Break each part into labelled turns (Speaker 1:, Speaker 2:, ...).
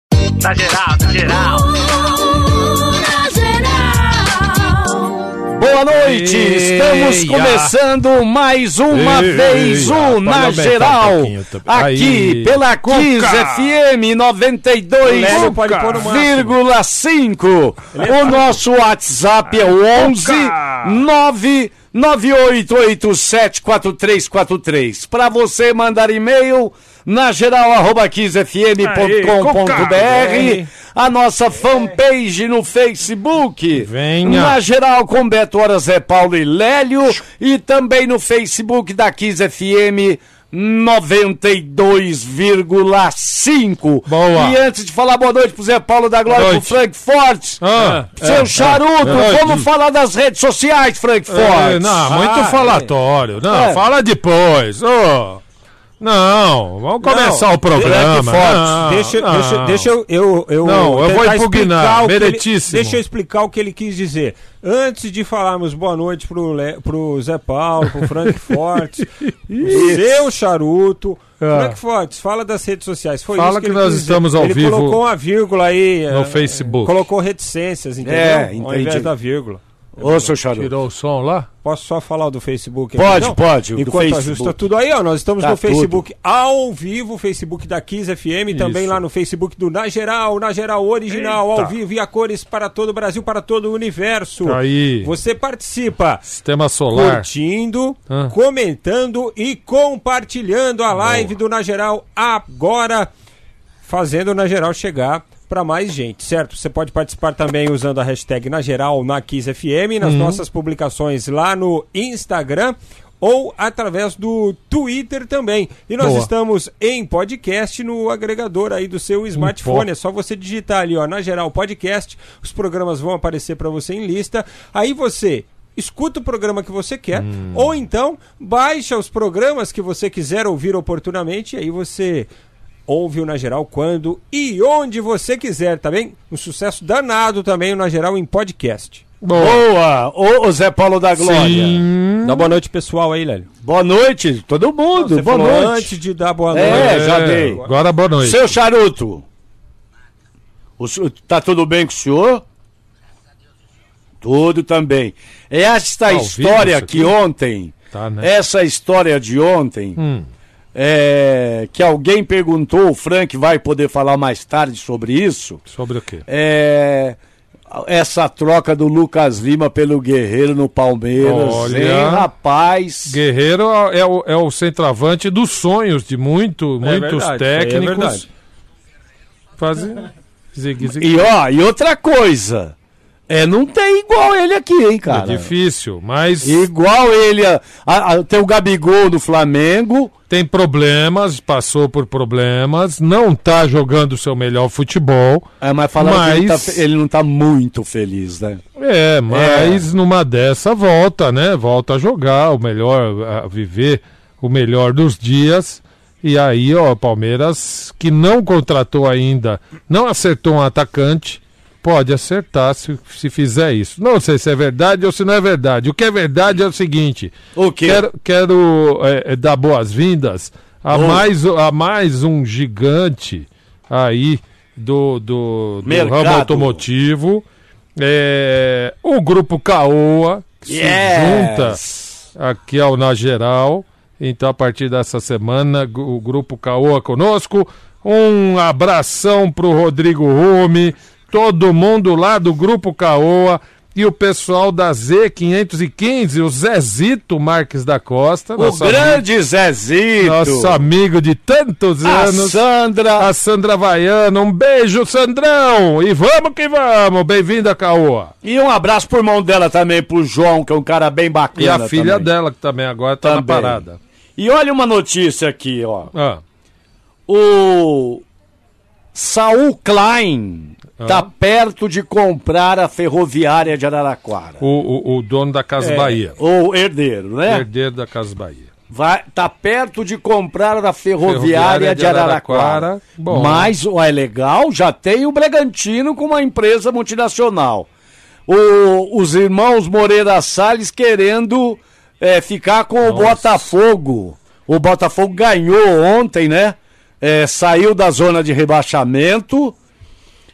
Speaker 1: Na Tá geral, na geral.
Speaker 2: Boa noite! Estamos
Speaker 3: Eia.
Speaker 2: começando mais uma
Speaker 3: Eia.
Speaker 2: vez o
Speaker 3: Pode
Speaker 2: Na
Speaker 3: aumentar um
Speaker 2: Geral,
Speaker 3: pouquinho também.
Speaker 2: aqui
Speaker 3: Aí.
Speaker 2: pela Kiss FM
Speaker 4: Lélio pode pôr no máximo.
Speaker 2: 92,5. um O nosso WhatsApp é o 11 9 98874343. Para você mandar e-mail na geral arroba
Speaker 3: Aê,
Speaker 2: kissfm.com.br, a nossa fanpage no Facebook.
Speaker 3: Venha.
Speaker 2: Na geral com Beto Horas é Paulo e Lélio e também no Facebook da Kiss FM 92,5.
Speaker 3: Boa.
Speaker 2: E antes de falar boa noite pro Zé Paulo da Glória
Speaker 3: Boa
Speaker 2: pro
Speaker 3: noite.
Speaker 2: Frank Fortes.
Speaker 3: Ah,
Speaker 2: Seu charuto,
Speaker 3: é,
Speaker 2: vamos
Speaker 3: é.
Speaker 2: falar das redes sociais, Frank Fortes.
Speaker 3: É, não, muito
Speaker 4: Ah,
Speaker 3: falatório. Não,
Speaker 2: É.
Speaker 3: fala depois. ô. Não, vamos começar
Speaker 4: Não, é
Speaker 3: o programa.
Speaker 2: Fox,
Speaker 3: Não,
Speaker 4: Deixa,
Speaker 3: não.
Speaker 4: deixa, deixa eu, eu, eu.
Speaker 3: Não, eu vou
Speaker 4: tentar
Speaker 3: impugnar,
Speaker 4: explicar o que ele-
Speaker 3: meritíssimo.
Speaker 4: Deixa eu explicar o que ele quis dizer. Antes de falarmos boa noite pro, Le, pro Zé Paulo, pro Frank Fortes, o seu charuto. é Frank Fortes, fala das redes sociais. Foi
Speaker 3: Ah. Fala
Speaker 4: isso que,
Speaker 3: que
Speaker 4: ele
Speaker 3: nós
Speaker 4: quis dizer.
Speaker 3: estamos ao
Speaker 4: ele
Speaker 3: vivo
Speaker 4: colocou uma vírgula aí.
Speaker 3: no
Speaker 4: eh,
Speaker 3: Facebook.
Speaker 4: Colocou reticências, entendeu?
Speaker 2: É,
Speaker 4: Ao
Speaker 2: entendi.
Speaker 4: invés da vírgula.
Speaker 2: Ô, seu charuto.
Speaker 3: Tirou o som lá?
Speaker 4: Posso só falar do Facebook?
Speaker 2: Pode,
Speaker 4: então?
Speaker 2: pode, o do
Speaker 4: Enquanto
Speaker 2: Facebook.
Speaker 4: ajusta tudo aí, ó. Nós estamos
Speaker 2: Tá
Speaker 4: no Facebook ao vivo, Facebook da Kiss FM, também lá no Facebook do Na Geral, Na Geral Original, ao vivo e a cores para todo o Brasil, para todo o universo.
Speaker 3: Tá aí.
Speaker 4: Você participa
Speaker 3: Sistema solar.
Speaker 4: curtindo,
Speaker 3: Ah.
Speaker 4: comentando e compartilhando a live do Na Geral agora, fazendo o Na Geral chegar para mais gente, certo? Você pode participar também usando a hashtag Na Geral na Kiss FM, nas
Speaker 3: Uhum.
Speaker 4: nossas publicações lá no Instagram ou através do Twitter também. E nós
Speaker 3: Boa.
Speaker 4: estamos em podcast no agregador aí do seu smartphone. É só você digitar ali, ó, na geral podcast, os programas vão aparecer para você em lista. Aí você escuta o programa que você quer ou então baixa os programas que você quiser ouvir oportunamente e aí você ouve o Na Geral quando e onde você quiser, tá bem? Um sucesso danado também o Na Geral em podcast.
Speaker 2: Boa! Ô, ô, Zé Paulo da Glória.
Speaker 4: Dá boa noite pessoal aí, Lélio.
Speaker 2: Boa noite, todo mundo.
Speaker 4: Você
Speaker 2: boa
Speaker 4: falou
Speaker 2: noite.
Speaker 4: Antes de dar boa noite.
Speaker 2: É, já dei.
Speaker 3: Agora boa noite.
Speaker 2: Seu charuto. O senhor- tá tudo bem com o senhor? Tudo também. É esta
Speaker 3: Tá ouvindo
Speaker 2: história
Speaker 3: isso
Speaker 2: que ontem,
Speaker 3: Tá, né?
Speaker 2: essa história de ontem,
Speaker 3: Hum.
Speaker 2: é, que alguém perguntou, o Frank vai poder falar mais tarde sobre isso,
Speaker 3: Sobre o quê?
Speaker 2: é, essa troca do Lucas Lima pelo Guerreiro no Palmeiras.
Speaker 3: Olha.
Speaker 2: hein, rapaz.
Speaker 3: Guerreiro é o, é o centroavante dos sonhos de muito, muitos
Speaker 4: verdade, isso aí é
Speaker 3: técnicos.
Speaker 4: verdade.
Speaker 3: Fazem zigue, zigue.
Speaker 2: E ó, e outra coisa, é não tem igual ele aqui, hein,
Speaker 3: É
Speaker 2: cara.
Speaker 3: difícil, mas
Speaker 2: Igual ele. a- a- tem o Gabigol do Flamengo.
Speaker 3: tem problemas, passou por problemas, não tá jogando o seu melhor futebol.
Speaker 2: é, mas falaram que ele, tá
Speaker 3: Mas-
Speaker 2: fe- ele não tá muito feliz, né?
Speaker 3: É, mas numa dessa volta, né? Volta a jogar, o melhor, a viver o melhor dos dias. E aí, ó, Palmeiras, que não contratou ainda, não acertou um atacante, pode acertar se, se fizer isso. Não sei se é verdade ou se não é verdade. O que é verdade é o seguinte:
Speaker 2: O quê?
Speaker 3: quero, quero é, é, dar boas-vindas a,
Speaker 2: Oh.
Speaker 3: mais, a mais um gigante aí do, do, do
Speaker 2: Mercado.
Speaker 3: ramo automotivo. É, o grupo Caoa, que se
Speaker 2: Yes!
Speaker 3: junta aqui ao Na Geral. Então, a partir dessa semana, gu- o grupo Caoa conosco. Um abração pro Rodrigo Rume, todo mundo lá do grupo Caoa e o pessoal da Z515, o Zezito Marques da Costa,
Speaker 2: O
Speaker 3: nosso, Tá ami-
Speaker 2: grande Zezito.
Speaker 3: nosso amigo de tantos
Speaker 2: a
Speaker 3: anos.
Speaker 2: Sandra.
Speaker 3: A Sandra Vaiana, um beijo, Sandrão! E vamos que vamos! Bem-vinda, Caoa!
Speaker 2: E um abraço pro irmão dela também, pro João, que é um cara bem bacana.
Speaker 3: E a filha
Speaker 2: também.
Speaker 3: dela, que também agora tá
Speaker 2: Também.
Speaker 3: na parada.
Speaker 2: E olha uma notícia aqui, ó.
Speaker 3: Ah,
Speaker 2: O Saul Klein tá perto de comprar a ferroviária de Araraquara. É,
Speaker 3: o, o, o dono da Casa Bahia.
Speaker 2: Ou herdeiro, né?
Speaker 3: Herdeiro da Casa Bahia.
Speaker 2: Vai, tá perto de comprar a ferroviária
Speaker 3: Ferroviária
Speaker 2: de
Speaker 3: de
Speaker 2: Araraquara.
Speaker 3: Araraquara. Bom.
Speaker 2: Mas ó, é legal, já tem o Bragantino com uma empresa multinacional. O- os irmãos Moreira Salles querendo é, ficar com o Botafogo. O Botafogo ganhou ontem, né? É, saiu da zona de rebaixamento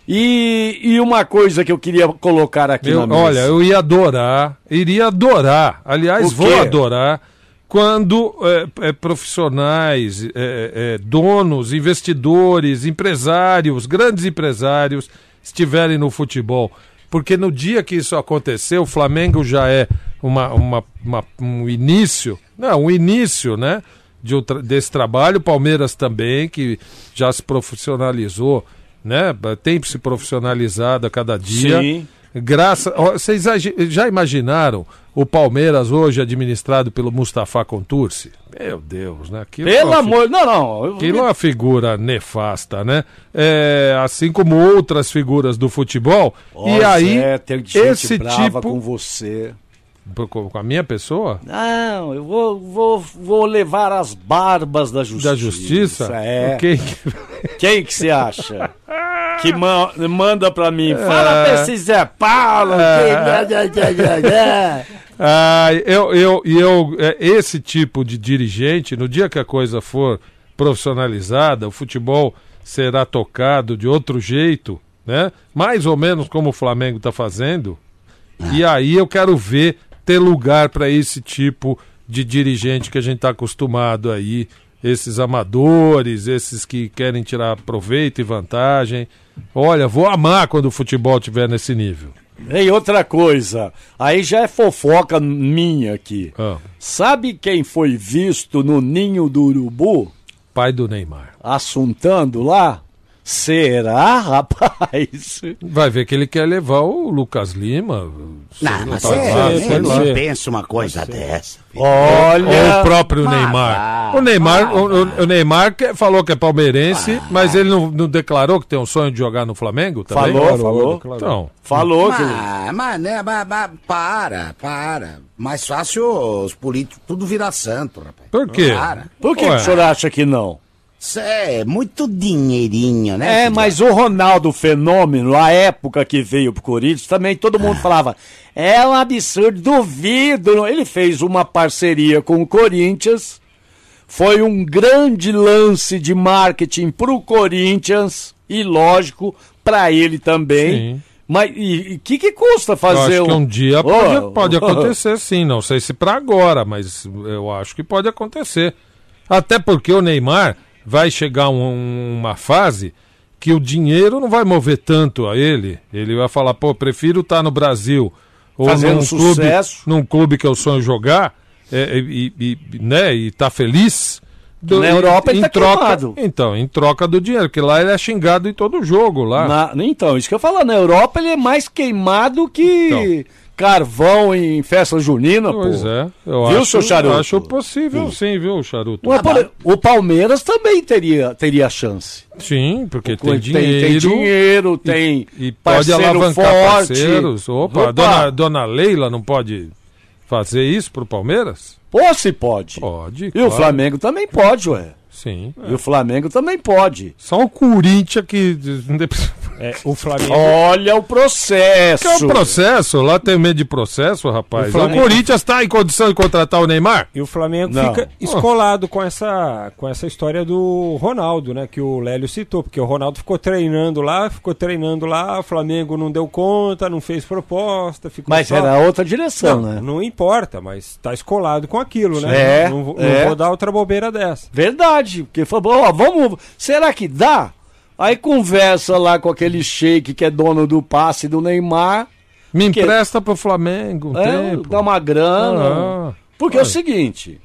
Speaker 2: E, e uma coisa que eu queria colocar aqui
Speaker 3: Eu-
Speaker 2: na mesa.
Speaker 3: olha, eu ia adorar, iria adorar, aliás,
Speaker 2: O
Speaker 3: vou
Speaker 2: quê?
Speaker 3: adorar, quando é, é, profissionais, é, é, donos, investidores, empresários, grandes empresários estiverem no futebol. Porque no dia que isso acontecer, o Flamengo já é uma, uma- uma- um início, não, um início, né? De um tra- desse trabalho, o Palmeiras também, que já se profissionalizou, né? Tem se profissionalizado a cada dia.
Speaker 2: Sim.
Speaker 3: Graça. ó, Vocês agi- já imaginaram o Palmeiras hoje administrado pelo Mustafa Contursi? Meu Deus, né? Aquilo é
Speaker 2: Pelo
Speaker 3: uma fi-
Speaker 2: amor. Não, não. eu-
Speaker 3: Aquilo é uma figura nefasta, né? É, assim como outras figuras do futebol.
Speaker 2: Ó,
Speaker 3: e aí,
Speaker 2: Zé, é, tem gente
Speaker 3: esse
Speaker 2: brava
Speaker 3: tipo.
Speaker 2: com você.
Speaker 3: Com com a minha pessoa?
Speaker 2: Não, eu vou, vou, vou levar as barbas da justiça.
Speaker 3: Da justiça?
Speaker 2: É.
Speaker 3: Quem-
Speaker 2: Quem que você acha? Que ma- manda pra mim.
Speaker 3: É.
Speaker 2: Fala pra esse Zé Paulo. é que-
Speaker 3: Ah, eu, eu, e eu, é, esse tipo de dirigente, no dia que a coisa for profissionalizada, o futebol será tocado de outro jeito, né? Mais ou menos como o Flamengo está fazendo. E aí eu quero ver ter lugar para esse tipo de dirigente que a gente está acostumado aí, esses amadores, esses que querem tirar proveito e vantagem. Olha, vou amar quando o futebol tiver nesse nível.
Speaker 2: E outra coisa. Aí já é fofoca minha aqui.
Speaker 3: Ah,
Speaker 2: Sabe quem foi visto no ninho do urubu?
Speaker 3: pai do Neymar.
Speaker 2: Assuntando lá? Será, rapaz?
Speaker 3: Vai ver que ele quer levar o Lucas Lima. sei lá,
Speaker 1: Não, Ah, mas
Speaker 3: pra
Speaker 1: você
Speaker 3: lá,
Speaker 1: você
Speaker 3: sei lá.
Speaker 1: não pensa uma coisa dessa.
Speaker 3: Ou o
Speaker 2: Olha.
Speaker 3: próprio
Speaker 1: Mas
Speaker 3: Neymar.
Speaker 1: vai,
Speaker 3: o Neymar, o, o- o Neymar que- falou que é palmeirense, mas ele não, não declarou que tem um sonho de jogar no Flamengo também?
Speaker 2: Falou, falou.
Speaker 3: Então,
Speaker 2: Falou que.
Speaker 1: Ah, mas, né, mas, mas, para, para. Mais fácil os políticos tudo virar santo, rapaz.
Speaker 3: por quê?
Speaker 1: Para.
Speaker 2: Por que, que
Speaker 3: Ué.
Speaker 2: o senhor acha que não?
Speaker 1: Isso é muito dinheirinho,
Speaker 2: É,
Speaker 1: né? filho?
Speaker 2: mas o Ronaldo Fenômeno, a época que veio pro Corinthians, também todo
Speaker 1: Ah.
Speaker 2: mundo falava, é um absurdo, duvido. Ele fez uma parceria com o Corinthians, foi um grande lance de marketing pro Corinthians e, lógico, pra ele também.
Speaker 3: Sim.
Speaker 2: Mas e o que, que custa
Speaker 3: Eu
Speaker 2: fazer
Speaker 3: acho que um dia pode,
Speaker 2: Oh,
Speaker 3: pode
Speaker 2: oh.
Speaker 3: acontecer, sim. Não sei se para agora, mas eu acho que pode acontecer. Até porque o Neymar vai chegar um- uma fase que o dinheiro não vai mover tanto a ele. Ele vai falar, pô, prefiro estar no Brasil ou
Speaker 2: Fazendo
Speaker 3: num
Speaker 2: um sucesso.
Speaker 3: clube, num clube que eu sonho jogar é, e, e- e, né, e tá feliz. Do-
Speaker 2: Na Europa ele
Speaker 3: em
Speaker 2: tá
Speaker 3: troca,
Speaker 2: queimado.
Speaker 3: Então, em troca do dinheiro, porque lá ele é xingado em todo jogo lá.
Speaker 2: Na- então, isso que eu falo, na Europa ele é mais queimado que
Speaker 3: Então.
Speaker 2: carvão em festa junina,
Speaker 3: Pois
Speaker 2: Ah, pô.
Speaker 3: é, eu
Speaker 2: Viu,
Speaker 3: acho,
Speaker 2: seu Charuto? Hum.
Speaker 3: acho possível sim, viu, Charuto?
Speaker 4: Ah,
Speaker 2: Ué, por- o Palmeiras também teria, teria chance.
Speaker 3: Sim, porque tem,
Speaker 2: Tem,
Speaker 3: dinheiro.
Speaker 2: tem dinheiro, tem
Speaker 3: E pode
Speaker 2: parceiro
Speaker 3: alavancar
Speaker 2: forte.
Speaker 3: parceiros. Opa,
Speaker 2: Opa.
Speaker 3: Dona, dona Leila não pode fazer isso pro Palmeiras?
Speaker 2: Pô, se pode.
Speaker 3: Pode.
Speaker 2: e o Flamengo também pode, ué.
Speaker 3: Sim.
Speaker 2: E o Flamengo também pode.
Speaker 3: Só o Corinthians que.
Speaker 4: É, o Flamengo.
Speaker 2: Olha o processo.
Speaker 3: Que é um processo, lá tem medo de processo, rapaz.
Speaker 4: O
Speaker 3: O,
Speaker 4: Flamengo-
Speaker 3: Corinthians tá em condição de contratar o Neymar?
Speaker 4: E o Flamengo
Speaker 2: Não.
Speaker 4: fica escolado com essa, com essa história do Ronaldo, né? Que o Lélio citou, porque o Ronaldo ficou treinando lá, ficou treinando lá, o Flamengo não deu conta, não fez proposta, ficou
Speaker 2: Mas
Speaker 4: só-
Speaker 2: era outra direção,
Speaker 4: Não,
Speaker 2: né?
Speaker 4: não importa, mas tá escolado com aquilo, né?
Speaker 2: É,
Speaker 4: não, vou-
Speaker 2: é.
Speaker 4: não vou dar outra bobeira dessa.
Speaker 2: Verdade, porque falou, ó, vamos, será que dá? Aí conversa lá com aquele shake que é dono do passe do Neymar,
Speaker 3: Me
Speaker 2: Que-
Speaker 3: empresta pro Flamengo um
Speaker 2: é,
Speaker 3: tempo.
Speaker 2: dá uma grana.
Speaker 3: Ah,
Speaker 2: porque é o
Speaker 3: olha.
Speaker 2: seguinte,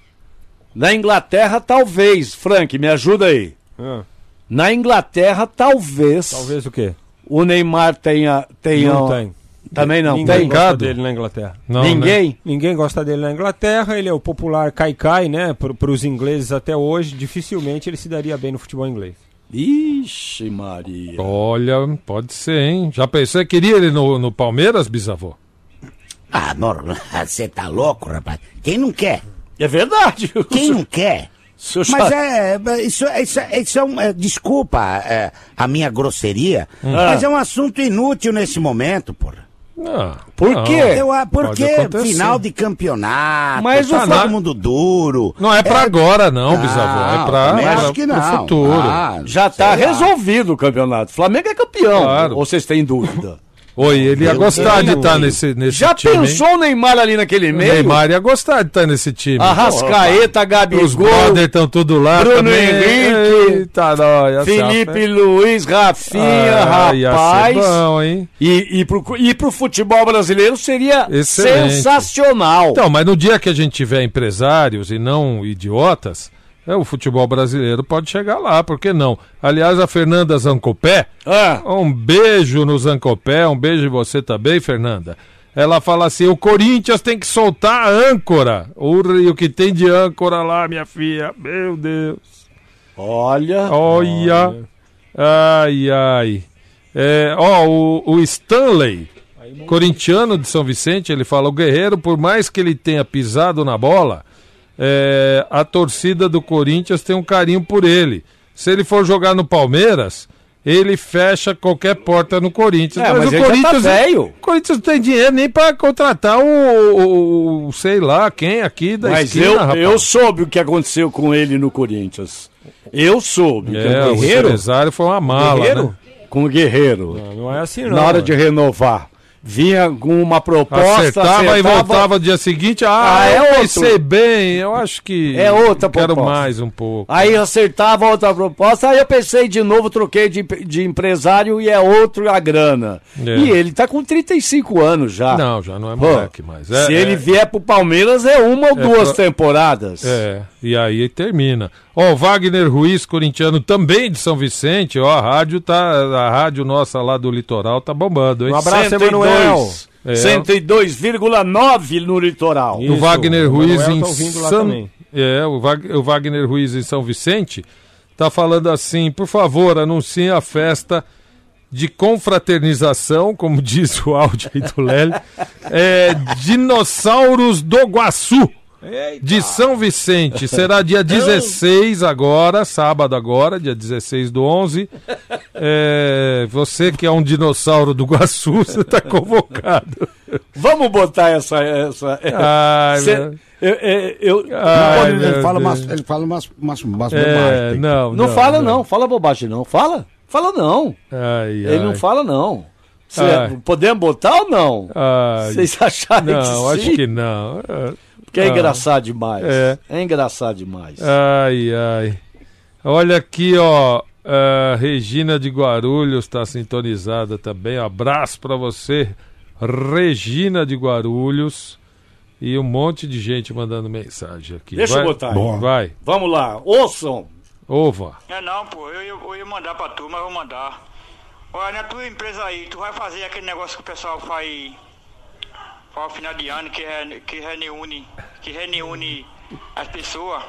Speaker 2: na Inglaterra talvez, Frank, me ajuda aí.
Speaker 4: Ah,
Speaker 2: Na Inglaterra talvez,
Speaker 4: talvez o quê?
Speaker 2: o Neymar tenha, tenha
Speaker 4: não tem.
Speaker 2: um- também não
Speaker 4: Ninguém
Speaker 2: tem.
Speaker 4: gosta
Speaker 3: Gado?
Speaker 4: dele na Inglaterra.
Speaker 3: Não, né?
Speaker 2: Ninguém.
Speaker 4: Ninguém gosta dele na Inglaterra, ele é o popular Kaikai, né? Para os ingleses até hoje, dificilmente ele se daria bem no futebol inglês.
Speaker 2: Ixi, Maria.
Speaker 3: Olha, pode ser, hein? Já pensei, queria ele no, no Palmeiras, bisavô?
Speaker 1: Ah, normal. Você tá louco, rapaz? Quem não quer?
Speaker 2: É verdade.
Speaker 1: Quem não quer?
Speaker 2: Seu
Speaker 1: Mas
Speaker 2: chato.
Speaker 1: é, isso, isso, isso é um, é,
Speaker 2: Ah.
Speaker 1: desculpa é, a minha grosseria, mas é um assunto inútil nesse momento, porra.
Speaker 3: Não,
Speaker 2: Por
Speaker 3: não.
Speaker 2: quê?
Speaker 1: Eu, ah,
Speaker 3: Pode
Speaker 1: porque
Speaker 3: acontecer.
Speaker 1: final de campeonato,
Speaker 2: Mas o
Speaker 1: tá
Speaker 2: Fla-
Speaker 1: todo mundo duro.
Speaker 3: Não é pra agora, não, bisavô. É
Speaker 1: Não,
Speaker 3: pra,
Speaker 1: também
Speaker 3: pra-
Speaker 1: acho que
Speaker 3: pro
Speaker 1: não.
Speaker 3: futuro.
Speaker 1: Ah,
Speaker 2: Já tá
Speaker 1: sei lá.
Speaker 2: resolvido o campeonato. Flamengo é campeão.
Speaker 3: Claro.
Speaker 2: Ou vocês têm dúvida?
Speaker 3: Oi, ele ia
Speaker 1: Eu
Speaker 3: gostar de
Speaker 1: tenho-
Speaker 3: estar nesse, nesse
Speaker 2: Já
Speaker 3: time. hein?
Speaker 2: pensou o Neymar ali naquele
Speaker 3: O
Speaker 2: meio?
Speaker 3: Neymar ia gostar de estar nesse time.
Speaker 2: Arrascaeta,
Speaker 3: Os
Speaker 2: Gabigol,
Speaker 3: brother estão tudo lá.
Speaker 2: Bruno
Speaker 3: também. É,
Speaker 2: Henrique,
Speaker 3: Eita, nóia,
Speaker 2: Felipe Luiz, Rafinha,
Speaker 3: Ah, ia ser
Speaker 2: rapaz.
Speaker 3: bom, hein?
Speaker 2: E, e, pro, e pro futebol brasileiro seria
Speaker 3: Excelente.
Speaker 2: sensacional.
Speaker 3: Então, mas no dia que a gente tiver empresários e não idiotas, é, o futebol brasileiro pode chegar lá, por que não? Aliás, a Fernanda Zancopé,
Speaker 2: Ah,
Speaker 3: um beijo no Zancopé, um beijo em você também, Fernanda. Ela fala assim: o Corinthians tem que soltar a âncora. O Rio que tem de âncora lá, minha filha. Meu Deus.
Speaker 2: olha.
Speaker 3: Olha. Ai, ai. É, ó, o, o Stanley, corintiano de São Vicente, ele fala: o Guerreiro, por mais que ele tenha pisado na bola, é, a torcida do Corinthians tem um carinho por ele. Se ele for jogar no Palmeiras, ele fecha qualquer porta no Corinthians.
Speaker 2: É, mas
Speaker 3: o
Speaker 2: ele já tá
Speaker 3: Corinthians,
Speaker 2: velho.
Speaker 3: o Corinthians não tem dinheiro nem pra contratar o, o- o- sei lá quem aqui da
Speaker 2: Mas
Speaker 3: esquina,
Speaker 2: eu,
Speaker 3: rapaz.
Speaker 2: eu soube o que aconteceu com ele no Corinthians. Eu soube. que
Speaker 3: é,
Speaker 2: o
Speaker 3: o
Speaker 2: Guerreiro,
Speaker 3: empresário foi uma mala,
Speaker 4: Guerreiro?
Speaker 3: né?
Speaker 2: com o Guerreiro,
Speaker 4: Não é assim, não.
Speaker 2: na hora de renovar, vinha com uma proposta.
Speaker 3: acertava, e
Speaker 2: acertava,
Speaker 3: voltava no dia seguinte. Ah,
Speaker 2: Ah, é
Speaker 3: eu
Speaker 2: outro.
Speaker 3: pensei bem, eu acho que.
Speaker 2: É outra
Speaker 3: Quero
Speaker 2: proposta.
Speaker 3: mais um pouco.
Speaker 2: Aí acertava outra proposta, aí eu pensei de novo, troquei de, de empresário e é outro a grana.
Speaker 3: É.
Speaker 2: E ele tá com 35 anos
Speaker 4: Ah.
Speaker 2: já.
Speaker 3: Não, já não é
Speaker 2: Pô,
Speaker 3: moleque mais. É,
Speaker 2: se
Speaker 3: é,
Speaker 2: ele vier pro Palmeiras é uma ou duas
Speaker 3: pro-
Speaker 2: temporadas.
Speaker 3: É, e aí termina. Ó, o Wagner Ruiz, corintiano, também de São Vicente, ó, a rádio tá. A rádio nossa lá do litoral tá bombando, hein?
Speaker 4: Um abraço,
Speaker 2: 102,
Speaker 4: Emanuel.
Speaker 3: É.
Speaker 2: 102,9 no litoral.
Speaker 3: O
Speaker 4: Isso,
Speaker 3: Wagner
Speaker 4: o
Speaker 3: Ruiz
Speaker 4: Manuel
Speaker 3: em
Speaker 4: tá ouvindo lá
Speaker 3: São...
Speaker 4: também.
Speaker 3: É, o, Wag- o Wagner Ruiz em São Vicente tá falando assim, por favor, anunciem a festa de confraternização, como diz o áudio aí do Lely, é, Dinossauros do Guaçu,
Speaker 4: Eita.
Speaker 3: de São Vicente. Será dia 16 agora, sábado agora, dia 16 do 11. É, você que é um dinossauro do Guaçu, você tá convocado.
Speaker 2: Vamos botar essa. essa é.
Speaker 3: Ai,
Speaker 2: Cê-
Speaker 3: meu-
Speaker 2: eu, eu- eu-
Speaker 3: Ai,
Speaker 1: Olha, ele,
Speaker 3: meu
Speaker 1: fala
Speaker 3: Deus.
Speaker 1: umas, ele fala umas, umas, umas
Speaker 3: É,
Speaker 1: bobagens.
Speaker 3: não,
Speaker 2: não, fala, não. Fala bobagem, não. Fala. Fala, não.
Speaker 3: Ai,
Speaker 2: Ele não
Speaker 3: ai.
Speaker 2: fala, não. Cê-
Speaker 3: Ai.
Speaker 2: podemos botar ou não?
Speaker 3: Ai,
Speaker 2: Vocês acharam
Speaker 3: não,
Speaker 2: que sim?
Speaker 3: acho que não. Ah,
Speaker 2: Porque é
Speaker 3: Ah.
Speaker 2: engraçado demais.
Speaker 3: É.
Speaker 2: É, engraçado demais.
Speaker 3: Ai, ai. Olha aqui, ó. ah, Regina de Guarulhos está sintonizada também. Abraço para você, Regina de Guarulhos. E um monte de gente mandando mensagem aqui.
Speaker 2: Deixa
Speaker 3: vai,
Speaker 2: eu botar aí.
Speaker 1: Bom.
Speaker 3: Vai,
Speaker 2: Vamos lá. Ouçam.
Speaker 3: ova.
Speaker 5: É não, pô, eu, ia- eu ia mandar pra tu, mas vou mandar. Olha, na tua empresa aí, tu vai fazer aquele negócio que o pessoal faz para o final de ano, que, re, que reúne, que reúne as pessoas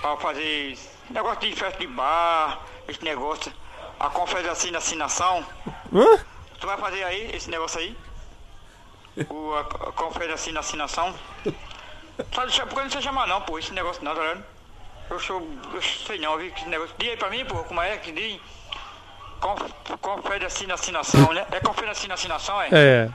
Speaker 5: pra fazer esse negócio de festa de bar, esse negócio, a conferência assim da assinação. Tu vai fazer aí esse negócio aí? O, a, a conferência assim da assinação? Sabe, por que não se chama não, pô, esse negócio não, tá ligado? Eu sou. Eu sei não, vi que esse negócio. Diz aí pra mim, pô, como é que diz? Conf- Confere assim na assinação, né? É confere assim na assinação, é?
Speaker 3: É,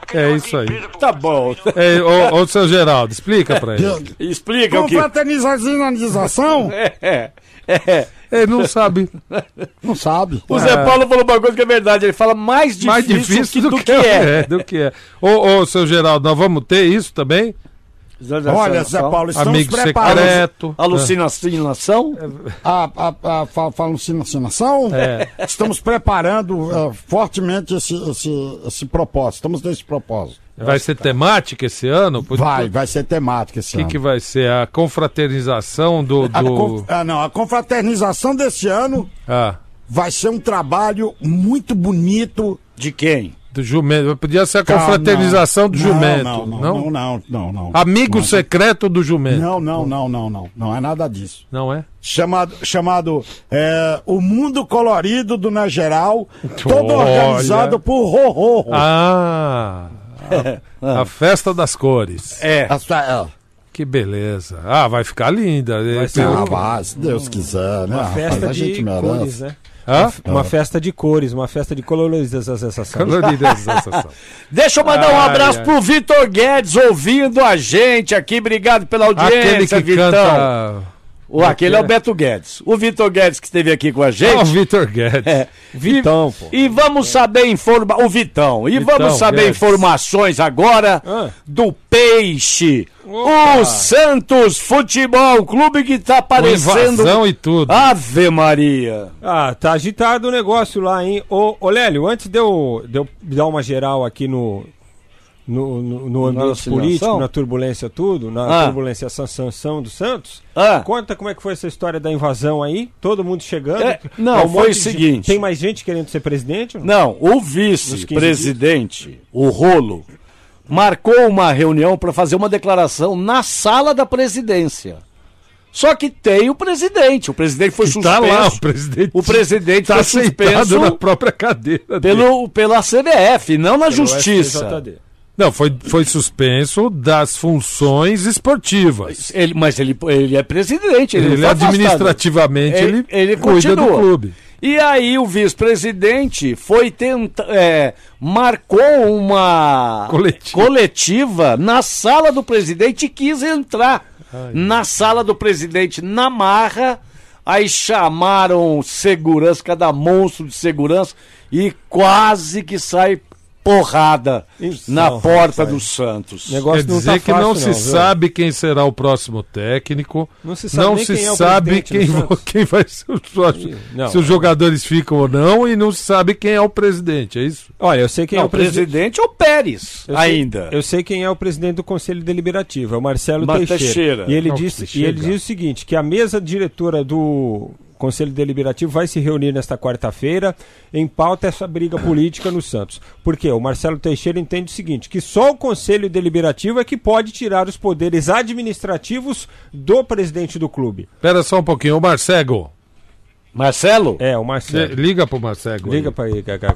Speaker 5: Aquele
Speaker 3: é
Speaker 5: negócio
Speaker 3: isso
Speaker 5: de
Speaker 3: aí.
Speaker 5: empresa, pô,
Speaker 2: Tá
Speaker 5: que
Speaker 2: bom.
Speaker 5: sabe, não-
Speaker 3: é ô, ô, seu Geraldo, explica para ele.
Speaker 1: Deu-
Speaker 2: Explica o que.
Speaker 1: Confraternização?
Speaker 2: É, é.
Speaker 3: Ele não sabe.
Speaker 1: Não sabe.
Speaker 2: O Zé Paulo falou uma coisa que é verdade. Ele fala mais difícil,
Speaker 3: mais difícil
Speaker 2: que- do, que, é.
Speaker 3: do que é. Ô, ô, seu Geraldo, nós vamos ter isso também?
Speaker 1: Olha, Zé Paulo, estamos
Speaker 3: Amigo
Speaker 1: preparados.
Speaker 3: secreto.
Speaker 2: Alucinação?
Speaker 1: A, a, a, fa- falam sinacinação?
Speaker 3: É.
Speaker 1: Estamos preparando eh, fortemente esse, esse, esse propósito. Estamos nesse propósito.
Speaker 3: É. Vai ser temática esse ano? Pô,
Speaker 1: Vai, vai ser temática esse
Speaker 3: O que,
Speaker 1: ano.
Speaker 3: que vai ser? A confraternização do.
Speaker 1: A
Speaker 3: do...
Speaker 1: conf- ah, não, a confraternização desse ano
Speaker 3: Ah,
Speaker 1: vai ser um trabalho muito bonito.
Speaker 2: De quem?
Speaker 3: do jumento. Podia ser a confraternização do
Speaker 1: Não,
Speaker 3: jumento.
Speaker 1: Não,
Speaker 3: não?
Speaker 1: não, não, não, não, não.
Speaker 3: Amigo
Speaker 1: Não,
Speaker 3: secreto do jumento.
Speaker 1: Não, não, não, não, não. Não é nada disso.
Speaker 3: Não é?
Speaker 1: Chamado, chamado eh, O Mundo Colorido do Na Geral, todo
Speaker 3: Olha.
Speaker 1: organizado por Rorô.
Speaker 3: Ah! A, a festa das cores.
Speaker 2: É.
Speaker 1: Essa- Ah. é.
Speaker 3: Que beleza. Ah, vai ficar linda. Hum.
Speaker 4: Vai ser
Speaker 1: Ah,
Speaker 4: Eu-
Speaker 1: vá, se Deus quiser, né?
Speaker 4: Uma
Speaker 1: rapaz?
Speaker 4: festa
Speaker 1: a gente
Speaker 4: de
Speaker 1: merece.
Speaker 4: cores, né?
Speaker 3: Hã?
Speaker 4: Uma festa de cores, uma festa de colorização.
Speaker 3: Coloridas sensação.
Speaker 2: Deixa eu mandar um
Speaker 3: Ai,
Speaker 2: abraço
Speaker 3: ai.
Speaker 2: pro Vitor Guedes ouvindo a gente aqui. Obrigado pela
Speaker 3: Aquele
Speaker 2: audiência,
Speaker 3: que
Speaker 2: Vitão.
Speaker 3: canta.
Speaker 2: O, aquele é o Beto Guedes. O Vitor Guedes que esteve aqui com a
Speaker 3: Ah, o
Speaker 2: gente.
Speaker 3: Vitor Guedes.
Speaker 2: É.
Speaker 4: Vitão, pô.
Speaker 2: E vamos saber informa o Vitão. E
Speaker 3: É. Vitão
Speaker 2: vamos saber
Speaker 3: Guedes.
Speaker 2: informações agora
Speaker 4: Ah.
Speaker 2: do Peixe.
Speaker 4: Opa.
Speaker 2: O Santos Futebol Clube que tá
Speaker 3: Com
Speaker 2: aparecendo.
Speaker 3: invasão e tudo.
Speaker 2: Ave Maria.
Speaker 4: Ah, tá agitado o negócio lá, hein? Ô, ô Lélio, antes de eu, de eu dar uma geral aqui no, no, no, no ambiente
Speaker 2: oscilação?
Speaker 4: político, na turbulência tudo, na
Speaker 2: Ah.
Speaker 4: turbulência san- sanção do Santos,
Speaker 2: Ah.
Speaker 4: conta como é que foi essa história da invasão aí, todo mundo chegando.
Speaker 2: É,
Speaker 4: É
Speaker 2: não, foi
Speaker 4: monte
Speaker 2: o
Speaker 4: de-
Speaker 2: seguinte.
Speaker 4: tem mais gente querendo ser presidente?
Speaker 2: Não, o
Speaker 4: Nos 15
Speaker 2: vice-presidente, o Rolo, marcou uma reunião para fazer uma declaração na sala da presidência. Só que tem o presidente. O presidente foi
Speaker 3: Tá
Speaker 2: suspenso.
Speaker 3: lá, o presidente.
Speaker 2: O presidente
Speaker 3: tá
Speaker 2: foi
Speaker 3: sentado
Speaker 2: suspenso
Speaker 3: na própria cadeira. dele.
Speaker 2: pelo, pela CBF, não na justiça.
Speaker 4: STJD.
Speaker 3: Não, foi, foi suspenso das funções esportivas.
Speaker 2: Ele, mas ele, ele é presidente. Ele,
Speaker 3: Ele,
Speaker 2: não foi afastado.
Speaker 3: administrativamente ele,
Speaker 2: Ele- ele
Speaker 3: cuida do
Speaker 2: continua.
Speaker 3: clube.
Speaker 2: E aí o vice-presidente foi tentar. marcou uma
Speaker 3: Coletiva.
Speaker 2: coletiva na sala do presidente e quis entrar. Na sala do presidente, na marra. Aí chamaram segurança, cada monstro de segurança, e quase que sai porrada
Speaker 4: Isso,
Speaker 2: na
Speaker 4: não,
Speaker 2: porta
Speaker 4: rapaz.
Speaker 2: do Santos.
Speaker 4: Negócio
Speaker 3: Quer dizer
Speaker 4: tá
Speaker 3: que não,
Speaker 4: fácil,
Speaker 3: se
Speaker 4: viu?
Speaker 3: sabe quem será o próximo técnico.
Speaker 4: Não se sabe
Speaker 3: Não
Speaker 4: nem
Speaker 3: se
Speaker 4: quem é o
Speaker 3: sabe
Speaker 4: presidente
Speaker 3: quem,
Speaker 4: do
Speaker 3: vo-
Speaker 4: Santos.
Speaker 3: quem vai ser os próximos-
Speaker 4: Não. é.
Speaker 3: se os jogadores ficam ou não, e não se sabe quem é o presidente, é isso?
Speaker 4: Olha, eu sei quem
Speaker 2: Não,
Speaker 4: é o presidente.
Speaker 2: é o Pérez
Speaker 4: Eu sei-
Speaker 2: ainda.
Speaker 4: eu sei quem é o presidente do Conselho Deliberativo, é o Marcelo
Speaker 2: Mas
Speaker 4: Teixeira.
Speaker 2: Teixeira.
Speaker 4: E ele
Speaker 3: Não,
Speaker 4: disse,
Speaker 3: Teixeira.
Speaker 4: e ele diz o seguinte, que a mesa diretora do Conselho Deliberativo vai se reunir nesta quarta-feira em pauta essa briga política no Santos. Por quê? O Marcelo Teixeira entende o seguinte, que só o Conselho Deliberativo é que pode tirar os poderes administrativos do presidente do clube.
Speaker 3: Espera só um pouquinho, o Marcego.
Speaker 2: Marcelo?
Speaker 4: É, o
Speaker 3: Cê-
Speaker 4: Marcelo.
Speaker 3: Liga pro Marcego.
Speaker 4: Liga
Speaker 3: aí.
Speaker 4: para ele, Cacá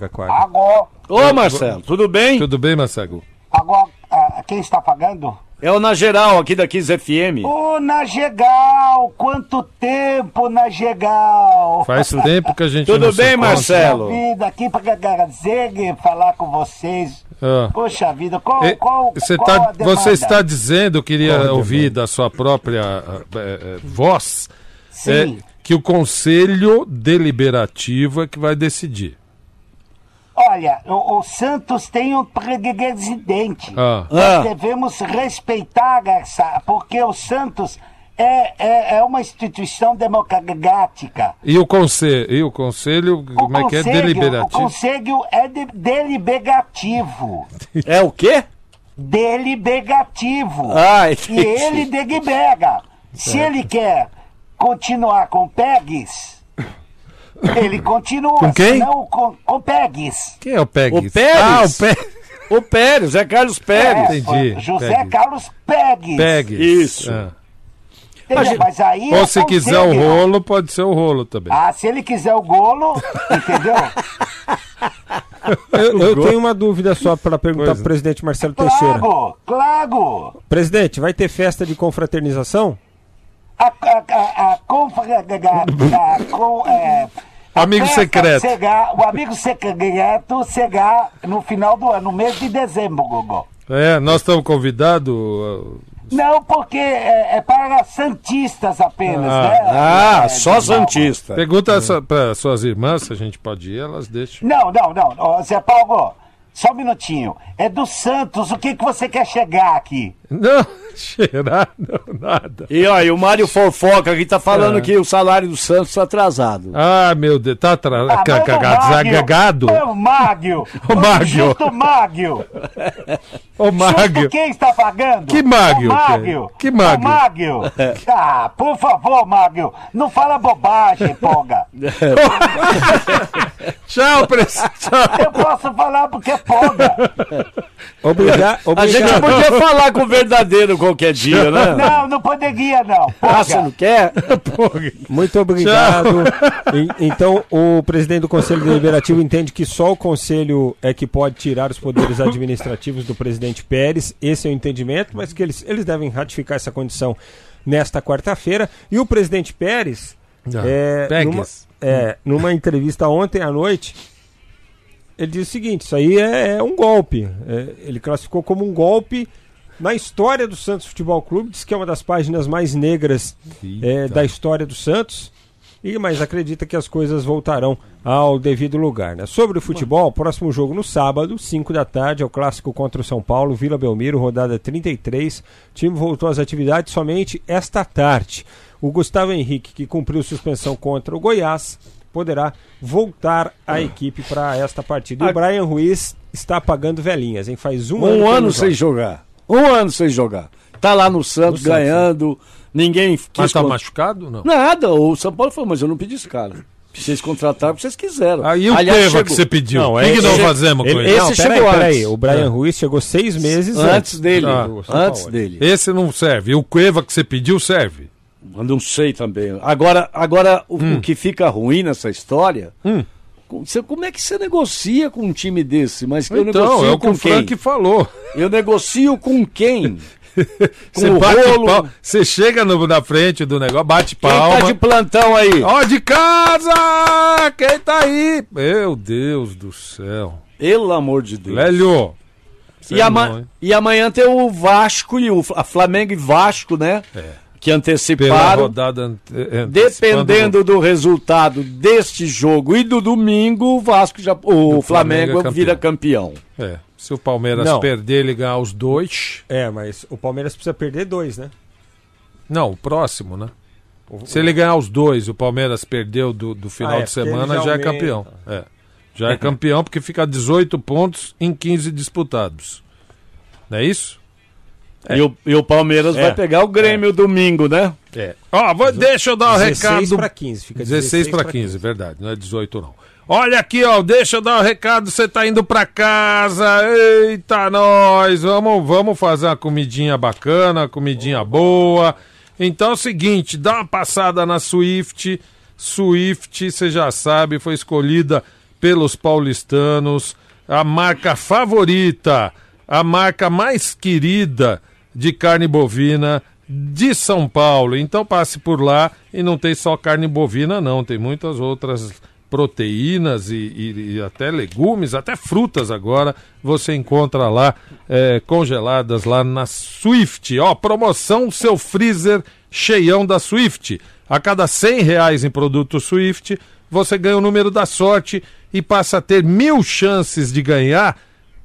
Speaker 6: Agora,
Speaker 2: Ô, Marcelo, tudo bem?
Speaker 3: Tudo bem, Marcego?
Speaker 6: agora ah, quem está pagando?
Speaker 2: É o Na Geral, aqui da 15 FM.
Speaker 6: Ô, Nagegal! Quanto tempo, Nagegal!
Speaker 3: Faz um tempo que a gente
Speaker 2: Tudo
Speaker 3: não se
Speaker 2: bem,
Speaker 3: encontra.
Speaker 2: Marcelo?
Speaker 6: Vida aqui para Gazeg falar com vocês.
Speaker 3: Ah.
Speaker 6: Poxa vida, qual,
Speaker 3: E-
Speaker 6: qual,
Speaker 3: Você,
Speaker 6: qual
Speaker 3: tá-
Speaker 6: a demanda?
Speaker 3: você está dizendo, eu queria ouvir da sua própria ah, eh, eh, voz, eh,
Speaker 6: Sim.
Speaker 3: que o Conselho Deliberativo é que vai decidir.
Speaker 6: Olha, o, o Santos tem um presidente.
Speaker 3: Ah,
Speaker 2: Ah.
Speaker 6: Nós devemos respeitar essa, porque o Santos é, é, é uma instituição democrática.
Speaker 3: e, o conselho, e o Conselho, como é que é?
Speaker 6: O
Speaker 3: Deliberativo?
Speaker 6: conselho é de- deliberativo.
Speaker 2: É o quê?
Speaker 6: Deliberativo.
Speaker 2: Ah,
Speaker 6: e ele delibera. Se ele quer continuar com o Pegues, ele continua.
Speaker 3: Com quem?
Speaker 6: Senão, com, com o Pegues.
Speaker 3: Quem é o Peg?
Speaker 2: O Pérez?
Speaker 3: Ah, o Peg.
Speaker 2: O Pérez, é Carlos Pérez.
Speaker 3: Entendi,
Speaker 6: José
Speaker 3: Pegues.
Speaker 6: Carlos Pegues.
Speaker 3: Peg.
Speaker 2: Isso.
Speaker 6: Entendeu?
Speaker 2: Mas-
Speaker 6: Mas aí é
Speaker 3: Ah. Ou se quiser o
Speaker 6: conselho.
Speaker 3: rolo, pode ser o rolo também.
Speaker 6: Ah, se ele quiser o golo, entendeu?
Speaker 4: Eu, eu tenho uma dúvida só para perguntar
Speaker 3: Pois
Speaker 4: pro
Speaker 3: é.
Speaker 4: presidente Marcelo Teixeira.
Speaker 6: claro, claro.
Speaker 4: Presidente, vai ter festa de confraternização?
Speaker 6: A, a, a, a, confra- a- a- com- é, a
Speaker 3: Amigo
Speaker 6: festa
Speaker 3: secreto.
Speaker 6: será- o amigo secreto será no final do ano, no mês de dezembro, Gugu.
Speaker 3: É, nós estamos convidados. ah,
Speaker 6: Não, porque é, é para santistas apenas,
Speaker 3: Ah,
Speaker 6: né?
Speaker 2: Ah,
Speaker 6: É,
Speaker 2: só É.
Speaker 6: Edivaldo?
Speaker 2: Santista.
Speaker 3: Pergunta para suas irmãs se a gente pode ir, elas deixam.
Speaker 6: Não, não, não. Ô, Zé Paulo, só um minutinho. É do Santos, o que, que você quer chegar aqui?
Speaker 3: Não, cheirar, não, nada. É.
Speaker 2: E ó, e o Mário Fofoca aqui tá falando que o salário do Santos tá atrasado.
Speaker 3: Ah, meu Deus, tá atra-
Speaker 6: Ah,
Speaker 3: ca-
Speaker 6: manda o
Speaker 3: cagado,
Speaker 6: Mágio.
Speaker 3: zagagado?
Speaker 6: É o Mágio.
Speaker 3: O Mágio.
Speaker 6: Justo Mágio.
Speaker 3: Ô,
Speaker 6: Justo
Speaker 3: Mágio,
Speaker 6: quem está pagando?
Speaker 3: Que Mágio,
Speaker 6: O Mágio.
Speaker 3: que- que Mágio?
Speaker 6: O Mágio. Ah, por favor, Mágio. Não fala bobagem, poga.
Speaker 3: tchau, pres... tchau.
Speaker 6: Eu posso falar porque é poga.
Speaker 4: Obrigado.
Speaker 2: A gente
Speaker 4: obrigado.
Speaker 2: podia falar com o verdadeiro qualquer dia, né?
Speaker 6: Não, não poderia, não. Poga.
Speaker 2: Ah, você não quer?
Speaker 4: é? Muito obrigado. E- então, o presidente do Conselho Deliberativo entende que só o Conselho é que pode tirar os poderes administrativos do presidente Pérez. Esse é o entendimento, mas que eles, eles devem ratificar essa condição nesta quarta-feira. E o presidente Pérez.
Speaker 3: Não,
Speaker 4: é,
Speaker 3: Pérez.
Speaker 4: numa- é, numa entrevista ontem à noite, ele disse o seguinte: isso aí é, é um golpe. É, ele classificou como um golpe na história do Santos Futebol Clube, diz que é uma das páginas mais negras é, da história do Santos. E mas acredita que as coisas voltarão ao devido lugar. Né? Sobre o futebol, próximo jogo no sábado, 5 da tarde, é o clássico contra o São Paulo, Vila Belmiro, rodada 33. O time voltou às atividades somente esta tarde. O Gustavo Henrique, que cumpriu suspensão contra o Goiás, poderá voltar
Speaker 2: Ah.
Speaker 4: à equipe para esta partida. E o Brian Ruiz está apagando velhinhas, hein? Faz um,
Speaker 2: Um ano sem
Speaker 4: seis
Speaker 2: jogar. Um ano sem jogar. Tá lá no
Speaker 4: No
Speaker 2: Santos
Speaker 4: Santos,
Speaker 2: ganhando. Ninguém quis
Speaker 3: Mas tá
Speaker 2: con-
Speaker 3: machucado? Não.
Speaker 2: Nada. O São Paulo falou, mas eu não pedi esse cara. Vocês contrataram o que vocês quiseram.
Speaker 3: Aí Ah, o
Speaker 2: Aliás,
Speaker 3: Teva
Speaker 2: chegou-
Speaker 3: que você pediu.
Speaker 4: Não,
Speaker 3: O
Speaker 4: é
Speaker 3: que, que
Speaker 4: esse-
Speaker 3: nós fazemos com
Speaker 4: Ele,
Speaker 3: ele?
Speaker 2: esse
Speaker 4: não, peraí,
Speaker 2: chegou
Speaker 4: peraí.
Speaker 2: antes. Ah.
Speaker 4: O Brian Ruiz chegou seis meses
Speaker 2: Antes dele.
Speaker 3: Ah, o São
Speaker 2: antes
Speaker 4: Paulo.
Speaker 2: dele.
Speaker 3: Esse não serve. E o Cueva que você pediu serve. Hum.
Speaker 2: Eu não sei também. Agora, agora o, o que fica ruim nessa história. com- você- Como é que você negocia com um time desse? Mas que eu
Speaker 3: então,
Speaker 2: negocio
Speaker 3: é o que
Speaker 2: com
Speaker 3: o
Speaker 2: quem?
Speaker 3: Frank falou.
Speaker 2: Eu negocio com quem? Com
Speaker 3: Você
Speaker 2: o
Speaker 3: bate
Speaker 2: rolo.
Speaker 3: palma. Você chega no- na frente do negócio, bate
Speaker 2: Quem
Speaker 3: palma.
Speaker 2: tá de plantão aí?
Speaker 3: Ó, de casa! Quem tá aí? Meu Deus do céu.
Speaker 2: Pelo amor de Deus.
Speaker 3: Lélio. é
Speaker 2: E, ama- e amanhã tem o Vasco e o Fla- Flamengo e Vasco, né? Que
Speaker 3: É. Pela
Speaker 2: anteciparam.
Speaker 3: rodada ante- antecipando-
Speaker 2: Dependendo do resultado deste jogo e do domingo, o Vasco já. O
Speaker 3: Do Flamengo
Speaker 2: Flamengo,
Speaker 3: é campeão.
Speaker 2: vira campeão.
Speaker 3: É, se o Palmeiras
Speaker 4: Não.
Speaker 3: perder, ele ganhar os dois.
Speaker 4: É, mas o Palmeiras precisa perder dois, né?
Speaker 3: Não, o próximo, né? Se ele ganhar os dois, o Palmeiras perdeu do, do final
Speaker 4: Ah, é,
Speaker 3: de
Speaker 4: porque ele
Speaker 3: semana,
Speaker 4: já
Speaker 3: já, é
Speaker 4: aumenta.
Speaker 3: campeão. É. Já é campeão porque fica 18 pontos em 15 disputados. Não é isso?
Speaker 2: E, o, e o Palmeiras
Speaker 4: É.
Speaker 2: vai pegar o Grêmio domingo, né?
Speaker 3: É. Ó, vou- deixa eu dar o
Speaker 4: 16
Speaker 3: recado
Speaker 4: para 15, fica
Speaker 3: 16 para
Speaker 4: pra
Speaker 3: 15, verdade, não é 18 não. Olha aqui, ó, deixa eu dar o recado, você tá indo pra casa. Eita, nós, vamos, vamos fazer uma comidinha bacana, comidinha boa. Então é o seguinte, dá uma passada na Swift. Swift, você já sabe, foi escolhida pelos paulistanos a marca favorita, a marca mais querida de carne bovina de São Paulo. Então passe por lá e não tem só carne bovina, não. Tem muitas outras proteínas e, e- e até legumes, até frutas agora você encontra lá eh, congeladas lá na Swift. Ó, promoção seu freezer cheião da Swift. A cada 100 reais em produto Swift, você ganha o número da sorte e passa a ter mil chances de ganhar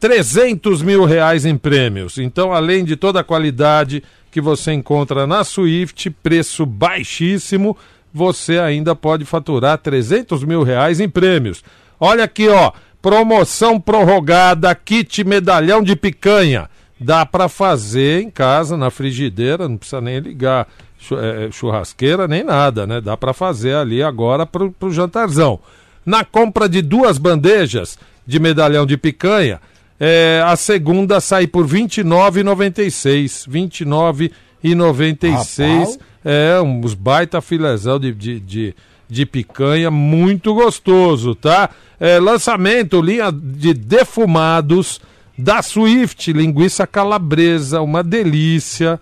Speaker 3: 300 mil reais em prêmios. Então, além de toda a qualidade que você encontra na Swift, preço baixíssimo, você ainda pode faturar 300 mil reais em prêmios. Olha aqui, ó, promoção prorrogada, kit medalhão de picanha. Dá para fazer em casa, na frigideira, não precisa nem ligar chu- eh, churrasqueira nem nada, né? Dá para fazer ali agora pro, pro jantarzão. Na compra de duas bandejas de medalhão de picanha, eh, a segunda sai por R$ 29,96. R$ 29,96. É, uns baita filezão de, de, de, de picanha, muito gostoso, tá? Eh, lançamento, linha de defumados da Swift, linguiça calabresa, uma delícia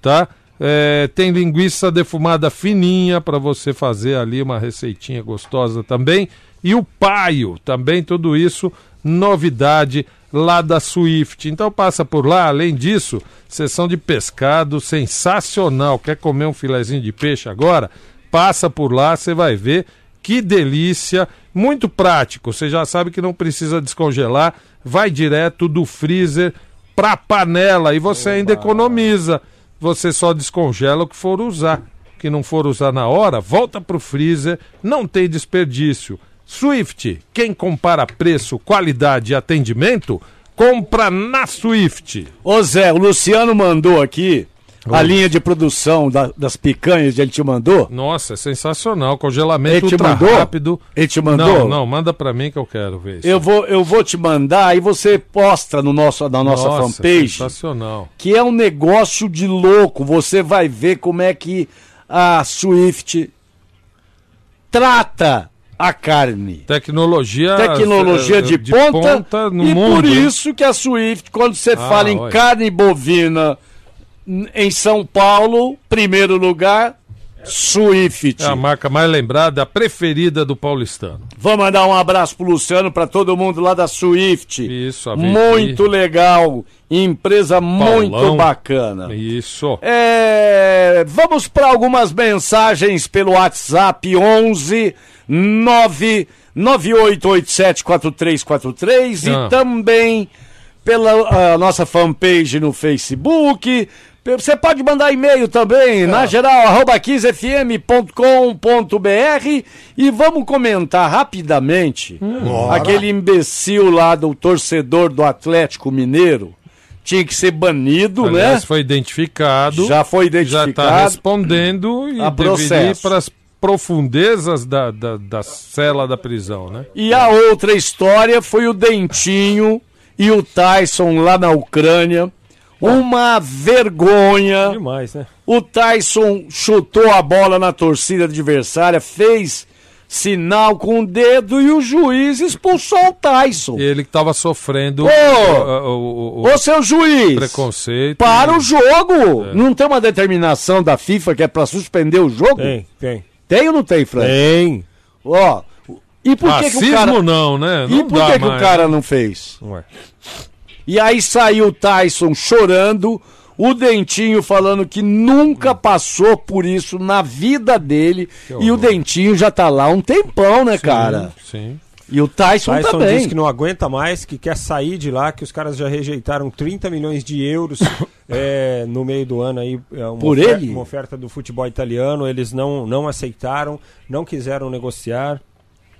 Speaker 3: tá? É, tem linguiça defumada fininha para você fazer ali uma receitinha gostosa também. E o paio, também tudo isso novidade lá da Swift. Então passa por lá, além disso, sessão de pescado sensacional. Quer comer um filezinho de peixe agora? Passa por lá, você vai ver que delícia, muito prático. Você já sabe que não precisa descongelar, vai direto do freezer pra panela e você ainda economiza. Você só descongela o que for usar. Que não for usar na hora, volta pro freezer, não tem desperdício. Swift, quem compara preço, qualidade e atendimento, compra na Swift.
Speaker 2: Ô Zé, o Luciano mandou aqui a linha de produção da- das picanhas que ele te mandou.
Speaker 3: Nossa, é sensacional, congelamento
Speaker 2: Ele te
Speaker 3: ultra
Speaker 2: mandou?
Speaker 3: rápido.
Speaker 2: Ele te mandou?
Speaker 3: Não, não, manda pra mim que eu quero ver isso.
Speaker 2: Eu vou, eu vou te mandar e você posta no nosso, na nossa, um fanpage,
Speaker 3: sensacional.
Speaker 2: que é um negócio de louco. Você vai ver como é que a Swift trata a carne.
Speaker 3: Tecnologia,
Speaker 2: Tecnologia
Speaker 3: eh,
Speaker 2: de, ponta,
Speaker 3: no
Speaker 2: e
Speaker 3: mundo. Ah,
Speaker 2: por isso que a Swift, quando você fala em
Speaker 3: olha.
Speaker 2: carne bovina n- em São Paulo, primeiro lugar, Swift.
Speaker 3: É a marca mais lembrada, a preferida do paulistano.
Speaker 2: Vamos mandar um abraço pro Luciano, pra todo mundo lá da Swift.
Speaker 3: Isso, a VT.
Speaker 2: Muito legal. Empresa muito bacana.
Speaker 3: Isso.
Speaker 2: É, vamos para algumas mensagens pelo WhatsApp 11 9 98874343
Speaker 3: Ah.
Speaker 2: e também pela ah, nossa fanpage no Facebook. Pe- Você pode mandar e-mail
Speaker 3: Ah.
Speaker 2: também, na geral, arroba 15fm.com.br e vamos comentar rapidamente aquele imbecil lá do torcedor do Atlético Mineiro. Tinha que ser banido,
Speaker 3: Aliás,
Speaker 2: né?
Speaker 3: foi identificado.
Speaker 2: Já foi identificado.
Speaker 3: Já está respondendo e
Speaker 2: A
Speaker 3: deveria ir
Speaker 2: processo.
Speaker 3: para as profundezas da, da, da cela da prisão, né?
Speaker 2: E a outra história foi o Dentinho e o Tyson lá na Ucrânia. Uma vergonha.
Speaker 4: Demais, né?
Speaker 2: O Tyson chutou a bola na torcida adversária, fez sinal com o dedo e o juiz expulsou o Tyson.
Speaker 3: Ele que estava sofrendo
Speaker 2: Ô!
Speaker 3: o, o- o- o
Speaker 2: Ô seu juiz!
Speaker 3: preconceito.
Speaker 2: Para o jogo!
Speaker 3: É.
Speaker 2: Não tem uma determinação da FIFA que é pra suspender o jogo?
Speaker 4: Tem, tem.
Speaker 2: Tem ou não tem, Fran?
Speaker 4: Tem.
Speaker 2: Ó, e por que, que
Speaker 3: Racismo
Speaker 2: o cara.
Speaker 3: não, né?
Speaker 2: E
Speaker 3: Não
Speaker 2: por
Speaker 3: dá
Speaker 2: que, que o
Speaker 3: mais.
Speaker 2: cara não fez?
Speaker 4: Ué.
Speaker 2: E aí saiu o Tyson chorando, o Dentinho falando que nunca passou por isso na vida dele. E o Dentinho já tá lá há um tempão, né, cara?
Speaker 3: Sim.
Speaker 2: E o Tyson,
Speaker 4: Tyson
Speaker 2: também.
Speaker 4: diz que não aguenta mais, que quer sair de lá, que os caras já rejeitaram 30 milhões de euros é, no meio do ano aí. é, uma
Speaker 2: Por
Speaker 4: ofer-
Speaker 2: ele?
Speaker 4: Uma oferta do futebol italiano, eles não, não aceitaram, não quiseram negociar.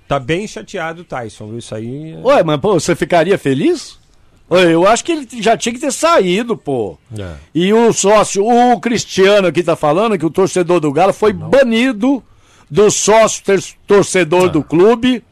Speaker 4: Tá bem chateado o Tyson, viu? Isso aí. é-
Speaker 2: Ué, mas pô, você ficaria feliz? Ué, Eu acho que ele já tinha que ter saído, pô.
Speaker 3: É.
Speaker 2: E o sócio, o Cristiano aqui tá falando que o torcedor do Galo foi banido do sócio ter-
Speaker 3: É.
Speaker 2: torcedor do clube.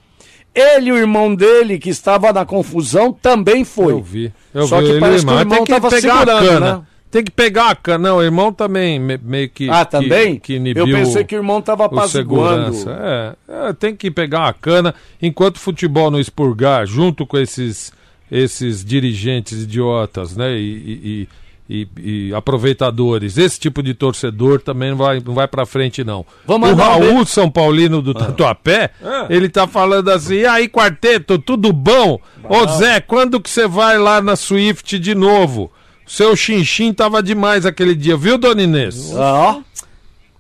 Speaker 2: Ele e o irmão dele, que estava na confusão, também foi.
Speaker 3: Eu vi. Eu
Speaker 2: Só
Speaker 3: vi
Speaker 2: que
Speaker 3: ele,
Speaker 2: parece que o
Speaker 3: mas
Speaker 2: irmão
Speaker 3: tem que
Speaker 2: tava
Speaker 3: pegar a
Speaker 2: segurando,
Speaker 3: cana.
Speaker 2: né?
Speaker 3: Tem que pegar a cana. Não, o irmão também me- meio que.
Speaker 2: Ah,
Speaker 3: que-
Speaker 2: também?
Speaker 3: Que, inibiu
Speaker 2: Eu pensei que o irmão estava
Speaker 3: o
Speaker 2: apaziguando.
Speaker 3: segurança. É, é, tem que pegar a cana. Enquanto o futebol não expurgar, junto com esses, esses dirigentes idiotas, né? E, e- e- e- e aproveitadores. Esse tipo de torcedor também não vai, não vai pra frente, não.
Speaker 2: Vamos Ah. É.
Speaker 3: o
Speaker 2: mandar um
Speaker 3: Raul São Paulino do Tatuapé, ele tá falando assim, "E aí quarteto, tudo bom? Ô Zé, quando que você vai lá na Swift de novo? Seu xinxim tava demais aquele dia, viu, Dona Inês?
Speaker 2: Ah,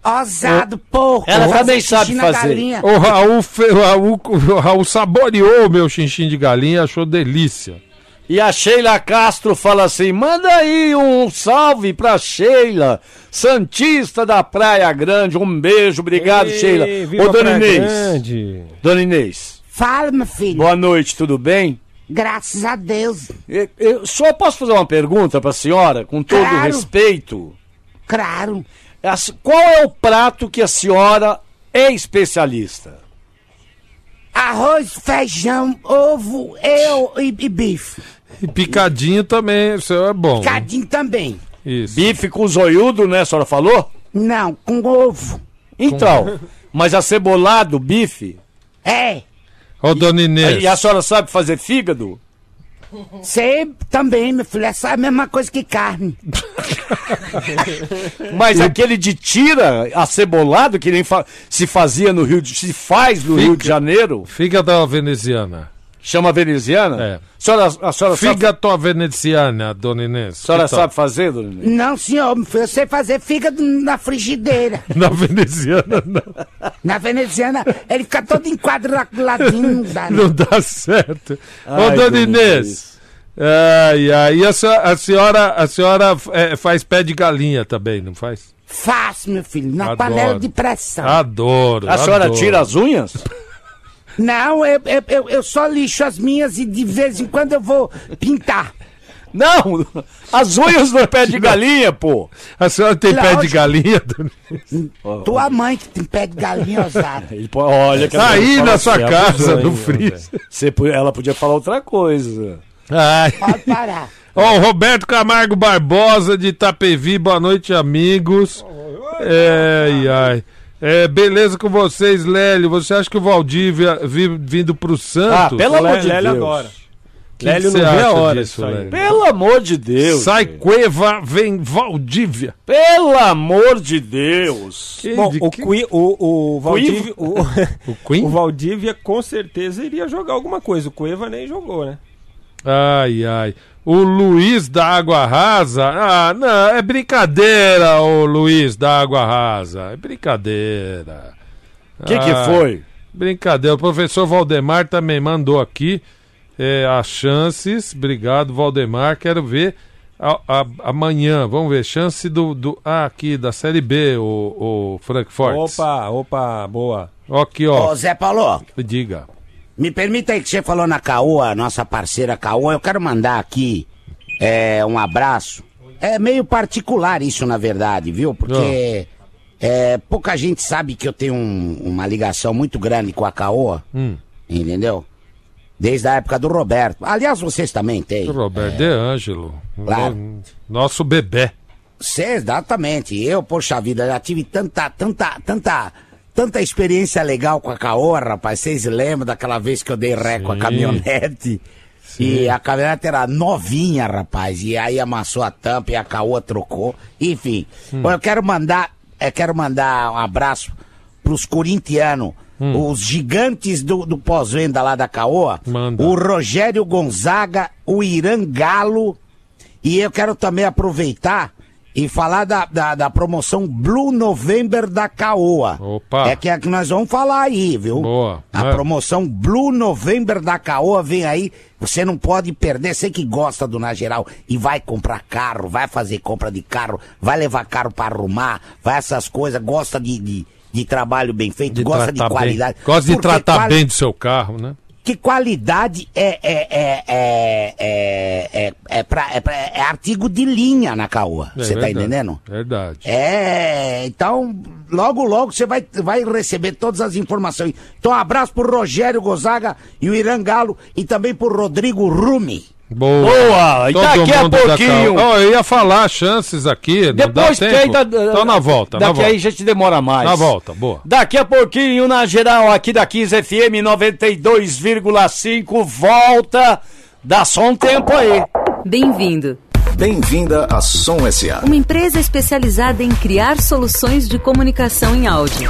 Speaker 2: ó.
Speaker 1: Ozado, porra.
Speaker 2: Ela também sabe
Speaker 1: Xixi na
Speaker 2: fazer.
Speaker 1: galinha.
Speaker 3: O Raul, fe- o Raul, o Raul saboreou o meu xinxim de galinha, achou delícia.
Speaker 2: E a Sheila Castro fala assim: manda aí um salve pra Sheila, Santista da Praia Grande. Um beijo, obrigado,
Speaker 4: Ei,
Speaker 2: Sheila.
Speaker 4: viva
Speaker 2: Ô, dona
Speaker 4: Praia
Speaker 2: Inês.
Speaker 4: Grande.
Speaker 2: Dona Inês,
Speaker 1: Fala, meu filho.
Speaker 2: boa noite, tudo bem?
Speaker 1: Graças a Deus.
Speaker 2: Eu, eu só posso fazer uma pergunta pra senhora, com todo
Speaker 1: Claro.
Speaker 2: respeito.
Speaker 1: Claro.
Speaker 2: As- Qual é o prato que a senhora é especialista?
Speaker 1: Arroz, feijão, ovo, eu e, e bife.
Speaker 3: E picadinho também, isso é bom. né?
Speaker 1: Cadinho também.
Speaker 3: Isso.
Speaker 2: Bife com zoiudo, né? A senhora falou?
Speaker 1: Não, com ovo.
Speaker 2: Então, mas acebolado, bife.
Speaker 1: É.
Speaker 3: Ô, Dona Inês,
Speaker 2: E a senhora sabe fazer fígado?
Speaker 1: Sei também, meu filho. Essa é a mesma coisa que carne.
Speaker 2: Mas aquele de tira acebolado que nem fa- se fazia no Rio de se faz no Rio de Janeiro,
Speaker 3: fígado à veneziana.
Speaker 2: chama veneziana?
Speaker 3: É.
Speaker 2: A senhora, a senhora, sabe, a
Speaker 3: Fígado à veneziana, Dona Inês.
Speaker 2: senhora
Speaker 3: Que tal?
Speaker 2: sabe fazer, dona Inês?
Speaker 1: Não, senhor, meu filho. Eu sei fazer fígado na frigideira.
Speaker 3: Na veneziana não,
Speaker 1: Na veneziana, ele fica todo enquadradinho. não dá, né?
Speaker 3: não dá certo. Ô,
Speaker 2: Ai,
Speaker 3: Dona
Speaker 2: dona
Speaker 3: Inês.
Speaker 2: Inês.
Speaker 3: Ai, ai, e a, se- a senhora, a senhora é, faz pé de galinha também, não faz?
Speaker 1: Faço, meu filho. Na
Speaker 3: Adoro.
Speaker 1: panela de pressão.
Speaker 3: Adoro.
Speaker 2: A senhora
Speaker 3: adoro.
Speaker 2: tira as unhas?
Speaker 1: Não, eu, eu, eu, eu só lixo as minhas e de vez em quando eu vou pintar.
Speaker 2: Não, as unhas do pé de galinha, pô.
Speaker 3: A senhora tem pé de
Speaker 1: Lógico.
Speaker 3: galinha, Dona Inês?
Speaker 1: Tua mãe que tem pé de galinha ousada.
Speaker 2: Ele po- olha que ela-
Speaker 3: Tá
Speaker 2: é
Speaker 3: Aí na sua
Speaker 4: assim,
Speaker 3: casa,
Speaker 4: abusou,
Speaker 3: no
Speaker 4: hein,
Speaker 3: freezer.
Speaker 2: você po- ela podia falar outra coisa.
Speaker 3: Ai.
Speaker 1: Pode parar.
Speaker 3: Ó, o Roberto Camargo Barbosa de Itapevi, boa noite, amigos. É, ai, ai. É, beleza com vocês, Lélio. Você acha que o Valdir vi- vi- vindo pro Santos?
Speaker 2: Ah, pelo amor
Speaker 4: Lé-
Speaker 2: de
Speaker 4: Lélio
Speaker 2: Deus.
Speaker 4: adora.
Speaker 3: que
Speaker 4: Lélio
Speaker 3: você
Speaker 4: não vê a
Speaker 3: acha
Speaker 4: hora
Speaker 3: disso,
Speaker 4: disso aí.
Speaker 3: Lélio?
Speaker 2: Pelo amor de Deus.
Speaker 3: Sai
Speaker 2: gente.
Speaker 3: Cueva, vem Valdívia.
Speaker 2: Pelo amor de Deus.
Speaker 4: Bom,
Speaker 3: de
Speaker 4: o,
Speaker 3: que-
Speaker 4: Cui- o, o Valdívia. O,
Speaker 3: O Queen?
Speaker 4: o Valdívia com certeza iria jogar alguma coisa. O Cueva nem jogou, né?
Speaker 3: Ai, ai. O Luiz da Água Rasa. Ah, não, é brincadeira, o Luiz da Água Rasa. É brincadeira.
Speaker 2: O que, que
Speaker 3: Ah,
Speaker 2: foi?
Speaker 3: Brincadeira. O professor Valdemar também mandou aqui eh, as chances. Obrigado, Valdemar. Quero ver a- a- amanhã. Vamos ver. Chance do. do ah, aqui, da Série B, o, o Frank Fortes.
Speaker 4: Opa, opa, boa.
Speaker 3: Ó Aqui, ó.
Speaker 1: Ô, Zé Paulo,
Speaker 3: Diga.
Speaker 1: me permita aí que você falou na Caoa, nossa parceira Caoa, eu quero mandar aqui é, um abraço. É meio particular isso, na verdade, viu? Porque é, pouca gente sabe que eu tenho um- uma ligação muito grande com a Caoa,
Speaker 3: Hum.
Speaker 1: entendeu? Desde a época do Roberto. Aliás, vocês também têm. É.
Speaker 3: O
Speaker 2: É.
Speaker 3: Roberto De Ângelo.
Speaker 1: Claro.
Speaker 3: Nosso bebê.
Speaker 1: Cê, exatamente. Eu, poxa vida, já tive tanta, tanta, tanta, tanta experiência legal com a Caoa, rapaz. Vocês lembram daquela vez que eu dei ré com a
Speaker 3: Sim.
Speaker 1: caminhonete? E a caminhonete era novinha, rapaz. E aí amassou a tampa e a Caoa trocou. Enfim,
Speaker 3: Hum.
Speaker 1: Bom, eu quero mandar, eu quero mandar um abraço pros corintianos. Os gigantes do, do pós-venda lá da Caoa,
Speaker 3: Manda.
Speaker 1: o Rogério Gonzaga, o Irã Galo, e eu quero também aproveitar e falar da, da, da promoção Blue November da Caoa.
Speaker 3: Opa.
Speaker 1: É que é a que nós vamos falar aí, viu?
Speaker 3: Boa.
Speaker 1: A
Speaker 3: É.
Speaker 1: promoção Blue November da Caoa vem aí. Você não pode perder. Você que gosta do Na Geral e vai comprar carro, vai fazer compra de carro, vai levar carro para arrumar, vai essas coisas, gosta de, de, de trabalho bem feito, gosta de
Speaker 3: tratar bem.
Speaker 1: qualidade.
Speaker 3: Gosta de
Speaker 1: Porque
Speaker 3: tratar
Speaker 1: quali-
Speaker 3: bem do seu carro, né?
Speaker 1: que qualidade é é é é é, é, é, pra- é pra- é artigo de linha na Caoa.
Speaker 3: É
Speaker 1: Você tá
Speaker 3: verdade.
Speaker 1: entendendo?
Speaker 3: Verdade.
Speaker 1: É, então logo logo você vai, vai receber todas as informações. Então abraço pro Rogério Gozaga e o Irã Galo e também pro Rodrigo Rumi.
Speaker 3: Boa.
Speaker 2: Boa, e daqui a
Speaker 3: mundo da
Speaker 2: pouquinho.
Speaker 3: cal- Ó, eu ia falar chances aqui. não
Speaker 2: Depois
Speaker 3: dá
Speaker 2: tem.
Speaker 3: tempo.
Speaker 2: da-
Speaker 3: Então na volta,
Speaker 2: uh, Daqui
Speaker 3: na volta.
Speaker 2: aí a gente demora mais.
Speaker 3: Na volta, boa.
Speaker 2: Daqui a pouquinho, na geral, aqui da 15 FM 92,5, volta. Dá só um tempo aí.
Speaker 7: Bem-vindo.
Speaker 8: Bem-vinda à Som SA.
Speaker 7: Uma empresa especializada em criar soluções de comunicação em áudio.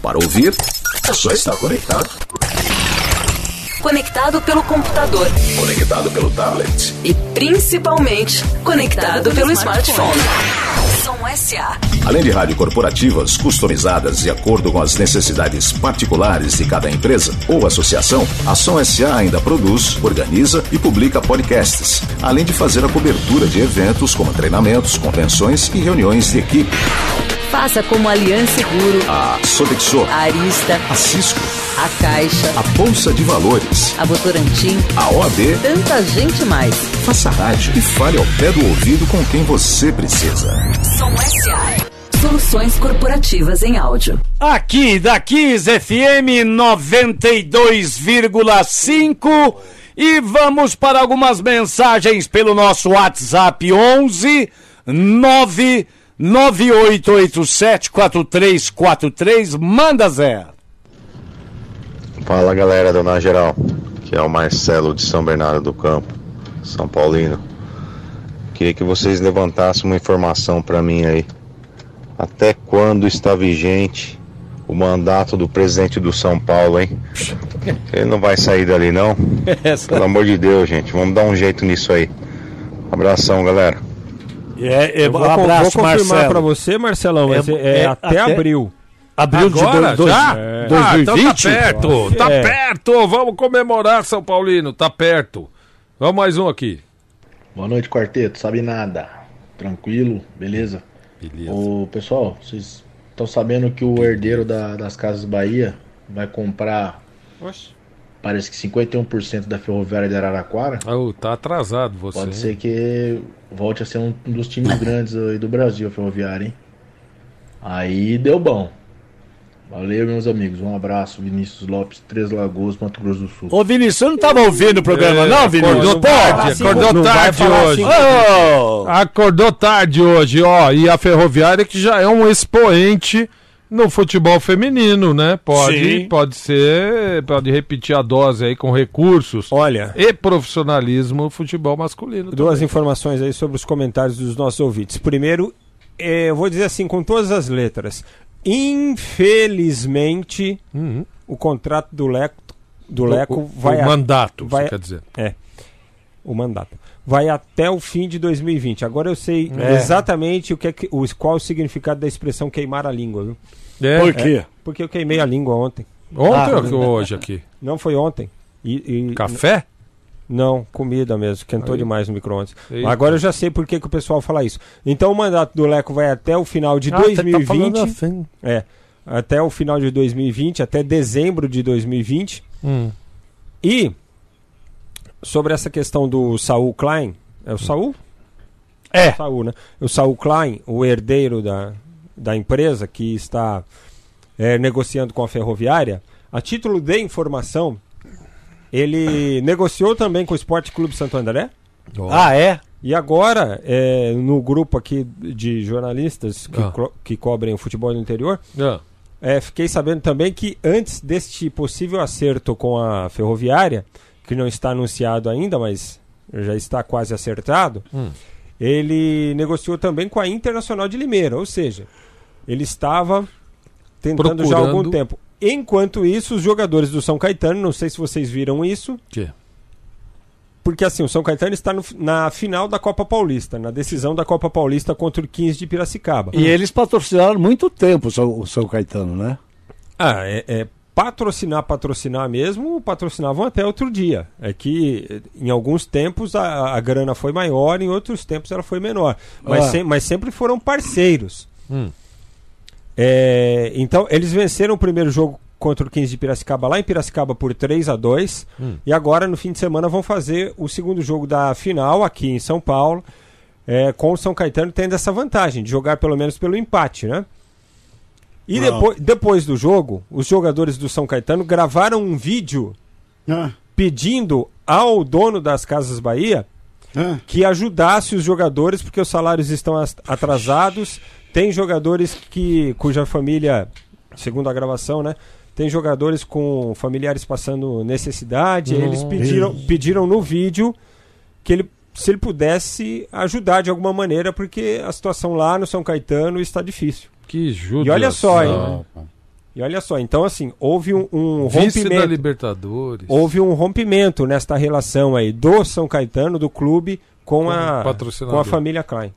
Speaker 8: Para ouvir, é só estar conectado.
Speaker 7: Conectado pelo computador
Speaker 8: Conectado pelo tablet.
Speaker 7: e principalmente conectado pelo smartphone. Som SA.
Speaker 8: Além de rádio corporativas customizadas de acordo com as necessidades particulares de cada empresa ou associação, a Som SA ainda produz, organiza e publica podcasts, além de fazer a cobertura de eventos como treinamentos, convenções e reuniões de equipe.
Speaker 7: Faça como Aliança Seguro,
Speaker 8: A Sodexo,
Speaker 7: a Arista,
Speaker 8: a Cisco,
Speaker 7: a Caixa,
Speaker 8: a Bolsa de Valores,
Speaker 7: a Votorantim,
Speaker 8: a OAB,
Speaker 7: tanta gente mais.
Speaker 8: faça rádio e fale ao pé do ouvido com quem você precisa.
Speaker 7: Som SA. Soluções corporativas em áudio.
Speaker 2: Aqui da 15 FM 92,5 e vamos para algumas mensagens pelo nosso WhatsApp 11 998874343. Manda Zé.
Speaker 9: Fala galera do Na Geral, que é o Marcelo de São Bernardo do Campo, São Paulino. Queria que vocês levantassem uma informação para mim aí. Até quando está vigente o mandato do presidente do São Paulo, hein? Ele não vai sair dali não. Pelo amor de Deus, gente, vamos dar um jeito nisso aí. Abração, galera.
Speaker 2: É, é,
Speaker 4: Eu vou,
Speaker 2: abraço,
Speaker 4: vou confirmar
Speaker 2: Marcelo.
Speaker 4: pra você, Marcelão, mas
Speaker 2: É-
Speaker 4: é,
Speaker 2: é
Speaker 4: até,
Speaker 2: até-
Speaker 4: abril.
Speaker 2: Abril
Speaker 3: Agora,
Speaker 2: de dois,
Speaker 3: já?
Speaker 2: dois,
Speaker 3: É. Ah, então
Speaker 2: 2020?
Speaker 3: tá perto, tá
Speaker 4: É.
Speaker 3: perto. Vamos comemorar, São Paulino, tá perto. Vamos mais um aqui.
Speaker 10: Boa noite, quarteto. Sabe nada. Tranquilo, beleza?
Speaker 3: Beleza.
Speaker 10: Ô, pessoal, vocês estão sabendo que o herdeiro da- das Casas Bahia vai comprar parece que 51% da Ferroviária de Araraquara.
Speaker 3: Oh, tá atrasado você.
Speaker 10: Pode
Speaker 3: hein?
Speaker 10: ser que volte a ser um dos times grandes aí do Brasil, a Ferroviária, hein? Aí deu bom. Valeu, meus amigos. Um abraço, Vinícius Lopes, Três Lagoas, Mato Grosso do Sul.
Speaker 2: Ô, Vinícius, você não estava ouvindo o programa,
Speaker 3: É,
Speaker 2: não, assim, Vinícius?
Speaker 3: acordou tarde, acordou tarde hoje.
Speaker 2: assim. Ô,
Speaker 3: assim, né? Acordou tarde hoje, ó. E a Ferroviária que já é um expoente no futebol feminino, né? Pode,
Speaker 2: Sim.
Speaker 3: pode ser, pode repetir a dose aí com recursos
Speaker 4: Olha,
Speaker 3: e profissionalismo no futebol masculino.
Speaker 4: duas informações aí sobre os comentários dos nossos ouvintes. Primeiro, eh, eu vou dizer assim, com todas as letras. Infelizmente, o contrato do Leco, do Leco
Speaker 3: Uhum. o,
Speaker 4: vai
Speaker 3: o
Speaker 4: a-
Speaker 3: mandato,
Speaker 4: vai-
Speaker 3: você quer dizer.
Speaker 4: o mandato. Vai até o fim de 2020. Agora eu sei
Speaker 2: É.
Speaker 4: exatamente o que é que, o, qual o significado da expressão queimar a língua, viu?
Speaker 3: É,
Speaker 2: Por quê?
Speaker 4: Porque eu queimei a língua ontem. Ah.
Speaker 3: Ontem ou hoje aqui?
Speaker 4: Não foi ontem. E, e-
Speaker 3: Café?
Speaker 4: Não, comida mesmo. Quentou demais no micro-ondas.
Speaker 3: Eita.
Speaker 4: Agora eu já sei por que, que o pessoal fala isso. Então o mandato do Leco vai até o final de
Speaker 3: Ah, você tá falando
Speaker 4: 2020.
Speaker 3: assim.
Speaker 4: É. Até o final de 2020, até dezembro de 2020.
Speaker 3: Hum.
Speaker 4: E sobre essa questão do Saul Klein. É o Saul?
Speaker 2: É.
Speaker 4: Saul, né? O Saul Klein, o herdeiro da, da empresa que está é, negociando com a ferroviária, a título de informação, ele negociou também com o Esporte Clube Santo André.
Speaker 2: Ah, é?
Speaker 4: E agora, é, no grupo aqui de jornalistas que,
Speaker 3: Ah.
Speaker 4: co- que cobrem o futebol do interior,
Speaker 3: Ah,
Speaker 4: é, fiquei sabendo também que antes deste possível acerto com a ferroviária, que não está anunciado ainda, mas já está quase acertado, ele negociou também com a Internacional de Limeira, ou seja, ele estava tentando já há algum
Speaker 3: Procurando.
Speaker 4: tempo. Enquanto isso, os jogadores do São Caetano, não sei se vocês viram isso,
Speaker 3: que?
Speaker 4: porque assim, o São Caetano está no- na final da Copa Paulista, na decisão da Copa Paulista contra o 15 de Piracicaba.
Speaker 2: E eles patrocinaram muito tempo o São, o São Caetano, né?
Speaker 4: Ah, é, é patrocinar, patrocinar mesmo, patrocinavam até outro dia. É que eh, em alguns tempos a, a grana foi maior, em outros tempos ela foi menor. Mas,
Speaker 2: Ah.
Speaker 4: sem- mas sempre foram parceiros.
Speaker 3: Hum.
Speaker 4: É, então, eles venceram o primeiro jogo contra o 15 de Piracicaba lá em Piracicaba por 3 a 2 E agora, no fim de semana, vão fazer o segundo jogo da final aqui em São Paulo. é, com o São Caetano tendo essa vantagem de jogar pelo menos pelo empate, né? E depois, depois do jogo, os jogadores do São Caetano gravaram um vídeo
Speaker 1: Ah,
Speaker 4: pedindo ao dono das Casas Bahia
Speaker 1: ah.
Speaker 4: que ajudasse os jogadores, porque os salários estão as- atrasados. Tem jogadores que cuja família, segundo a gravação, né? Tem jogadores com familiares passando necessidade. e Eles pediram, pediram no vídeo que ele, se ele pudesse ajudar de alguma maneira, porque a situação lá no São Caetano está difícil.
Speaker 3: Que judiação.
Speaker 4: E olha só, hein? E olha só, então assim, houve um, um
Speaker 3: Vice da
Speaker 4: rompimento.
Speaker 3: Libertadores.
Speaker 4: Houve um rompimento nesta relação aí do São Caetano, do clube, com,
Speaker 3: o
Speaker 4: a,
Speaker 3: patrocinador.
Speaker 4: com a família Klein.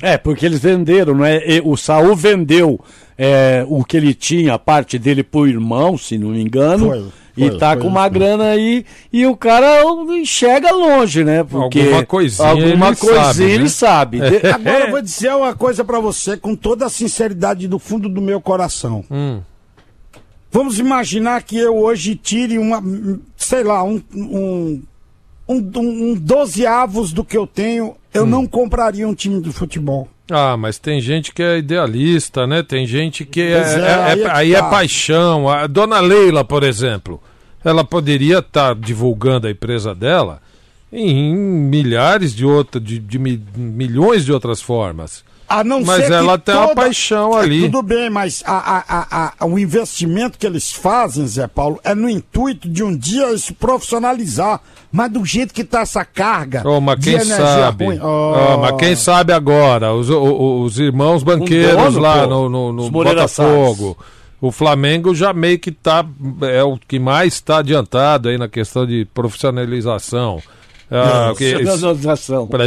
Speaker 2: É, porque eles venderam, né? E o Saul vendeu é, o que ele tinha, a parte dele pro irmão, se não me engano.
Speaker 11: Foi,
Speaker 2: e
Speaker 11: foi,
Speaker 2: tá
Speaker 11: foi
Speaker 2: com
Speaker 11: isso
Speaker 2: uma
Speaker 11: mesmo.
Speaker 2: grana aí e o cara enxerga longe, né? Porque
Speaker 3: Alguma coisinha
Speaker 2: alguma
Speaker 3: ele
Speaker 2: coisinha
Speaker 3: sabe, né?
Speaker 2: ele sabe. De-
Speaker 11: Agora eu vou dizer uma coisa pra você com toda a sinceridade do fundo do meu coração.
Speaker 3: Hum.
Speaker 11: Vamos imaginar que eu hoje tire uma, sei lá, um, um, um, um 12 avos do que eu tenho,
Speaker 3: Hum.
Speaker 11: eu não compraria um time de futebol.
Speaker 3: Ah, mas tem gente que é idealista, né? Tem gente que é,
Speaker 11: Pois
Speaker 3: é-
Speaker 11: é, aí
Speaker 3: é-
Speaker 11: é que
Speaker 3: aí é
Speaker 11: tá.
Speaker 3: paixão. A dona Leila, por exemplo, ela poderia estar divulgando a empresa dela em milhares de outras, de, de mi- milhões de outras formas.
Speaker 11: A não
Speaker 3: Mas
Speaker 11: ser que
Speaker 3: ela tem uma
Speaker 11: toda-
Speaker 3: paixão
Speaker 11: É,
Speaker 3: ali.
Speaker 11: Tudo bem, mas a- a- a- a- o investimento que eles fazem, Zé Paulo, é no intuito de um dia isso profissionalizar. Mas do jeito que tá essa carga
Speaker 3: Oh, mas
Speaker 11: de
Speaker 3: quem
Speaker 11: energia
Speaker 3: sabe?
Speaker 11: é ruim.
Speaker 3: Ah, mas quem sabe agora? Os, o- o- os irmãos banqueiros
Speaker 2: dono,
Speaker 3: lá
Speaker 2: pô.
Speaker 3: no, no, no
Speaker 2: Os Moreira
Speaker 3: Botafogo. O Flamengo já meio que tá. É o que mais está adiantado aí na questão de profissionalização. Ah, que-
Speaker 2: é Organização.
Speaker 3: Tá.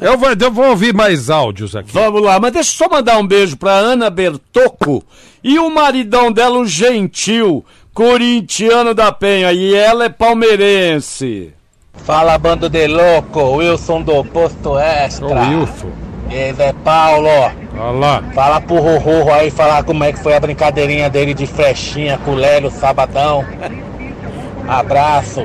Speaker 3: eu, vou, eu vou ouvir mais áudios aqui.
Speaker 2: Vamos lá, mas deixa eu só mandar um beijo pra Ana Bertocco e o maridão dela, o Gentil, corintiano da Penha, e ela é palmeirense.
Speaker 12: Fala, bando de louco, Wilson do Posto
Speaker 3: Ô,
Speaker 12: Extra.
Speaker 3: Wilson.
Speaker 12: E Zé Paulo,
Speaker 3: Olha lá.
Speaker 12: fala pro Rorro aí, falar como é que foi a brincadeirinha dele de flechinha com o Lélio, sabadão. Abraço.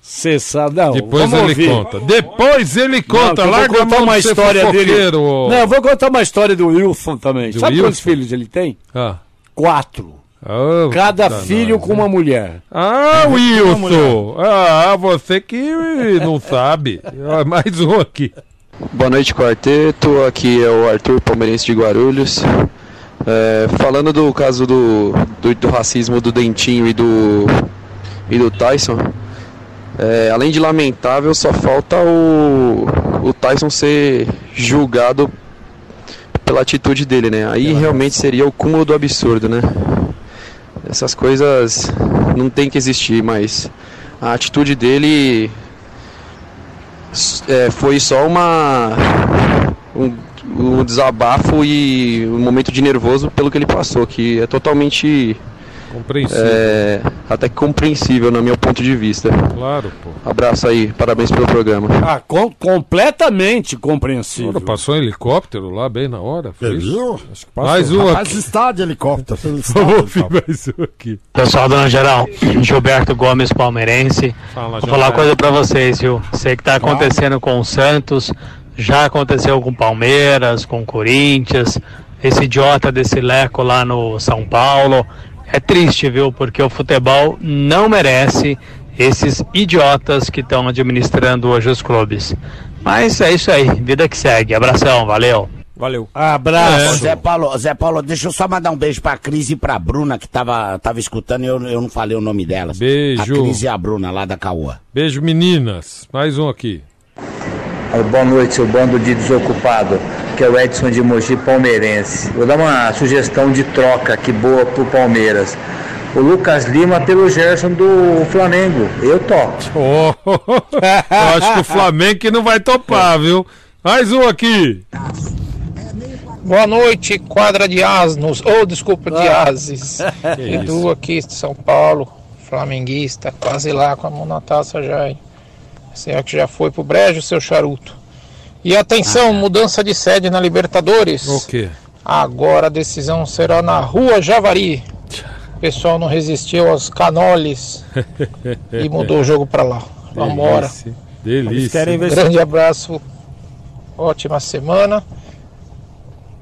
Speaker 2: Você sabe, não,
Speaker 3: Depois
Speaker 2: vamos
Speaker 3: ele
Speaker 2: ouvir.
Speaker 3: conta. Depois ele
Speaker 2: Não, que
Speaker 3: conta.
Speaker 2: eu vou
Speaker 3: Larga a
Speaker 2: contar
Speaker 3: mão
Speaker 2: uma
Speaker 3: de ser
Speaker 2: história dele.
Speaker 3: fofoqueiro, ô.
Speaker 2: Não, eu vou contar uma história do Wilson também.
Speaker 3: Do
Speaker 2: Sabe quantos
Speaker 3: Wilson?
Speaker 2: filhos ele tem?
Speaker 3: Ah.
Speaker 2: Quatro. Cada filho com uma mulher.
Speaker 3: Ah,
Speaker 2: Não, mulher.
Speaker 3: Wilson! Ah, você que não sabe. Ah, Mais um aqui.
Speaker 13: Boa noite, quarteto. Aqui é o Arthur Palmeirense de Guarulhos. É, falando do caso do, do, do racismo do Dentinho e do, e do Tyson, é, além de lamentável, só falta o, o Tyson ser julgado pela atitude dele, né? Aí realmente seria o cúmulo do absurdo, né? Essas coisas não tem que existir, mas a atitude dele s- é, foi só uma um, um desabafo e um momento de nervoso pelo que ele passou, que é totalmente
Speaker 3: Compreensível.
Speaker 13: é, até que compreensível no meu ponto de vista.
Speaker 3: Claro, pô.
Speaker 13: Abraço aí, parabéns pelo programa.
Speaker 2: Ah, com- completamente compreensível.
Speaker 3: passou um helicóptero lá bem na hora. foi isso? Acho que passou. Mais um
Speaker 11: Rapaz,
Speaker 3: aqui.
Speaker 11: está de helicóptero. ele está de
Speaker 3: Vamos ouvir mais um aqui.
Speaker 14: Pessoal, dona Geral, Gilberto Gomes Palmeirense.
Speaker 3: Fala,
Speaker 14: Vou falar uma
Speaker 3: Gilberto.
Speaker 14: coisa pra vocês, viu? Sei que tá acontecendo com o Santos, já aconteceu com o Palmeiras, com o Corinthians, esse idiota desse Leco lá no São Paulo. É triste, viu? Porque o futebol não merece esses idiotas que estão administrando hoje os clubes. Mas é isso aí, vida que segue. Abração, valeu.
Speaker 4: Valeu.
Speaker 1: Ô, Zé Paulo, Zé Paulo, deixa eu só mandar um beijo pra Cris e pra Bruna, que tava, tava escutando e eu, eu não falei o nome delas. Beijo. A Cris e a Bruna, lá da Caoa.
Speaker 3: Beijo, meninas. Mais um aqui.
Speaker 15: Aí, Boa noite, seu bando de desocupado, que é o Edson de Mogi Palmeirense. Vou dar uma sugestão de troca que boa pro Palmeiras. O Lucas Lima pelo Gerson do Flamengo. Eu topo.
Speaker 3: Eu acho que o Flamengo que não vai topar, viu? Mais um aqui.
Speaker 16: Boa noite, quadra de asnos, ou desculpa, de
Speaker 17: Ah.
Speaker 16: ases.
Speaker 17: Que
Speaker 16: Edu
Speaker 17: isso.
Speaker 16: aqui de São Paulo, flamenguista, quase lá com a mão na taça já, hein? Será que já foi pro brejo, seu charuto? E
Speaker 2: Ah.
Speaker 16: atenção, mudança de sede na Libertadores.
Speaker 3: O quê?
Speaker 16: Agora a decisão será na Rua Javari. O pessoal não resistiu aos canoles e mudou o jogo pra lá. Vambora.
Speaker 3: É. Delícia.
Speaker 16: Eles
Speaker 3: Delícia.
Speaker 16: querem ver se- Grande abraço, ótima semana.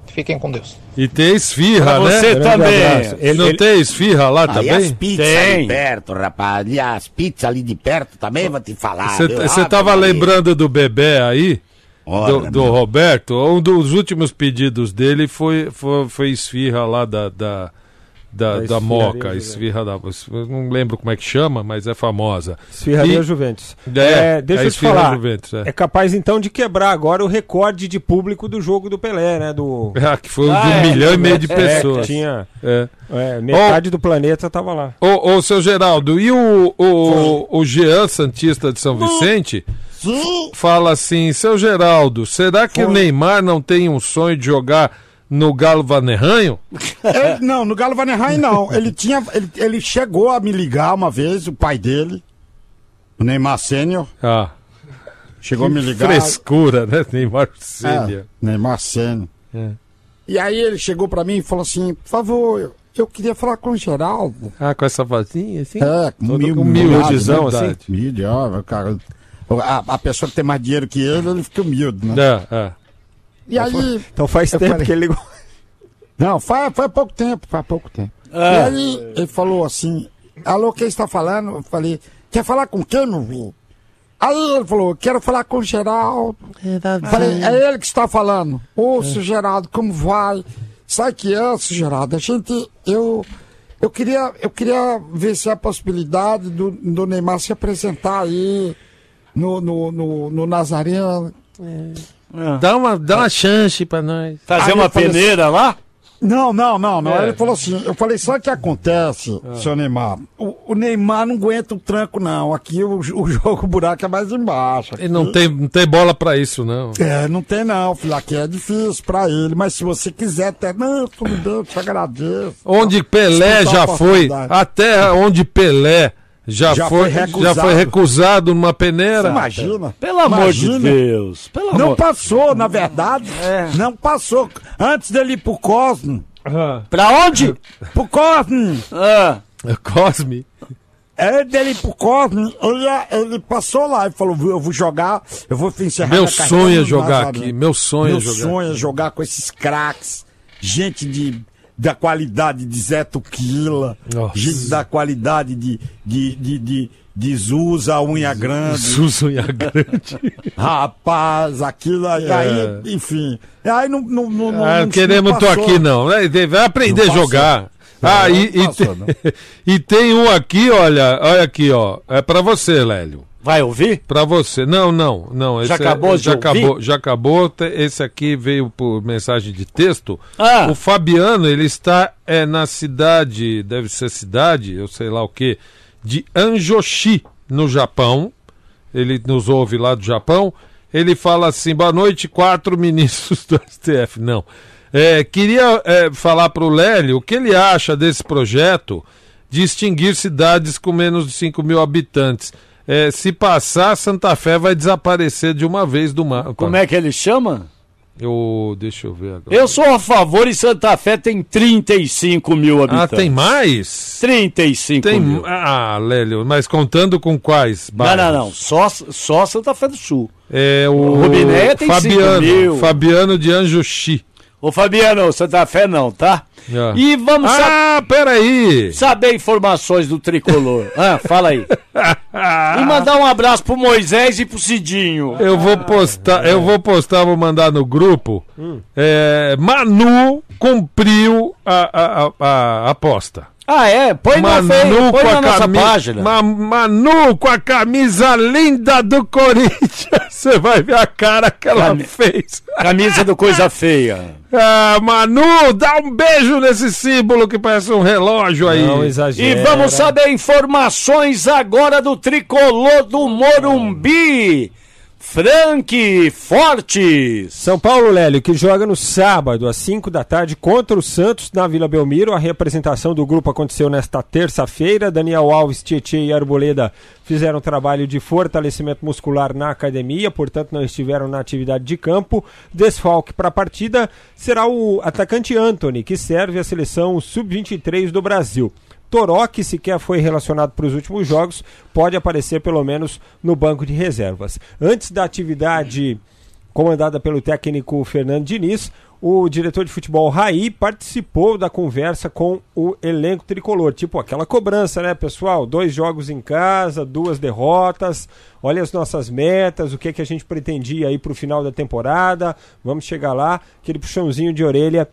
Speaker 16: Fiquem com Deus.
Speaker 3: E tem esfirra,
Speaker 16: Pra
Speaker 3: né?
Speaker 16: você
Speaker 3: Grande
Speaker 16: também.
Speaker 3: abraço.
Speaker 16: Ele-
Speaker 3: não
Speaker 16: ele-
Speaker 3: tem esfirra lá
Speaker 1: e as
Speaker 3: também?
Speaker 1: pizzas ali perto,
Speaker 15: né?
Speaker 1: rapaz. E as pizzas ali de perto também, vou te falar. viu?
Speaker 3: Você
Speaker 1: Ah,
Speaker 3: estava
Speaker 1: meu amigo.
Speaker 3: lembrando do bebê aí?
Speaker 1: Olha,
Speaker 3: do, do Roberto? Um dos últimos pedidos dele foi, foi, foi esfirra lá da, da, da,
Speaker 4: Da
Speaker 3: da
Speaker 4: esfirraria
Speaker 3: Moca.
Speaker 4: Juventus.
Speaker 3: Esfirra da. eu Não lembro como é que chama, mas é famosa.
Speaker 4: Esfirraria
Speaker 3: E-
Speaker 4: Juventus.
Speaker 3: É,
Speaker 4: deixa
Speaker 3: a
Speaker 4: eu te
Speaker 3: esfirra
Speaker 4: falar.
Speaker 3: Juventus, é.
Speaker 4: é. capaz então de quebrar agora o recorde de público do jogo do Pelé, né? Do...
Speaker 3: Ah, que foi o de um milhão e meio de
Speaker 4: É, que
Speaker 3: pessoas.
Speaker 4: tinha.
Speaker 3: É.
Speaker 4: é, metade do planeta tava lá.
Speaker 3: Ô, ô, seu Geraldo, e o, o, o Jean Santista de São Vicente fala assim: seu Geraldo, será que o Neymar não tem um sonho de jogar no Galo Vanerranho?
Speaker 11: Ele- não, no Galo Vanerheim não. Ele tinha. Ele, ele chegou a me ligar uma vez, o pai dele, o Neymar Sênior.
Speaker 3: Ah.
Speaker 11: Chegou a me ligar.
Speaker 3: Frescura, né? Neymar É. Cília.
Speaker 11: É, Neymar Sênior. E aí ele chegou pra mim e falou assim: por favor, eu, eu queria falar com o Geraldo.
Speaker 3: Ah, com essa vozinha assim?
Speaker 1: Ah,
Speaker 11: É, com
Speaker 3: Todo
Speaker 11: humil-
Speaker 3: humildezão,
Speaker 11: humildade,
Speaker 3: assim?
Speaker 11: Humilde, ó, cara. A, a pessoa que tem mais dinheiro que ele, ele fica humilde, né?
Speaker 3: É, é.
Speaker 11: E aí.
Speaker 4: Então faz
Speaker 11: eu
Speaker 4: tempo
Speaker 11: falei-
Speaker 4: que ele ligou.
Speaker 11: Não, faz, faz pouco tempo, faz pouco tempo. E
Speaker 4: Ah.
Speaker 11: aí ele falou assim, alô, quem está falando? Eu falei, quer falar com quem, meu filho? Aí ele falou, quero falar com o Geraldo. Falei, é ele que está falando. Ô, seu Geraldo, como vai? Sabe que é, seu Geraldo? A gente, eu, eu, queria, eu queria ver se há possibilidade do, do Neymar se apresentar aí no, no, no, no Nazareno.
Speaker 3: É. Dá uma, dá uma chance pra nós.
Speaker 11: É. Fazer uma peneira
Speaker 3: lá?
Speaker 11: assim, Não, não, não, não.
Speaker 3: É.
Speaker 11: Ele falou assim, eu falei, sabe o que acontece, seu Neymar? O, o Neymar não aguenta o tranco, não. Aqui o, jo- o jogo, o buraco é mais embaixo.
Speaker 3: Ele não tem, não tem bola pra isso, não.
Speaker 11: É, não tem não, filho. Aqui é difícil pra ele, mas se você quiser até, não, tudo bem, eu te agradeço.
Speaker 3: Onde Pelé
Speaker 11: Escutar
Speaker 3: já
Speaker 11: a
Speaker 3: foi,
Speaker 11: oportunidade.
Speaker 3: a terra onde Pelé já,
Speaker 11: Já
Speaker 3: foi,
Speaker 11: foi
Speaker 3: já
Speaker 11: recusado.
Speaker 3: foi recusado numa peneira.
Speaker 11: Imagina.
Speaker 3: Pelo amor de
Speaker 11: Imagina.
Speaker 3: Deus, pelo
Speaker 11: não
Speaker 3: amor- É.
Speaker 11: passou, na verdade. Não passou. Antes dele ir pro
Speaker 3: Ah.
Speaker 4: Ah.
Speaker 11: Cosmo. Pra onde? Pro Cosmo.
Speaker 3: Cosme.
Speaker 11: É dele pro Cosme, ele, ele passou lá e falou: "Viu, Eu vou jogar, eu vou encerrar
Speaker 3: Meu
Speaker 11: minha carreira
Speaker 3: sonho é
Speaker 11: no
Speaker 3: jogar
Speaker 11: Nazaré."
Speaker 3: aqui, meu sonho é
Speaker 11: meu
Speaker 3: jogar
Speaker 11: sonho é jogar com esses craques, gente de, da qualidade de Zé Tuquila, gente da qualidade de, de, de, de, de Zuza Unha Grande.
Speaker 3: Zuza Unha Grande.
Speaker 11: Rapaz, aquilo aí,
Speaker 3: É.
Speaker 11: aí, enfim. Aí não. não, não, não
Speaker 3: Ah,
Speaker 11: não-
Speaker 3: queremos,
Speaker 11: não
Speaker 3: tô
Speaker 11: passou.
Speaker 3: aqui não. né? Ele Vai aprender
Speaker 11: Não
Speaker 3: a jogar. Ah,
Speaker 11: Não,
Speaker 3: e,
Speaker 11: não
Speaker 3: e
Speaker 11: passou,
Speaker 3: tem, e tem um aqui, olha, olha aqui, ó. É pra você, Lélio.
Speaker 2: Vai ouvir?
Speaker 3: Pra você. Não, não, não. é-
Speaker 2: Já acabou de
Speaker 3: já
Speaker 2: ouvir?
Speaker 3: acabou, já acabou. Te- Esse aqui veio por mensagem de texto.
Speaker 2: Ah.
Speaker 3: O Fabiano, ele está é, na cidade, deve ser cidade, eu sei lá o quê, de Anjoshi, no Japão. Ele nos ouve lá do Japão. Ele fala assim: boa noite, quatro ministros do STF. Não. É, queria é, falar para o Lélio o que ele acha desse projeto de extinguir cidades com menos de 5 mil habitantes. É, se passar, Santa Fé vai desaparecer de uma vez do mapa.
Speaker 2: Como é que ele chama?
Speaker 3: Eu, deixa eu ver agora.
Speaker 2: Eu sou a favor e Santa Fé tem 35 mil habitantes.
Speaker 3: Ah, tem mais?
Speaker 2: 35
Speaker 3: Tem...
Speaker 2: mil.
Speaker 3: Ah, Lélio, mas contando com quais?
Speaker 2: Não, não,
Speaker 3: bairros?
Speaker 2: não. Só, só Santa Fé do Sul.
Speaker 3: É o
Speaker 2: Rubinéia tem
Speaker 3: Fabiano,
Speaker 2: 5 mil.
Speaker 3: Fabiano de Anjoxi.
Speaker 2: Ô Fabiano, Santa Fé não, tá?
Speaker 3: É.
Speaker 2: E vamos
Speaker 3: Ah, peraí!
Speaker 2: Saber informações do tricolor. ah, fala aí. e mandar um abraço pro Moisés e pro Cidinho.
Speaker 3: Eu vou postar, eu vou postar, vou mandar no grupo.
Speaker 2: Hum.
Speaker 3: É, Manu cumpriu a, a- a- a aposta.
Speaker 2: Ah, é? Põe na,
Speaker 3: Manu
Speaker 2: fe... põe
Speaker 3: com
Speaker 2: na
Speaker 3: a
Speaker 2: nossa
Speaker 3: cami-
Speaker 2: página.
Speaker 3: Ma- Manu com a camisa linda do Corinthians. Você vai ver a cara que ela
Speaker 2: Cami-
Speaker 3: fez.
Speaker 2: Camisa do Coisa Feia.
Speaker 3: Ah, Manu, dá um beijo nesse símbolo que parece um relógio aí.
Speaker 2: Não
Speaker 3: exagero.
Speaker 2: E vamos saber informações agora do tricolor do Morumbi. Frank Fortes.
Speaker 4: São Paulo, Lélio, que joga no sábado, às 5 da tarde, contra o Santos, na Vila Belmiro. A representação do grupo aconteceu nesta terça-feira. Daniel Alves, Tietchan e Arboleda fizeram trabalho de fortalecimento muscular na academia, portanto, não estiveram na atividade de campo. Desfalque para a partida será o atacante Anthony, que serve à seleção sub-23 do Brasil. Toró, que sequer foi relacionado para os últimos jogos, pode aparecer pelo menos no banco de reservas. Antes da atividade comandada pelo técnico Fernando Diniz, o diretor de futebol Raí participou da conversa com o elenco tricolor. Tipo aquela cobrança, né, pessoal? Dois jogos em casa, duas derrotas. Olha as nossas metas, o que é que a gente pretendia aí para o final da temporada. Vamos chegar lá, aquele puxãozinho de orelha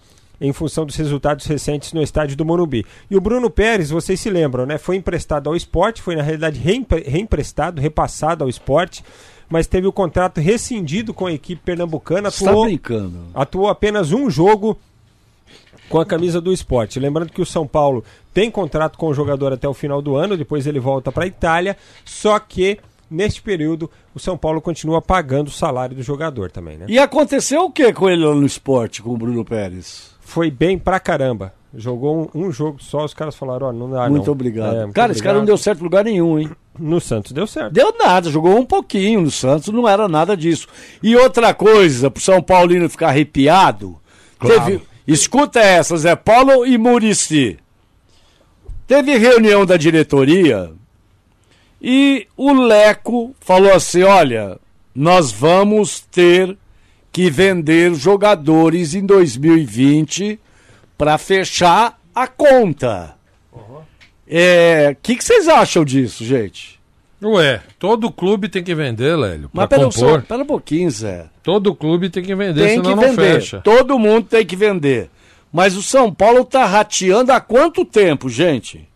Speaker 4: em função dos resultados recentes no estádio do Morumbi. E o Bruno Pérez, vocês se lembram, né? Foi emprestado ao esporte, foi na realidade reempre- reemprestado, repassado ao esporte, mas teve o contrato rescindido com a equipe pernambucana.
Speaker 2: Você tá
Speaker 4: Atuou,
Speaker 2: brincando.
Speaker 4: atuou apenas um jogo com a camisa do esporte. Lembrando que o São Paulo tem contrato com o jogador até o final do ano, depois ele volta para a Itália, só que neste período o São Paulo continua pagando o salário do jogador também, né?
Speaker 2: E aconteceu o que com ele lá no esporte, com o Bruno Pérez?
Speaker 4: foi bem pra caramba. Jogou um, um jogo só, os caras falaram, ó, não dá
Speaker 2: muito
Speaker 4: não.
Speaker 2: obrigado.
Speaker 4: É,
Speaker 2: cara,
Speaker 4: muito
Speaker 2: esse cara não deu
Speaker 4: obrigado.
Speaker 2: certo em lugar nenhum, hein?
Speaker 4: No Santos deu certo.
Speaker 2: Deu nada, jogou um pouquinho no Santos, não era nada disso. E outra coisa, pro São Paulino ficar arrepiado,
Speaker 11: Claro.
Speaker 2: teve- escuta essa, Zé Paulo e Murici. Teve reunião da diretoria e o Leco falou assim: olha, nós vamos ter que vender jogadores em 2020 para fechar a conta. É, que que vocês acham disso, gente?
Speaker 3: Ué, todo clube tem que vender, Lélio.
Speaker 2: Mas
Speaker 3: Pra
Speaker 2: pera, um só-
Speaker 3: compor.
Speaker 2: pera um pouquinho, Zé.
Speaker 3: Todo clube tem que vender,
Speaker 2: tem
Speaker 3: senão
Speaker 2: que
Speaker 3: não
Speaker 2: vender.
Speaker 3: fecha.
Speaker 2: Todo mundo tem que vender. Mas o São Paulo tá rateando há quanto tempo, gente?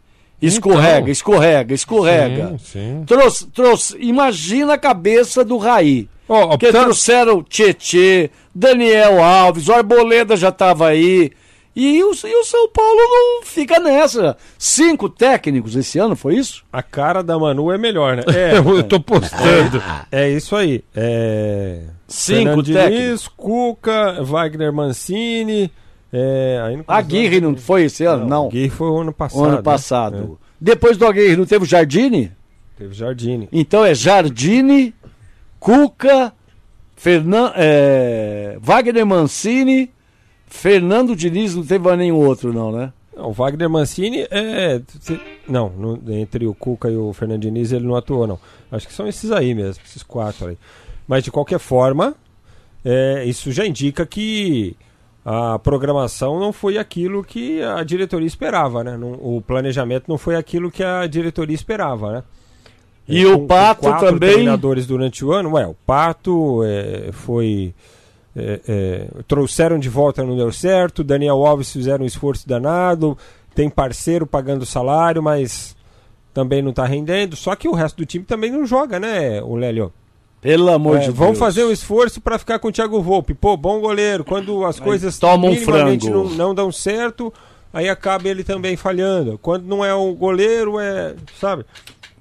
Speaker 2: Escorrega,
Speaker 3: Então.
Speaker 2: escorrega, escorrega.
Speaker 3: Sim, sim.
Speaker 2: Trouxe, trouxe, imagina a cabeça do Raí. Porque trouxeram Tietê, Daniel Alves, o Arboleda já estava aí. E o, e o São Paulo não fica nessa. Cinco técnicos esse ano, foi isso?
Speaker 4: A cara da Manu é melhor, né?
Speaker 2: Eu
Speaker 3: tô postando.
Speaker 4: É, é isso aí. É...
Speaker 2: Cinco
Speaker 4: Fernando Diniz,
Speaker 2: técnicos.
Speaker 4: Cuca, Wagner Mancini. É... Aí não
Speaker 2: Aguirre não foi esse ano? Não.
Speaker 4: Aguirre foi o ano passado.
Speaker 2: ano
Speaker 4: né?
Speaker 2: passado. Depois do Aguirre, não teve o Jardine?
Speaker 4: É, Teve Jardine.
Speaker 2: Então é Jardine, Cuca, Fernan, é, Wagner Mancini, Fernando Diniz, não teve mais nenhum outro, não, né?
Speaker 4: O Wagner Mancini é. se- Não, não- entre o Cuca e o Fernando Diniz ele não atuou, não. Acho que são esses aí mesmo, esses quatro aí. Mas de qualquer forma, é, isso já indica que a programação não foi aquilo que a diretoria esperava, né? Não- o planejamento não foi aquilo que a diretoria esperava, né?
Speaker 2: E
Speaker 4: É,
Speaker 2: o
Speaker 4: com- com
Speaker 2: Pato
Speaker 4: quatro
Speaker 2: também?
Speaker 4: treinadores durante o ano, ué, o Pato é, foi. é, é, trouxeram de volta, não deu certo. Daniel Alves fizeram um esforço danado. Tem parceiro pagando salário, mas também não tá rendendo. Só que o resto do time também não joga, né, o Lélio?
Speaker 2: Pelo amor
Speaker 4: É,
Speaker 2: de
Speaker 4: vão
Speaker 2: Deus.
Speaker 4: fazer um esforço para ficar com o Thiago Volpe. Pô, bom goleiro. Quando as coisas
Speaker 2: toma um
Speaker 4: minimamente
Speaker 2: frango.
Speaker 4: não, não dão certo, aí acaba ele também falhando. Quando não é o goleiro, é. Sabe?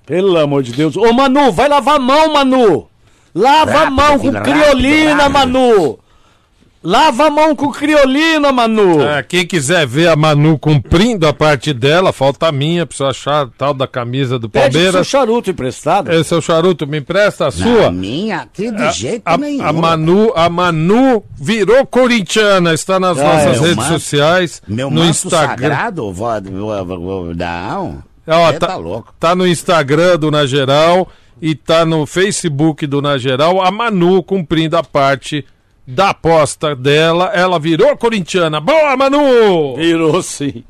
Speaker 2: Pelo amor de Deus. Ô, Manu, vai lavar a mão, Manu. Lava a
Speaker 4: Rápido,
Speaker 2: mão com
Speaker 4: rápido,
Speaker 2: criolina,
Speaker 4: rápido.
Speaker 2: Manu. Lava a mão com criolina, Manu.
Speaker 3: É, quem quiser ver a Manu cumprindo a parte dela, falta a minha, preciso achar a tal da camisa do
Speaker 2: Pede pro seu
Speaker 3: Palmeiras.
Speaker 2: charuto emprestado.
Speaker 3: Esse é o charuto, me empresta a sua?
Speaker 1: minha, que de
Speaker 3: A-
Speaker 1: jeito
Speaker 3: a,
Speaker 1: nenhum.
Speaker 3: a Manu, a Manu virou corintiana, está nas
Speaker 1: Ah,
Speaker 3: nossas
Speaker 2: é.
Speaker 18: é.
Speaker 1: meu
Speaker 3: redes
Speaker 1: manto-
Speaker 3: sociais,
Speaker 1: Meu
Speaker 3: no
Speaker 1: manto
Speaker 3: Instagram.
Speaker 1: sagrado, vó, vó, vó, vó,
Speaker 18: um?
Speaker 1: não.
Speaker 18: É,
Speaker 3: Ó,
Speaker 1: Cê
Speaker 3: tá,
Speaker 1: tá louco.
Speaker 3: tá no Instagram do Na Geral e tá no Facebook do Na Geral. A Manu cumprindo a parte da aposta dela. Ela virou corintiana. Boa, Manu!
Speaker 2: Virou sim.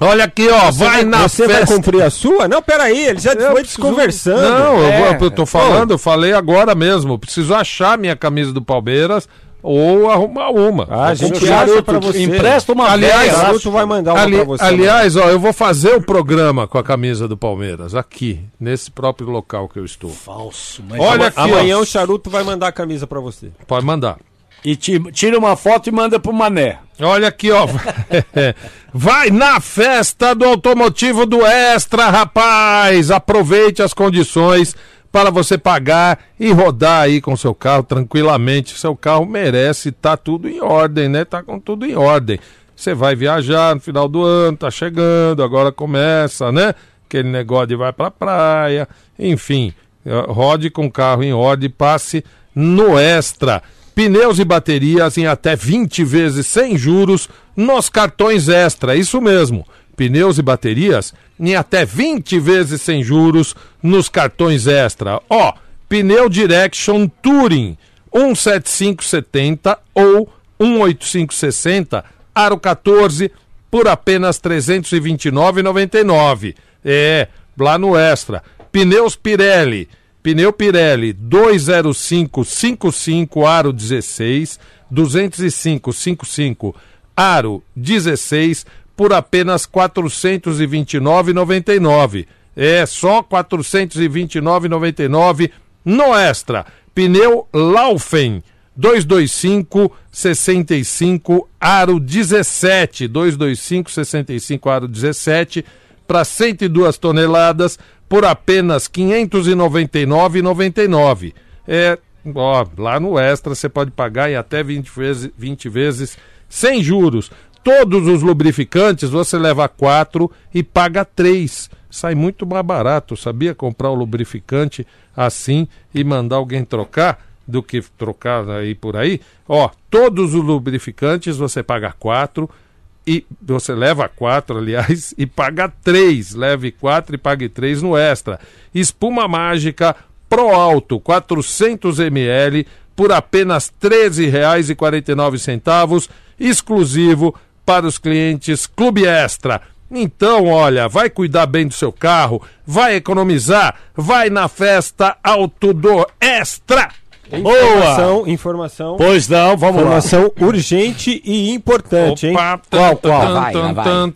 Speaker 3: Olha aqui, ó.
Speaker 4: Você
Speaker 3: vai
Speaker 4: vai-
Speaker 3: na
Speaker 4: você vai
Speaker 3: festa.
Speaker 4: cumprir a sua? Não, peraí, ele já foi desconversando.
Speaker 3: Não, eu
Speaker 4: É.
Speaker 3: vou- eu, tô falando, eu falei agora mesmo. Eu preciso achar minha camisa do Palmeiras ou arrumar uma.
Speaker 4: Ah, a gente acha pra você.
Speaker 3: Aliás,
Speaker 4: Aliás, o garoto vai mandar uma
Speaker 3: ali-
Speaker 4: pra você. né?
Speaker 3: aliás, ó, eu vou fazer o programa com a camisa do Palmeiras aqui, nesse próprio local que eu estou.
Speaker 2: Falso,
Speaker 4: Mas
Speaker 3: Olha
Speaker 4: ama-
Speaker 3: aqui,
Speaker 4: amanhã
Speaker 3: ó.
Speaker 4: o charuto vai mandar a camisa pra você.
Speaker 3: Pode mandar.
Speaker 2: E ti- tira uma foto e manda pro Mané.
Speaker 3: Olha aqui, ó. Vai na festa do automotivo do Extra, rapaz! Aproveite as condições para você pagar e rodar aí com seu carro tranquilamente. Seu carro merece tá tudo em ordem, né? Tá com tudo em ordem. Você vai viajar no final do ano, tá chegando, agora começa, né? Aquele negócio de vai pra praia, enfim. Eh, Rode com o carro em ordem, passe no Extra. Pneus e baterias em até 20 vezes sem juros nos cartões Extra. Isso mesmo. Pneus e baterias em até 20 vezes sem juros nos cartões Extra. Ó, pneu Direction Touring 17570 ou 18560 aro 14 por apenas R$ 329,99. É, lá no Extra. Pneus Pirelli. Pneu Pirelli 20555 aro 16, 20555 aro 16 por apenas R$ 429,99. É só R$ 429,99 no Extra. Pneu Laufen 225 65 aro 17, 225 65 aro 17 para 102 toneladas por apenas 599,99. É, ó, lá no Extra você pode pagar em até 20 vezes, 20 vezes sem juros. Todos os lubrificantes você leva quatro e paga três. Sai muito mais barato, sabia? Comprar o lubrificante assim e mandar alguém trocar do que trocar aí por aí. Ó, todos os lubrificantes você paga quatro e você leva quatro, aliás, e paga três. Leve quatro e pague três no extra. Espuma mágica Pro Alto 400 ml por apenas R$ 13,49, exclusivo para os clientes Clube Extra. Então, olha, vai cuidar bem do seu carro, vai economizar, vai na festa Auto do Extra.
Speaker 4: Informação, informação.
Speaker 2: Pois não, vamos lá.
Speaker 4: informação urgente e importante, hein?
Speaker 2: Qual, qual?
Speaker 4: Vai, vai, vai.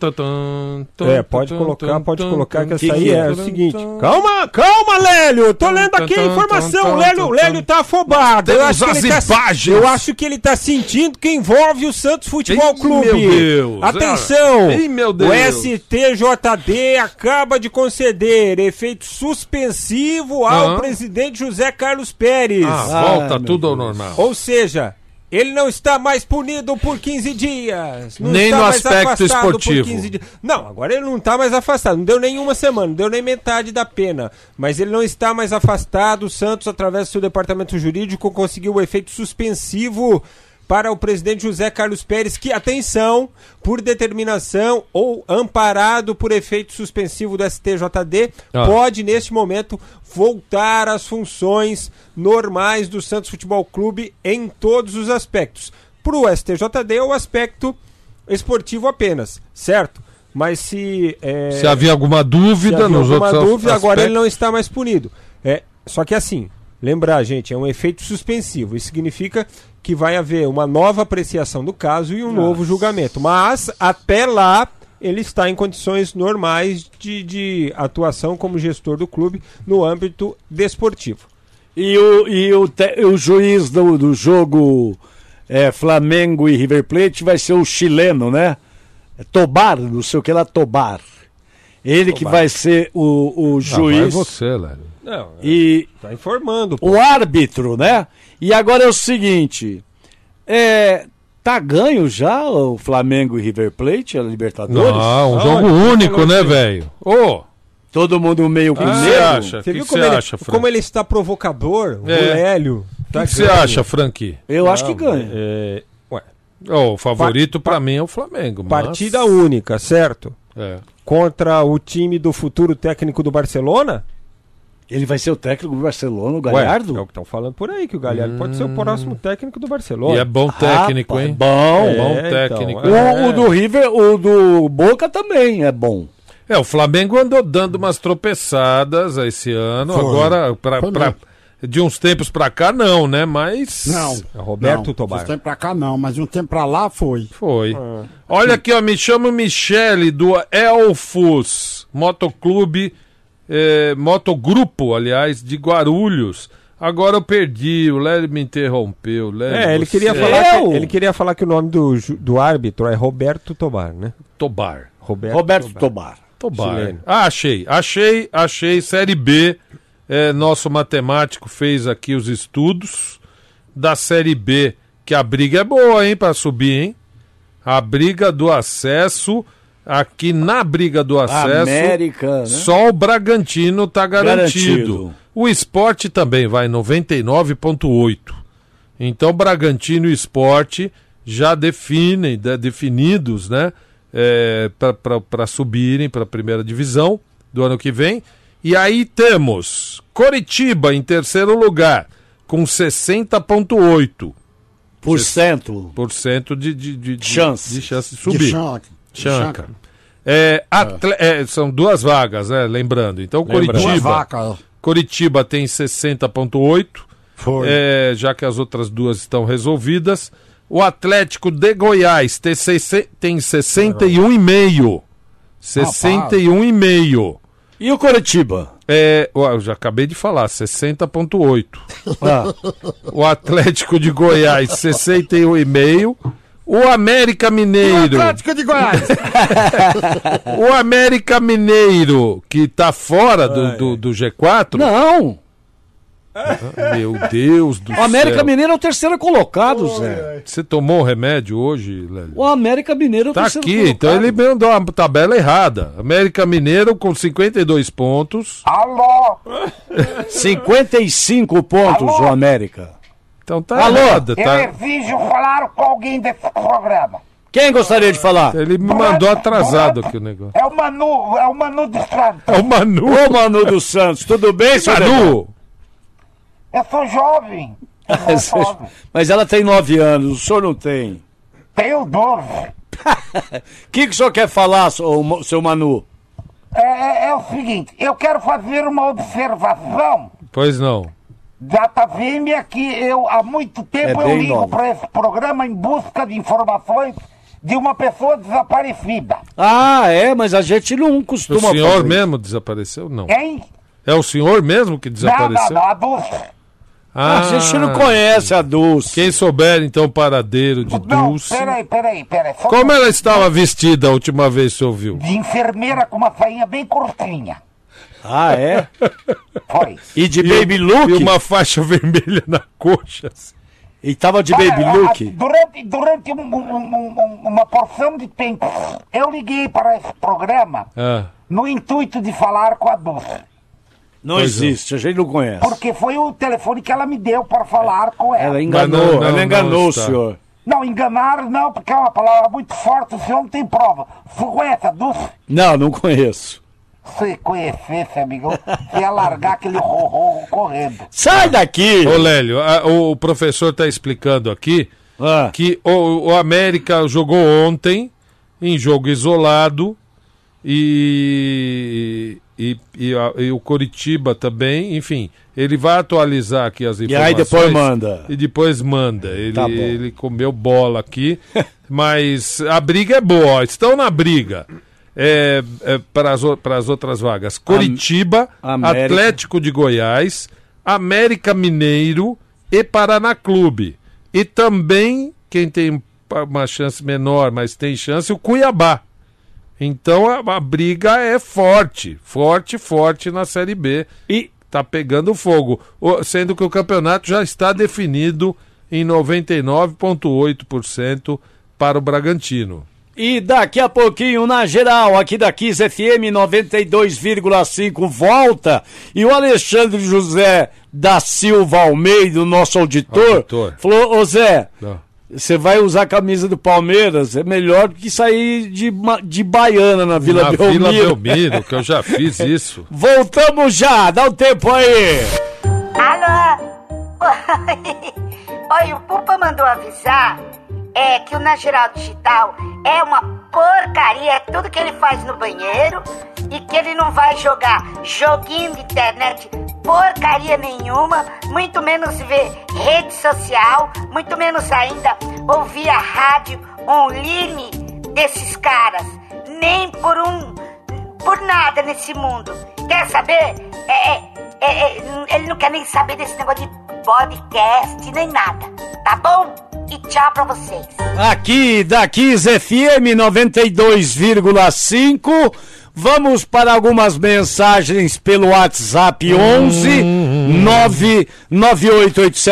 Speaker 4: É, pode colocar, pode colocar que essa aí é o seguinte. Calma, calma, Lélio! Eu Tô lendo aqui a informação. O Lélio, o Lélio tá afobado. Eu acho, que
Speaker 3: Temos
Speaker 4: ele
Speaker 3: as
Speaker 4: tá,
Speaker 3: imagens.
Speaker 4: eu acho que ele tá sentindo que envolve o Santos Futebol
Speaker 3: Ih,
Speaker 4: Clube.
Speaker 3: meu Deus.
Speaker 4: Atenção!
Speaker 3: Ah, ih, meu Deus.
Speaker 4: O STJD acaba de conceder efeito suspensivo ao
Speaker 3: Aham.
Speaker 4: presidente José Carlos Pérez.
Speaker 3: Ah, volta tudo ao normal.
Speaker 4: Ou seja, ele não está mais punido por 15 dias. Não
Speaker 3: Nem
Speaker 4: está
Speaker 3: no
Speaker 4: mais
Speaker 3: aspecto
Speaker 4: afastado
Speaker 3: esportivo.
Speaker 4: dias. Não, agora ele não está mais afastado. Não deu nenhuma semana, não deu nem metade da pena. Mas ele não está mais afastado. O Santos, através do seu departamento jurídico, conseguiu o efeito suspensivo para o presidente José Carlos Pérez, que, atenção, por determinação ou amparado por efeito suspensivo do STJD,
Speaker 17: Ah.
Speaker 4: pode, neste momento, voltar às funções normais do Santos Futebol Clube em todos os aspectos. Para o STJD, é o aspecto esportivo apenas, certo? Mas se. é,
Speaker 3: Se havia alguma dúvida
Speaker 4: se havia
Speaker 3: nos
Speaker 4: alguma
Speaker 3: outros
Speaker 4: dúvida,
Speaker 3: as-
Speaker 4: agora ele
Speaker 3: aspectos.
Speaker 4: não está mais punido. É, só que assim, lembrar, gente, é um efeito suspensivo. Isso significa que vai haver uma nova apreciação do caso e um novo julgamento. Mas, até lá, ele está em condições normais de, de atuação como gestor do clube no âmbito desportivo.
Speaker 2: E o, e o, te- o juiz do, do jogo é, Flamengo e River Plate vai ser o chileno, né? É Tobar, não sei o que lá, Tobar. Ele que vai ser o, o juiz.
Speaker 3: vai Ah, você, Léo.
Speaker 4: Não,
Speaker 2: e
Speaker 4: tá informando.
Speaker 2: O árbitro, né? E agora é o seguinte: é, tá ganho já o Flamengo e River Plate, a Libertadores?
Speaker 3: Não, um jogo único, né, velho? Ô!
Speaker 2: Todo mundo meio com
Speaker 3: Ah,
Speaker 2: medo.
Speaker 3: você acha?
Speaker 4: Você
Speaker 3: Que
Speaker 4: viu
Speaker 3: que
Speaker 4: como,
Speaker 3: você
Speaker 4: ele,
Speaker 3: acha, Fran?
Speaker 4: como ele está provocador, o
Speaker 3: É.
Speaker 4: Hélio? tá?
Speaker 3: O que que você acha, Franqui?
Speaker 2: tá Eu acho que ganha.
Speaker 4: é, ué.
Speaker 3: Ô, o favorito pra mim é o Flamengo. mas-
Speaker 4: Partida única, certo?
Speaker 3: É.
Speaker 4: Contra o time do futuro técnico do Barcelona?
Speaker 2: Ele vai ser o técnico do Barcelona, o
Speaker 4: Ué,
Speaker 2: Galhardo?
Speaker 4: é o que estão falando por aí, que o Galhardo pode ser o próximo técnico do Barcelona.
Speaker 2: E é bom técnico, hein? Bom, bom técnico. O- o do River, o do Boca também é bom.
Speaker 3: É, o Flamengo andou dando umas tropeçadas esse ano.
Speaker 2: Foi.
Speaker 3: Agora, pra,
Speaker 11: Foi
Speaker 3: pra-
Speaker 11: mesmo.
Speaker 3: de uns tempos pra cá, não, né? Mas. É
Speaker 11: Não. não. De Um tempo pra cá não, mas de um tempo pra lá foi.
Speaker 3: Foi. Olha aqui, ó, me chamo Michele do Elfus Motoclube, eh, Motogrupo, aliás, de Guarulhos. Agora eu perdi, o Léo me interrompeu. Léo,
Speaker 4: É, ele
Speaker 3: você-
Speaker 4: queria, falar que, ele queria falar que o nome do, ju- do árbitro é Roberto Tobar, né?
Speaker 3: Tobar.
Speaker 4: Roberto,
Speaker 2: Roberto Tobar.
Speaker 4: é
Speaker 3: Tobar.
Speaker 4: Chileno.
Speaker 3: Ah, achei, achei, achei. Série B, é, nosso matemático fez aqui os estudos da Série B, que a briga é boa, hein, pra subir, hein? A briga do acesso, aqui na briga do acesso,
Speaker 2: América, né?
Speaker 3: só o Bragantino tá garantido.
Speaker 2: Garantido.
Speaker 3: O esporte também vai 99,8. Então, Bragantino e esporte já definem, de- definidos, né? para subirem para a primeira divisão do ano que vem. E aí temos Coritiba em terceiro lugar, com 60,8%.
Speaker 2: Por cento.
Speaker 3: Por cento de, de, de, de-
Speaker 2: Chance.
Speaker 3: de chance de
Speaker 2: De
Speaker 3: subir.
Speaker 2: chanca. De
Speaker 3: Chanca.
Speaker 2: chanca.
Speaker 3: É, atle- é, são duas vagas, né? Lembrando. Então,
Speaker 11: Lembrando. Duas
Speaker 3: Coritiba.
Speaker 11: vacas, ó.
Speaker 3: Coritiba tem 60,8.
Speaker 11: Foi.
Speaker 3: É, já que as outras duas estão resolvidas. O Atlético de Goiás tem, 60 tem 61,5. 61,5.
Speaker 2: E o Coritiba?
Speaker 3: É, ó, eu já acabei de falar, 60,8. Ah.
Speaker 11: Ah.
Speaker 3: O Atlético de Goiás, 61,5. O América Mineiro.
Speaker 11: Atlético É de Goiás.
Speaker 3: O América Mineiro, que tá fora do, do, do G4.
Speaker 2: Não!
Speaker 3: Meu Deus do
Speaker 2: O América
Speaker 3: céu.
Speaker 2: Mineiro é o terceiro colocado, Zé.
Speaker 3: Você tomou o remédio hoje, Lélio?
Speaker 2: O América Mineiro é o
Speaker 3: Tá
Speaker 2: terceiro
Speaker 3: aqui,
Speaker 2: colocado.
Speaker 3: então ele mandou uma tabela errada. América Mineiro com 52 pontos.
Speaker 6: Alô!
Speaker 2: 55 pontos, o América.
Speaker 3: Então tá
Speaker 2: Alô?
Speaker 3: errado, tá?
Speaker 6: Eu exijo falar com alguém desse programa.
Speaker 2: Quem gostaria de falar?
Speaker 3: Ele me mandou atrasado aqui o negócio.
Speaker 6: É o Manu, é o Manu de Santos.
Speaker 3: É o Manu.
Speaker 2: Ô, Manu dos Santos, tudo bem, senhor?
Speaker 3: Manu!
Speaker 6: Eu sou jovem. Eu sou jovem.
Speaker 2: Mas ela tem nove anos, o senhor não tem.
Speaker 6: Tenho 12.
Speaker 2: O que, que o senhor quer falar, seu Mo- seu Manu?
Speaker 6: É, é- é o seguinte, eu quero fazer uma observação.
Speaker 3: Pois não.
Speaker 6: Data Vêmia que eu há muito tempo
Speaker 3: É
Speaker 6: eu
Speaker 3: bem
Speaker 6: ligo
Speaker 3: nova.
Speaker 6: para esse programa em busca de informações de uma pessoa desaparecida.
Speaker 2: Ah, é, mas a gente não
Speaker 3: O
Speaker 2: costuma
Speaker 3: senhor
Speaker 2: fazer.
Speaker 3: mesmo desapareceu? Não.
Speaker 6: Hein?
Speaker 3: É o senhor mesmo que
Speaker 6: Não,
Speaker 3: desapareceu?
Speaker 6: não, não, a Dulce.
Speaker 2: Ah, A gente não conhece a Dulce.
Speaker 3: Ah, Quem souber, então, o paradeiro de Dulce.
Speaker 6: Peraí, peraí, peraí. Só um
Speaker 3: Como ela estava vestida a última vez que você ouviu?
Speaker 6: De enfermeira com uma sainha bem curtinha.
Speaker 2: Ah, é?
Speaker 6: Foi.
Speaker 2: E de baby look?
Speaker 3: E uma faixa vermelha na coxa.
Speaker 2: assim. E tava de
Speaker 6: Olha,
Speaker 2: baby
Speaker 6: a- a-
Speaker 2: look?
Speaker 6: durante durante um- um- um- um- uma porção de tempo, eu liguei para esse programa
Speaker 3: Ah,
Speaker 6: no intuito de falar com a Dulce.
Speaker 2: não
Speaker 3: Pois é.
Speaker 2: existe, a gente não conhece.
Speaker 3: É,
Speaker 6: Porque foi o telefone que ela me deu para falar com ela.
Speaker 2: Ela enganou,
Speaker 3: não,
Speaker 2: ela
Speaker 3: não
Speaker 2: enganou o
Speaker 3: está.
Speaker 2: senhor.
Speaker 6: Não, enganar não, porque é uma palavra muito forte, o senhor não tem prova. Você conhece a Dulce?
Speaker 2: Não, não conheço.
Speaker 6: Se conhecesse, amigão, você ia largar aquele rorro correndo.
Speaker 2: Sai daqui!
Speaker 3: Ô, Lélio, a- o, o professor está explicando aqui
Speaker 2: Ah.
Speaker 3: que o, o América jogou ontem em jogo isolado e, e, e a- e o Coritiba também, enfim. Ele vai atualizar aqui as
Speaker 2: aí
Speaker 3: informações.
Speaker 2: depois manda.
Speaker 3: E depois manda. Ele,
Speaker 2: Tá bom.
Speaker 3: ele comeu bola aqui, mas a briga é boa. Estão na briga. É, é, para, as, o- para as outras vagas. Coritiba,
Speaker 2: América.
Speaker 3: Atlético de Goiás, América Mineiro e Paraná Clube. E também, quem tem uma chance menor, mas tem chance, o Cuiabá. Então a, a briga é forte, forte, forte na Série B. E tá pegando fogo, O- sendo que o campeonato já está definido em 99,8% para o Bragantino.
Speaker 2: E daqui a pouquinho, na geral, aqui da Kiss FM 92,5 volta. E o Alexandre José da Silva Almeida, o nosso auditor,
Speaker 3: Auditor.
Speaker 2: falou: Ô Zé,
Speaker 3: Não.
Speaker 2: você vai usar a camisa do Palmeiras, é melhor do que sair de, ma- de Baiana na Vila
Speaker 3: na
Speaker 2: Belmiro.
Speaker 3: Vila Belmiro, que eu já fiz isso.
Speaker 2: Voltamos já, dá o tempo aí.
Speaker 17: Alô? Oi. Oi, o Pupa mandou avisar é, que o Na Geral Digital é uma porcaria, é tudo que ele faz no banheiro e que ele não vai jogar joguinho de internet porcaria nenhuma, muito menos ver rede social, muito menos ainda ouvir a rádio online desses caras, nem por um por nada nesse mundo. Quer saber? É, é, é, é, ele não quer nem saber desse negócio de podcast nem nada. Tá bom? E tchau pra vocês.
Speaker 2: Aqui da Kiss FM 92,5. Vamos para algumas mensagens pelo WhatsApp 11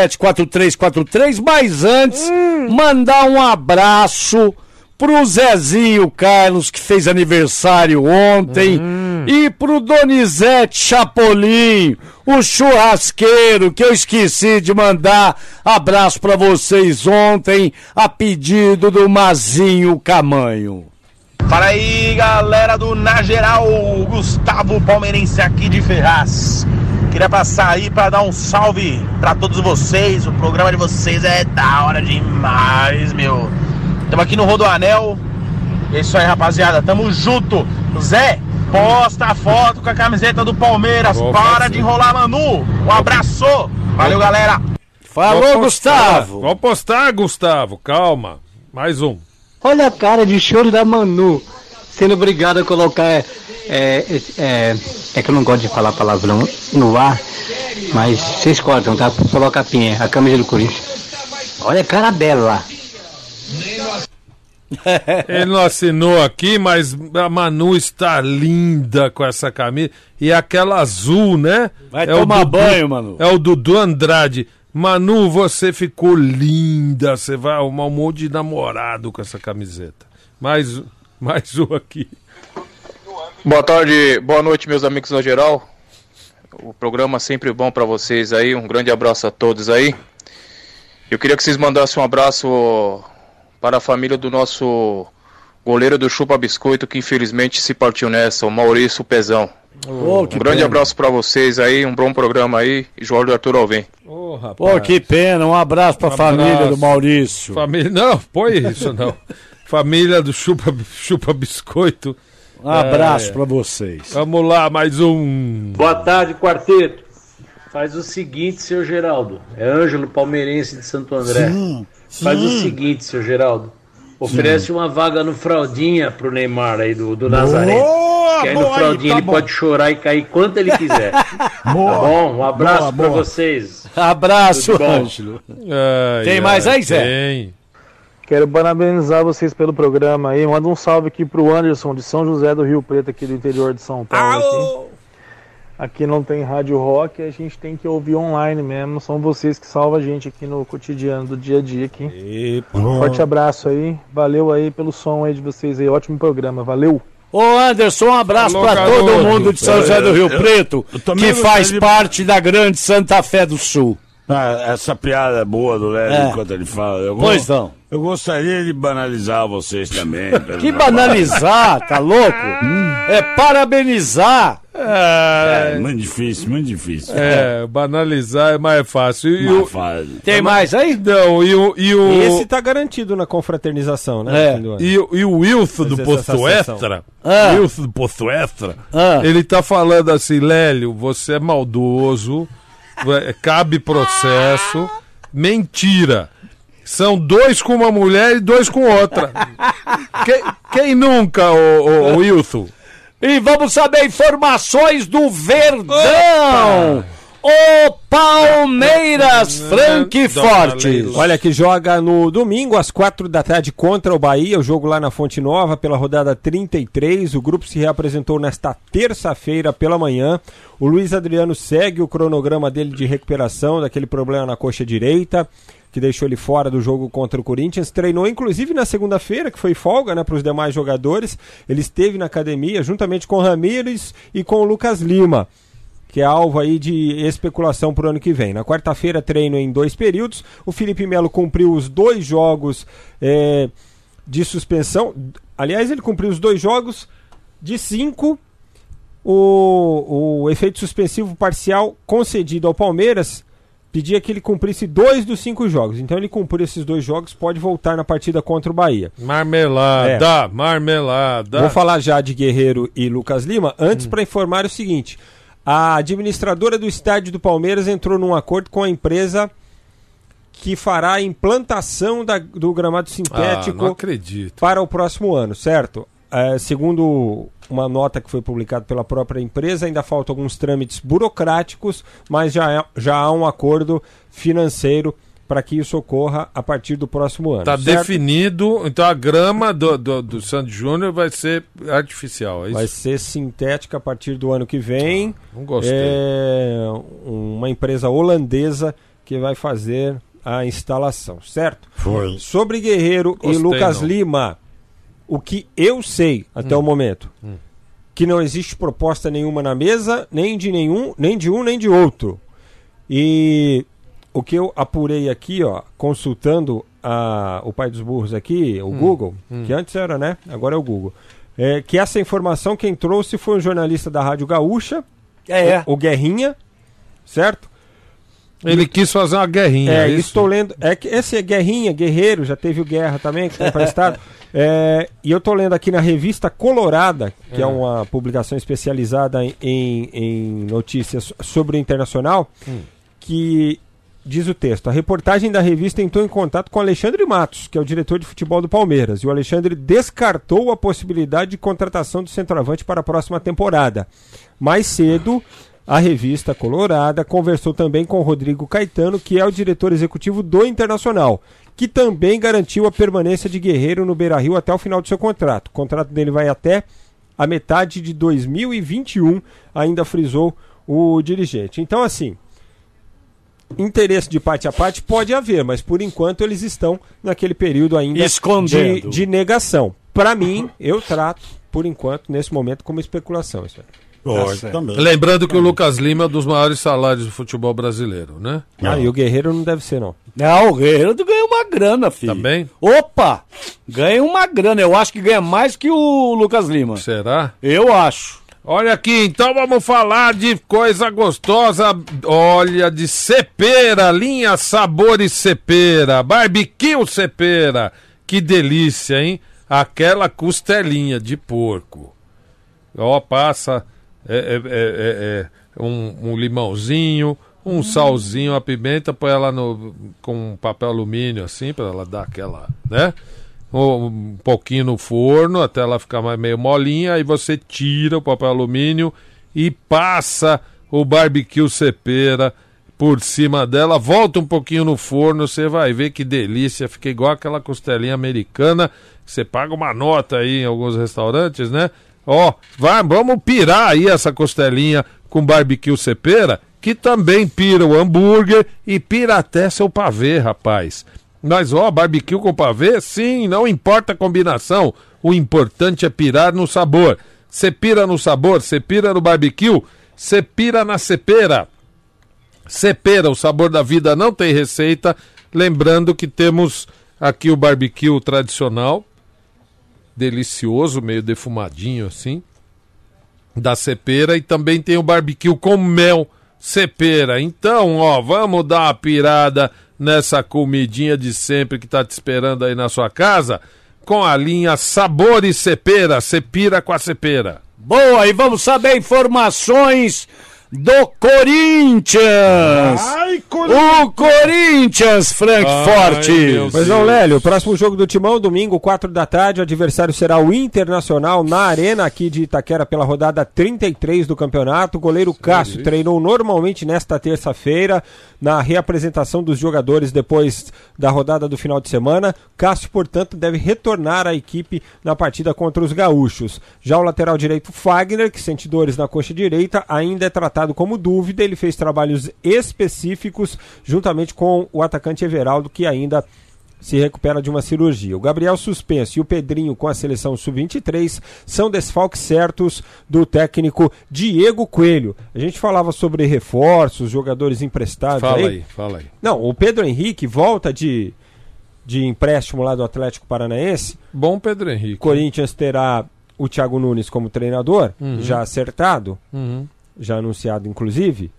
Speaker 2: 998874343. Mas antes, mandar um abraço pro Zezinho Carlos, que fez aniversário ontem, e pro Donizete Chapolin, o churrasqueiro, que eu esqueci de mandar abraço pra vocês ontem, a pedido do Mazinho Camanho.
Speaker 12: Fala aí, galera do Na Geral, Gustavo Palmeirense aqui de Ferraz. Queria passar aí para dar um salve para todos vocês. O programa de vocês é da hora demais, meu. Tamo aqui no Rodoanel. É isso aí, rapaziada. Tamo junto. Zé, posta a foto com a camiseta do Palmeiras.
Speaker 2: Vou
Speaker 12: Para
Speaker 2: fazer.
Speaker 12: de enrolar, Manu. Um abraço. Valeu, galera.
Speaker 3: Vou postar, Vou postar, Gustavo. Calma. Mais um.
Speaker 19: Olha a cara de choro da Manu, sendo obrigada a colocar. É, esse- é, é que eu não gosto de falar palavrão no ar, mas vocês cortam, tá? Coloca a pinha, a camisa do Corinthians. Olha a cara dela.
Speaker 3: Ele não assinou aqui, mas a Manu está linda com essa camisa. E aquela azul, né?
Speaker 2: Vai
Speaker 3: o
Speaker 2: tomar banho, Manu.
Speaker 3: É o Dudu Andrade. Manu, você ficou linda. Você vai arrumar um monte de namorado com essa camiseta. Mais, mais um aqui.
Speaker 12: Boa tarde, boa noite, meus amigos no geral. O programa sempre bom pra vocês aí. Um grande abraço a todos aí. Eu queria que vocês mandassem um abraço para a família do nosso goleiro do Chupa Biscoito, que infelizmente se partiu nessa, o Maurício Pezão. um grande abraço pra vocês aí, um bom programa aí. E Jorge Arthur Alvim.
Speaker 2: Pô, que pena, um abraço pra família do Maurício.
Speaker 3: Ah, Família, não, põe isso não. Família do Chupa, Chupa Biscoito.
Speaker 2: Um abraço
Speaker 3: É.
Speaker 2: pra vocês.
Speaker 3: Vamos lá, mais um.
Speaker 20: Boa tarde, quarteto. Faz o seguinte, seu Geraldo. É Ângelo Palmeirense de Santo André.
Speaker 18: Sim,
Speaker 20: Faz o
Speaker 18: sim.
Speaker 20: seguinte, seu Geraldo. Oferece uma vaga no Fraldinha pro Neymar aí do, do Nazaré.
Speaker 18: Boa,
Speaker 20: que aí no
Speaker 18: boa, aí,
Speaker 20: Fraldinha
Speaker 18: tá
Speaker 20: ele
Speaker 18: bom.
Speaker 20: pode chorar e cair quanto ele quiser. tá bom? Um abraço
Speaker 2: boa,
Speaker 20: pra
Speaker 2: boa.
Speaker 20: vocês.
Speaker 2: Abraço,
Speaker 20: Tudo bom?
Speaker 2: Ângelo. Tem mais aí, Zé? Tem.
Speaker 21: Quero parabenizar vocês pelo programa aí. Manda um salve aqui pro Anderson de São José do Rio Preto, aqui do interior de São Paulo. Aqui. Aqui não tem rádio rock, a gente tem que ouvir online mesmo. São vocês que salvam a gente aqui no cotidiano do dia a dia aqui. Forte abraço aí. Valeu aí pelo som aí de vocês aí. Ótimo programa. Valeu.
Speaker 2: Ô Anderson, um abraço
Speaker 21: Alô,
Speaker 2: pra todo
Speaker 21: garoto.
Speaker 2: mundo de São José do Rio
Speaker 21: Eu-
Speaker 2: Preto,
Speaker 21: eu também
Speaker 2: que
Speaker 21: gostaria
Speaker 2: faz
Speaker 21: de-
Speaker 2: parte da grande Santa Fé do Sul.
Speaker 18: Ah, essa piada é boa do Léo
Speaker 2: É.
Speaker 18: enquanto ele fala. Eu
Speaker 2: Pois não.
Speaker 18: Eu gostaria de banalizar vocês também. pelo
Speaker 11: né?
Speaker 2: Que
Speaker 18: trabalho.
Speaker 2: banalizar, tá louco? É parabenizar.
Speaker 18: É, muito difícil, muito difícil.
Speaker 3: É, banalizar é mais fácil. E
Speaker 18: Mais
Speaker 3: o-
Speaker 18: fácil.
Speaker 2: Tem mais aí?
Speaker 3: Não, e o. E o...
Speaker 4: Esse tá garantido na confraternização, né?
Speaker 3: É,
Speaker 4: no fim do ano.
Speaker 3: e, o- e o Wilson do
Speaker 4: Fazer
Speaker 3: Posto
Speaker 4: essa sensação.
Speaker 3: Extra,
Speaker 4: Ah.
Speaker 3: Wilson do Posto Extra,
Speaker 4: Ah.
Speaker 3: ele tá falando assim, Lélio, você é maldoso, vai- cabe processo, mentira. São dois com uma mulher e dois com outra. quem, quem nunca, ô, ô, ô Wilson?
Speaker 2: E vamos saber informações do Verdão. O Palmeiras, Frank Forte.
Speaker 4: Olha, que joga no domingo às quatro da tarde contra o Bahia, o jogo lá na Fonte Nova, pela rodada 33. O grupo se reapresentou nesta terça-feira pela manhã. O Luiz Adriano segue o cronograma dele de recuperação daquele problema na coxa direita. Que deixou ele fora do jogo contra o Corinthians. Treinou, inclusive, na segunda-feira, que foi folga né, para os demais jogadores. Ele esteve na academia juntamente com o Ramírez e com o Lucas Lima que é alvo aí de especulação para o ano que vem. Na quarta-feira, treino em dois períodos. O Felipe Melo cumpriu os dois jogos eh, de suspensão. Aliás, ele cumpriu os dois jogos de cinco. O, o efeito suspensivo parcial concedido ao Palmeiras pedia que ele cumprisse dois dos cinco jogos. Então ele cumpriu esses dois jogos, pode voltar na partida contra o Bahia.
Speaker 3: Marmelada, marmelada.
Speaker 4: É. Vou falar já de Guerreiro e Lucas Lima,
Speaker 3: Hum.
Speaker 4: antes pra para informar o seguinte: a administradora do estádio do Palmeiras entrou num acordo com a empresa que fará a implantação da- do gramado sintético
Speaker 3: Ah, não acredito.
Speaker 4: para o próximo ano, certo? É, segundo uma nota que foi publicada pela própria empresa, ainda faltam alguns trâmites burocráticos, mas já, é- já há um acordo financeiro para que isso ocorra a partir do próximo ano.
Speaker 3: Tá
Speaker 4: certo?
Speaker 3: definido, então a grama do, do, do Santos Júnior vai ser artificial, é isso?
Speaker 4: Vai ser sintética a partir do ano que vem.
Speaker 2: Ah,
Speaker 3: não gostei.
Speaker 4: É uma empresa holandesa que vai fazer a instalação, certo?
Speaker 3: Foi.
Speaker 4: Sobre Guerreiro e
Speaker 2: Gostei,
Speaker 4: Lucas
Speaker 2: não.
Speaker 4: Lima, o que eu sei até
Speaker 2: Hum.
Speaker 4: o momento,
Speaker 2: Hum.
Speaker 4: que não existe proposta nenhuma na mesa, nem de nenhum, nem de um, nem de outro. E o que eu apurei aqui, ó, consultando a- o pai dos burros aqui, o
Speaker 2: Hum.
Speaker 4: Google,
Speaker 2: Hum.
Speaker 4: que antes era, né? Agora é o Google. É, que essa informação quem trouxe foi um jornalista da Rádio Gaúcha,
Speaker 2: É, é.
Speaker 4: o o Guerrinha, certo?
Speaker 3: Ele quis fazer uma guerrinha.
Speaker 4: É,
Speaker 3: é isso?
Speaker 4: estou lendo. É que esse é Guerrinha, Guerreiro, já teve o Guerra também, que foi emprestado. É, e eu estou lendo aqui na revista Colorada, que é,
Speaker 2: É.
Speaker 4: uma publicação especializada em, em- em notícias sobre o internacional,
Speaker 2: Hum.
Speaker 4: que diz o texto: a reportagem da revista entrou em contato com Alexandre Matos, que é o diretor de futebol do Palmeiras, e o Alexandre descartou a possibilidade de contratação do centroavante para a próxima temporada. Mais cedo. A revista Colorada conversou também com Rodrigo Caetano, que é o diretor executivo do Internacional, que também garantiu a permanência de Guerreiro no Beira-Rio até o final do seu contrato. O contrato dele vai até a metade de 2021, ainda frisou o dirigente. Então, assim, interesse de parte a parte pode haver, mas por enquanto eles estão naquele período ainda De,
Speaker 2: Escondendo.
Speaker 4: de negação. Para mim, eu trato, por enquanto, nesse momento, como especulação. Isso aí.
Speaker 2: Tá
Speaker 3: Lembrando que o Lucas Lima é um dos maiores salários do futebol brasileiro, né?
Speaker 4: Ah, e o Guerreiro não deve ser, não.
Speaker 2: Não, É, o Guerreiro ganha uma grana, filho. Também? Opa! Ganha uma grana. Eu acho que ganha mais que o Lucas Lima.
Speaker 3: Será?
Speaker 2: Eu acho.
Speaker 3: Olha aqui, então vamos falar de coisa gostosa. Olha, de cepera, linha Sabores Cepera, Barbecue Cepera. Que delícia, hein? Aquela costelinha de porco. Ó, passa é, é, é, é, é, um, um limãozinho, um salzinho, uma pimenta, põe ela no, com um papel alumínio assim, para ela dar aquela, né? Um um pouquinho no forno, até ela ficar mais meio molinha, aí você tira o papel alumínio e passa o barbecue cepera por cima dela, volta um pouquinho no forno, você vai ver que delícia, fica igual aquela costelinha americana, que você paga uma nota aí em alguns restaurantes, né? Ó, vai, vamos pirar aí essa costelinha com barbecue cepera, que também pira o hambúrguer e pira até seu pavê, rapaz. Mas ó, barbecue com pavê, sim, não importa a combinação, o importante é pirar no sabor. Você pira no sabor, você pira no barbecue, você pira na cepera. Cepera, o sabor da vida não tem receita. Lembrando que temos aqui o barbecue tradicional, delicioso, meio defumadinho assim, da Cepera. E também tem o barbecue com mel Cepera. Então, ó, vamos dar uma pirada nessa comidinha de sempre que tá te esperando aí na sua casa com a linha Sabores Cepera, Cepira com a Cepera.
Speaker 2: Boa, e vamos saber informações do Corinthians. O Corinthians, Frank Forte.
Speaker 4: Pois não, Lélio, o próximo jogo do Timão, domingo, 4 da tarde, o adversário será o Internacional na Arena aqui de Itaquera pela rodada 33 do campeonato. O goleiro Cássio treinou normalmente nesta terça-feira na reapresentação dos jogadores depois da rodada do final de semana. Cássio, portanto, deve retornar à equipe na partida contra os gaúchos. Já o lateral direito Fagner, que sente dores na coxa direita, ainda é tratado como dúvida, ele fez trabalhos específicos juntamente com o atacante Everaldo, que ainda se recupera de uma cirurgia. O Gabriel suspenso e o Pedrinho com a seleção sub-23 são desfalques certos do técnico Diego Coelho. A gente falava sobre reforços, jogadores emprestados.
Speaker 3: Fala aí, fala aí.
Speaker 4: Não, o Pedro Henrique volta de, de empréstimo lá do Atlético Paranaense.
Speaker 3: Bom Pedro Henrique.
Speaker 4: Corinthians terá o Thiago Nunes como treinador,
Speaker 3: Uhum.
Speaker 4: já acertado
Speaker 3: Uhum.
Speaker 4: já anunciado, inclusive.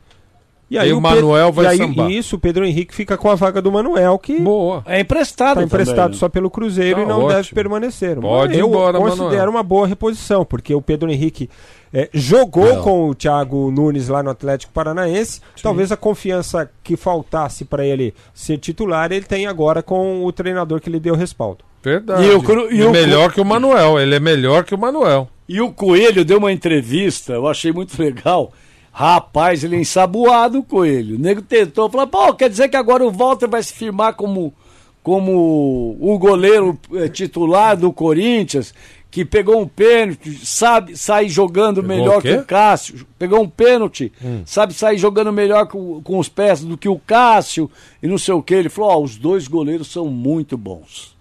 Speaker 3: E o
Speaker 4: Pedro-
Speaker 3: Manuel vai
Speaker 4: e aí,
Speaker 3: sambar.
Speaker 4: Isso, o Pedro Henrique fica com a vaga do Manuel, que
Speaker 3: Boa.
Speaker 2: é emprestado
Speaker 4: tá emprestado
Speaker 2: também, né?
Speaker 4: só pelo Cruzeiro
Speaker 2: Tá
Speaker 4: e não
Speaker 2: ótimo.
Speaker 4: deve permanecer.
Speaker 2: Pode
Speaker 4: Mas
Speaker 2: ir
Speaker 4: eu
Speaker 2: embora,
Speaker 4: considero
Speaker 2: Manuel.
Speaker 4: uma boa reposição, porque o Pedro Henrique eh, jogou
Speaker 2: Não.
Speaker 4: com o Thiago Nunes lá no Atlético Paranaense. Talvez a confiança que faltasse para ele ser titular, ele tem agora com o treinador que lhe deu respaldo.
Speaker 3: Verdade.
Speaker 4: E o Cru- e
Speaker 3: E
Speaker 4: o Cru-
Speaker 3: melhor que o Manuel, ele é melhor que o Manuel.
Speaker 2: E o Coelho deu uma entrevista, eu achei muito legal. Rapaz, ele é ensaboado, o Coelho. O nego tentou, falou, pô, quer dizer que agora o Walter vai se firmar como, como o goleiro eh, titular do Corinthians, que pegou um pênalti, sabe sair jogando melhor
Speaker 3: o
Speaker 2: que
Speaker 3: quê?
Speaker 2: o Cássio. Pegou um pênalti,
Speaker 3: Hum.
Speaker 2: sabe sair jogando melhor com, com os pés do que o Cássio e não sei o que. Ele falou, ó, os dois goleiros são muito bons.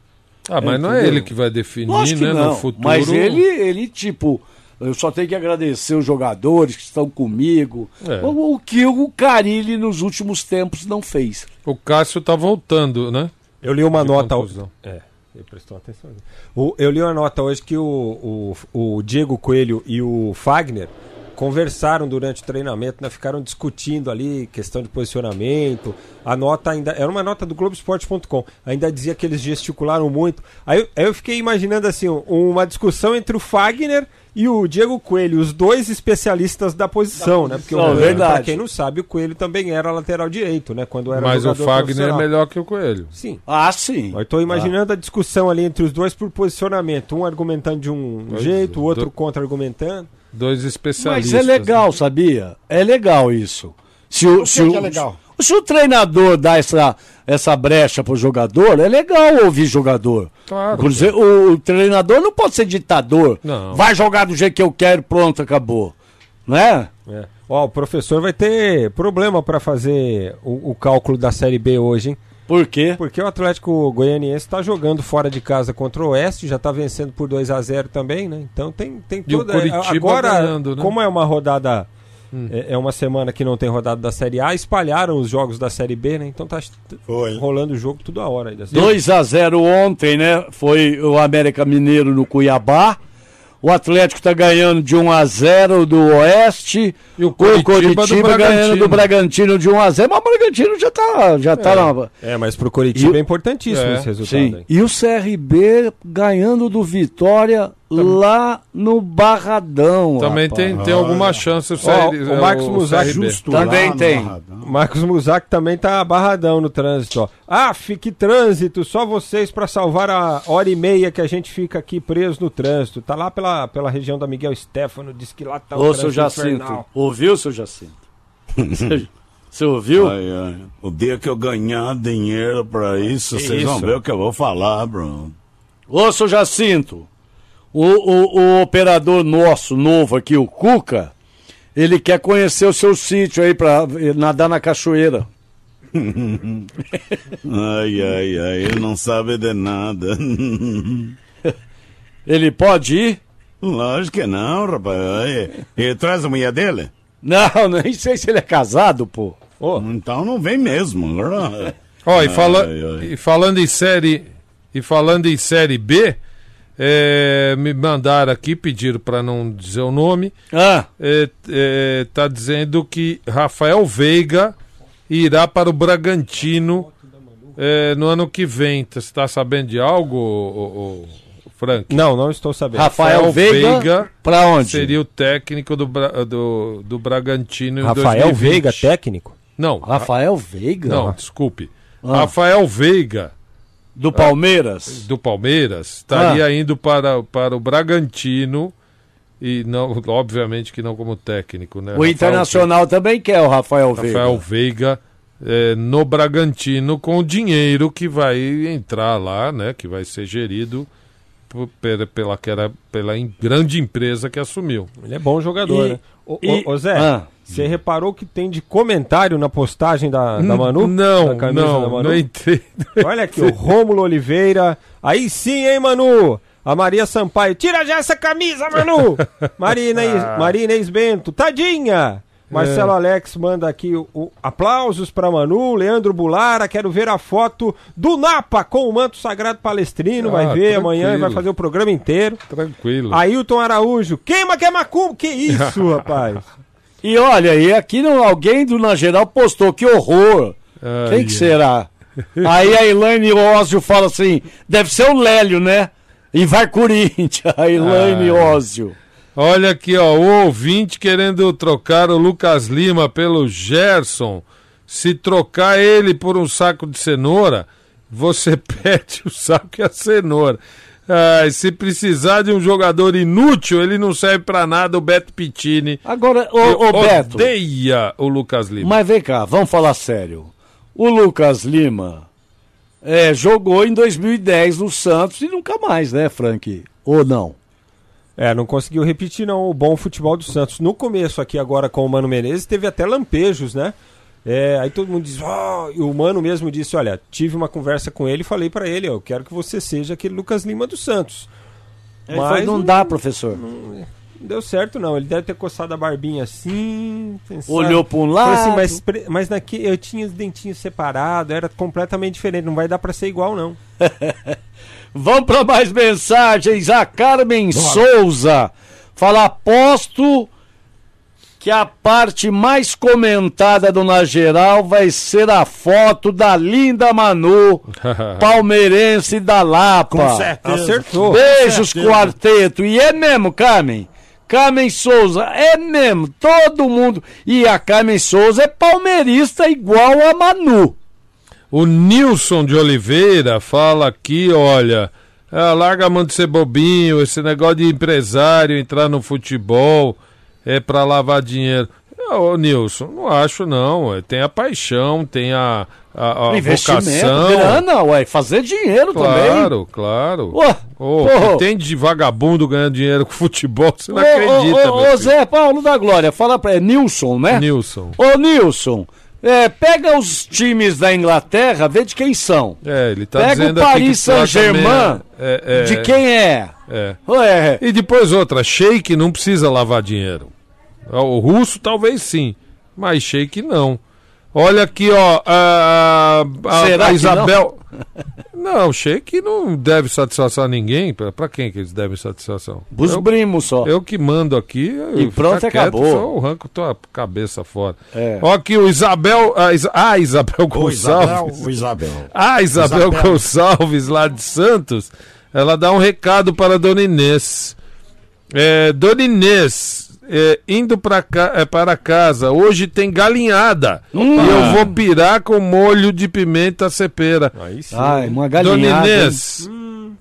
Speaker 3: Ah, mas não é
Speaker 2: Entendeu?
Speaker 3: ele que vai definir,
Speaker 2: Lógico que
Speaker 3: né?
Speaker 2: não,
Speaker 3: no futuro.
Speaker 2: Mas é ele, ele, tipo, eu só tenho que agradecer os jogadores que estão comigo.
Speaker 3: É.
Speaker 2: O, o que o Carilli nos últimos tempos não fez.
Speaker 3: O Cássio tá voltando, né?
Speaker 4: Eu li uma
Speaker 3: De
Speaker 4: nota.
Speaker 3: contusão.
Speaker 4: É, ele prestou atenção. O- eu li uma nota hoje que o, o, o Diego Coelho e o Fagner conversaram durante o treinamento, né? ficaram discutindo ali questão de posicionamento. A nota ainda era uma nota do Globoesporte.com, ainda dizia que eles gesticularam muito. Aí, eu- aí eu fiquei imaginando assim um- uma discussão entre o Fagner e o Diego Coelho, os dois especialistas da posição, né? Porque o
Speaker 2: posição,
Speaker 4: Coelho, pra
Speaker 2: verdade.
Speaker 4: quem não sabe, o Coelho também era lateral direito, né? Quando era
Speaker 3: Mas o
Speaker 4: jogador
Speaker 3: Fagner é
Speaker 4: profissional.
Speaker 3: melhor que o Coelho.
Speaker 4: Sim.
Speaker 2: Ah, sim.
Speaker 4: Eu tô imaginando a discussão ali entre os dois por posicionamento. Um argumentando de um
Speaker 3: Pois
Speaker 4: jeito, o
Speaker 3: é.
Speaker 4: outro contra-argumentando.
Speaker 3: Ah, Dois especialistas.
Speaker 2: Mas é legal, sabia? É legal isso. Se
Speaker 4: O
Speaker 2: o,
Speaker 4: que
Speaker 2: se
Speaker 4: é
Speaker 2: o,
Speaker 4: que é legal?
Speaker 2: Se o treinador dá essa, essa brecha pro jogador, é legal ouvir jogador.
Speaker 3: Claro.
Speaker 2: Por exemplo, o, o treinador não pode ser ditador.
Speaker 3: Não.
Speaker 2: Vai jogar do jeito que eu quero, pronto, acabou. Né?
Speaker 4: É. Ó, o professor vai ter problema para fazer o, o cálculo da Série B hoje, hein?
Speaker 2: Por quê?
Speaker 4: Porque o Atlético Goianiense está jogando fora de casa contra o Oeste, já está vencendo por 2 a 0 também, né? Então tem, tem
Speaker 3: E o
Speaker 4: toda... é,
Speaker 3: Curitiba
Speaker 4: Agora,
Speaker 3: ganhando, né? Hum.
Speaker 4: como é uma rodada... É é uma semana que não tem rodada da Série A, espalharam os jogos da Série B, né? Então tá rolando o jogo tudo a hora aí. da Série B.
Speaker 2: 2 a 0 ontem, né? Foi o América Mineiro no Cuiabá. O Atlético tá ganhando de 1 a 0 do Oeste. E o
Speaker 4: Coritiba do
Speaker 2: ganhando do
Speaker 4: Bragantino.
Speaker 2: Bragantino de 1 a 0, mas o Bragantino já tá, já tá na-
Speaker 4: É, mas pro Coritiba
Speaker 2: E-
Speaker 4: é importantíssimo esse resultado.
Speaker 2: Sim.
Speaker 4: aí.
Speaker 2: E o CRB ganhando do Vitória lá no Barradão.
Speaker 3: Também
Speaker 2: rapaz.
Speaker 3: tem, tem alguma chance o, CR,
Speaker 4: Ó, o Marcos Muzak
Speaker 2: Também tem.
Speaker 4: Marcos Muzak também tá barradão no trânsito, ó. Ah, fique trânsito, só vocês para salvar a hora e meia que a gente fica aqui preso no trânsito. Tá lá pela, pela região da Miguel Stefano, diz que lá tá
Speaker 2: Ô, seu
Speaker 4: trânsito
Speaker 2: Jacinto.
Speaker 4: infernal.
Speaker 2: Ouviu, seu Jacinto? Você ouviu?
Speaker 18: O dia que eu ganhar dinheiro pra isso,
Speaker 2: Que
Speaker 18: vocês vão
Speaker 2: isso?
Speaker 18: ver o que eu vou falar, Bruno.
Speaker 2: Ô, seu Jacinto, o, o, o operador nosso novo aqui, o Cuca, ele quer conhecer o seu sítio aí pra eh, nadar na cachoeira.
Speaker 18: Ai, ai, ai, ele não sabe de nada.
Speaker 2: Ele pode ir?
Speaker 18: Lógico que não, rapaz. E, e traz a mulher dele?
Speaker 2: Não, nem sei se ele é casado, pô.
Speaker 11: Então não vem mesmo.
Speaker 3: Ó, e, fala- e falando em série e falando em série B, é, me mandaram aqui, pediram para não dizer o nome.
Speaker 2: Ah.
Speaker 3: É, é, tá dizendo que Rafael Veiga irá para o Bragantino é, no ano que vem. Você está sabendo de algo, ô- ô- ô, Frank?
Speaker 4: Não, não estou sabendo.
Speaker 3: Rafael Veiga,
Speaker 4: pra onde?
Speaker 3: Seria o técnico do, Bra- do, do Bragantino em
Speaker 4: Rafael
Speaker 3: 2020.
Speaker 4: Veiga, técnico?
Speaker 3: Não.
Speaker 4: Rafael Veiga?
Speaker 3: Não, desculpe.
Speaker 4: Ah.
Speaker 3: Rafael Veiga.
Speaker 2: Do Palmeiras?
Speaker 3: do Palmeiras.
Speaker 21: Ah.
Speaker 3: Estaria indo para, para o Bragantino. E não, obviamente que não como técnico, né?
Speaker 2: O
Speaker 3: Rafael
Speaker 2: Internacional também quer o Rafael
Speaker 3: Veiga.
Speaker 2: Veiga.
Speaker 3: Rafael Veiga eh, no Bragantino com o dinheiro que vai entrar lá, né? Que vai ser gerido por- pela, pela, que era- pela em- grande empresa que assumiu.
Speaker 4: Ele é bom jogador,
Speaker 21: E-
Speaker 4: né? Ô,
Speaker 21: e-
Speaker 4: ô, ô, Zé,
Speaker 21: Ah.
Speaker 4: você reparou que tem de comentário na postagem da, da
Speaker 21: N-
Speaker 4: Manu?
Speaker 21: Hum, não,
Speaker 4: Da camisa
Speaker 21: não,
Speaker 4: da Manu?
Speaker 21: não
Speaker 3: entrei.
Speaker 4: Olha aqui, o Rômulo Oliveira. Aí sim, hein, Manu? A Maria Sampaio. Tira já essa camisa, Manu! Marina Inês,
Speaker 21: Ah.
Speaker 4: Maria Inês Bento. Tadinha! Marcelo
Speaker 21: É.
Speaker 4: Alex manda aqui o, o- aplausos para Manu, Leandro Bulara, quero ver a foto do Napa com o manto sagrado palestrino, vai
Speaker 21: Ah,
Speaker 4: ver amanhã e vai
Speaker 21: tranquilo.
Speaker 4: fazer o programa inteiro.
Speaker 3: Tranquilo.
Speaker 4: Ailton Araújo, queima que é macumba, que isso, rapaz?
Speaker 2: E olha, e aqui não, alguém do Na Geral postou, que horror. Quem que
Speaker 4: é.
Speaker 2: será? Aí a Elaine Ósio fala assim, deve ser o Lélio, né? E vai Corinthians, a Elaine
Speaker 3: Ah.
Speaker 2: Ósio.
Speaker 3: Olha aqui, ó, o ouvinte querendo trocar o Lucas Lima pelo Gerson. Se trocar ele por um saco de cenoura, você perde o saco e a cenoura. Ah, e se precisar de um jogador inútil, ele não serve pra nada, o Beto Pittini.
Speaker 2: Agora, ô,
Speaker 3: Eu
Speaker 2: ô, Beto.
Speaker 3: Odeia o Lucas Lima.
Speaker 2: Mas vem cá, vamos falar sério. O Lucas Lima é, jogou em 2010 no Santos e nunca mais, né, Frank? Ou não?
Speaker 4: É, não conseguiu repetir não o bom futebol do Santos. No começo aqui agora com o Mano Menezes teve até lampejos, né? É, aí todo mundo diz, "Ó", e o Mano mesmo disse, olha, tive uma conversa com ele e falei pra ele, ó, eu quero que você seja aquele Lucas Lima do Santos.
Speaker 2: Ele falou, "Não dá, professor."
Speaker 4: um Não deu certo não, ele deve ter coçado a barbinha assim, pensado,
Speaker 2: Olhou pra um
Speaker 4: falou assim,
Speaker 2: lado.
Speaker 4: mas pre- mas naqui, eu tinha os dentinhos separados, era completamente diferente, não vai dar pra ser igual não.
Speaker 2: Vamos para mais mensagens. A Carmen Souza fala: aposto que a parte mais comentada do Na Geral vai ser a foto da linda Manu, palmeirense da Lapa.
Speaker 4: Com certeza. Acertou.
Speaker 2: Beijos,
Speaker 4: Com certeza.
Speaker 2: quarteto. E é mesmo, Carmen. Carmen Souza, é mesmo, todo mundo. E a Carmen Souza é palmeirista igual a Manu.
Speaker 3: O Nilson de Oliveira fala aqui, olha, ah, larga a mão de ser bobinho, esse negócio de empresário entrar no futebol é pra lavar dinheiro. Ah, Ô, Nilson, não acho não. é, Tem a paixão, tem a, a, a vocação.
Speaker 2: grana, ué, fazer dinheiro também.
Speaker 3: Claro, claro.
Speaker 2: Ué,
Speaker 3: Ô,
Speaker 2: pô.
Speaker 3: que tem de vagabundo ganhando dinheiro com futebol, você não
Speaker 2: Ô,
Speaker 3: acredita,
Speaker 2: ô, ô,
Speaker 3: meu
Speaker 2: ô,
Speaker 3: filho.
Speaker 2: Zé Paulo da Glória, fala pra. É Nilson, né?
Speaker 3: Nilson.
Speaker 2: Ô, Nilson, é, pega os times da Inglaterra, vê de quem são.
Speaker 3: É, ele tá
Speaker 2: pega
Speaker 3: dizendo
Speaker 2: o
Speaker 3: aqui
Speaker 2: Paris
Speaker 3: que troca
Speaker 2: Saint-Germain,
Speaker 3: meia- é, é.
Speaker 2: de quem é?
Speaker 3: É.
Speaker 2: Ué.
Speaker 3: E depois outra, shake não precisa lavar dinheiro. O russo talvez sim, mas shake não. Olha aqui, ó, a, a- a
Speaker 2: Será que
Speaker 3: Isabel. Não, shake não deve satisfação a ninguém. Pra, pra quem que eles devem satisfação?
Speaker 2: Pros
Speaker 3: Eu-
Speaker 2: primos só.
Speaker 3: Eu que mando aqui.
Speaker 2: E
Speaker 3: eu
Speaker 2: pronto,
Speaker 3: ficar quieto,
Speaker 2: acabou.
Speaker 3: Só eu arranco tua cabeça fora.
Speaker 2: É.
Speaker 3: Ó aqui o Isabel. A, Isa- ah, Isabel
Speaker 11: O Isabel,
Speaker 3: Gonçalves.
Speaker 11: o Isabel.
Speaker 3: Ah, Isabel, Gonçalves, lá de Santos, ela dá um recado para a Dona Inês. É, Dona Inês, é, indo pra ca- é, para casa, hoje tem galinhada. E eu vou pirar com molho de pimenta cepera.
Speaker 2: Ai, uma
Speaker 3: Dona
Speaker 2: galinhada,
Speaker 3: Inês,
Speaker 4: Hum.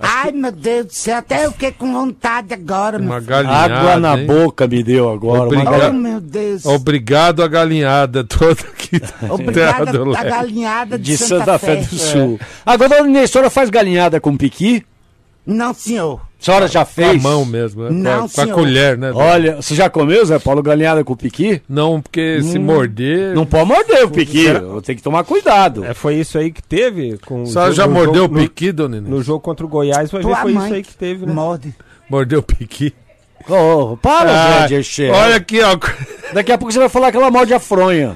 Speaker 1: Ai, meu Deus do céu, até eu fiquei com vontade agora. meu
Speaker 3: uma
Speaker 1: filho.
Speaker 3: galinhada.
Speaker 2: Água na
Speaker 3: hein?
Speaker 2: boca me deu agora. uma
Speaker 1: Oh,
Speaker 2: galinha.
Speaker 1: meu Deus.
Speaker 3: Obrigado a galinhada toda aqui da Terra
Speaker 1: Obrigada
Speaker 3: do
Speaker 1: da
Speaker 3: Leste.
Speaker 1: galinhada de,
Speaker 2: De Santa Fé do
Speaker 1: É.
Speaker 2: Sul. Agora, dona Inês, a senhora faz galinhada com piqui?
Speaker 1: Não, senhor.
Speaker 2: A senhora já fez?
Speaker 3: a mão mesmo, né? Com a-
Speaker 1: Não,
Speaker 3: com a
Speaker 1: senhor.
Speaker 3: colher, né?
Speaker 2: Olha, você já comeu, Zé Paulo, galinhada com piqui?
Speaker 3: Não, porque se
Speaker 2: Hum.
Speaker 3: morder. é.
Speaker 2: Não pode morder o piqui,
Speaker 4: Será-
Speaker 2: tem que tomar cuidado.
Speaker 4: É, foi isso aí que teve com o
Speaker 3: senhora
Speaker 4: jogo-
Speaker 3: já
Speaker 4: no
Speaker 3: mordeu
Speaker 4: jogo-
Speaker 3: o piqui, dona Inês?
Speaker 4: No jogo contra o Goiás, vai
Speaker 1: Tua
Speaker 4: ver, foi
Speaker 1: mãe
Speaker 4: isso aí que teve, né?
Speaker 1: Morde.
Speaker 3: Mordeu o piqui.
Speaker 2: Ô, ô, para,
Speaker 3: Ah,
Speaker 2: Zé de Encher.
Speaker 3: Olha aqui, ó.
Speaker 2: Daqui a pouco você vai falar que ela morde a fronha.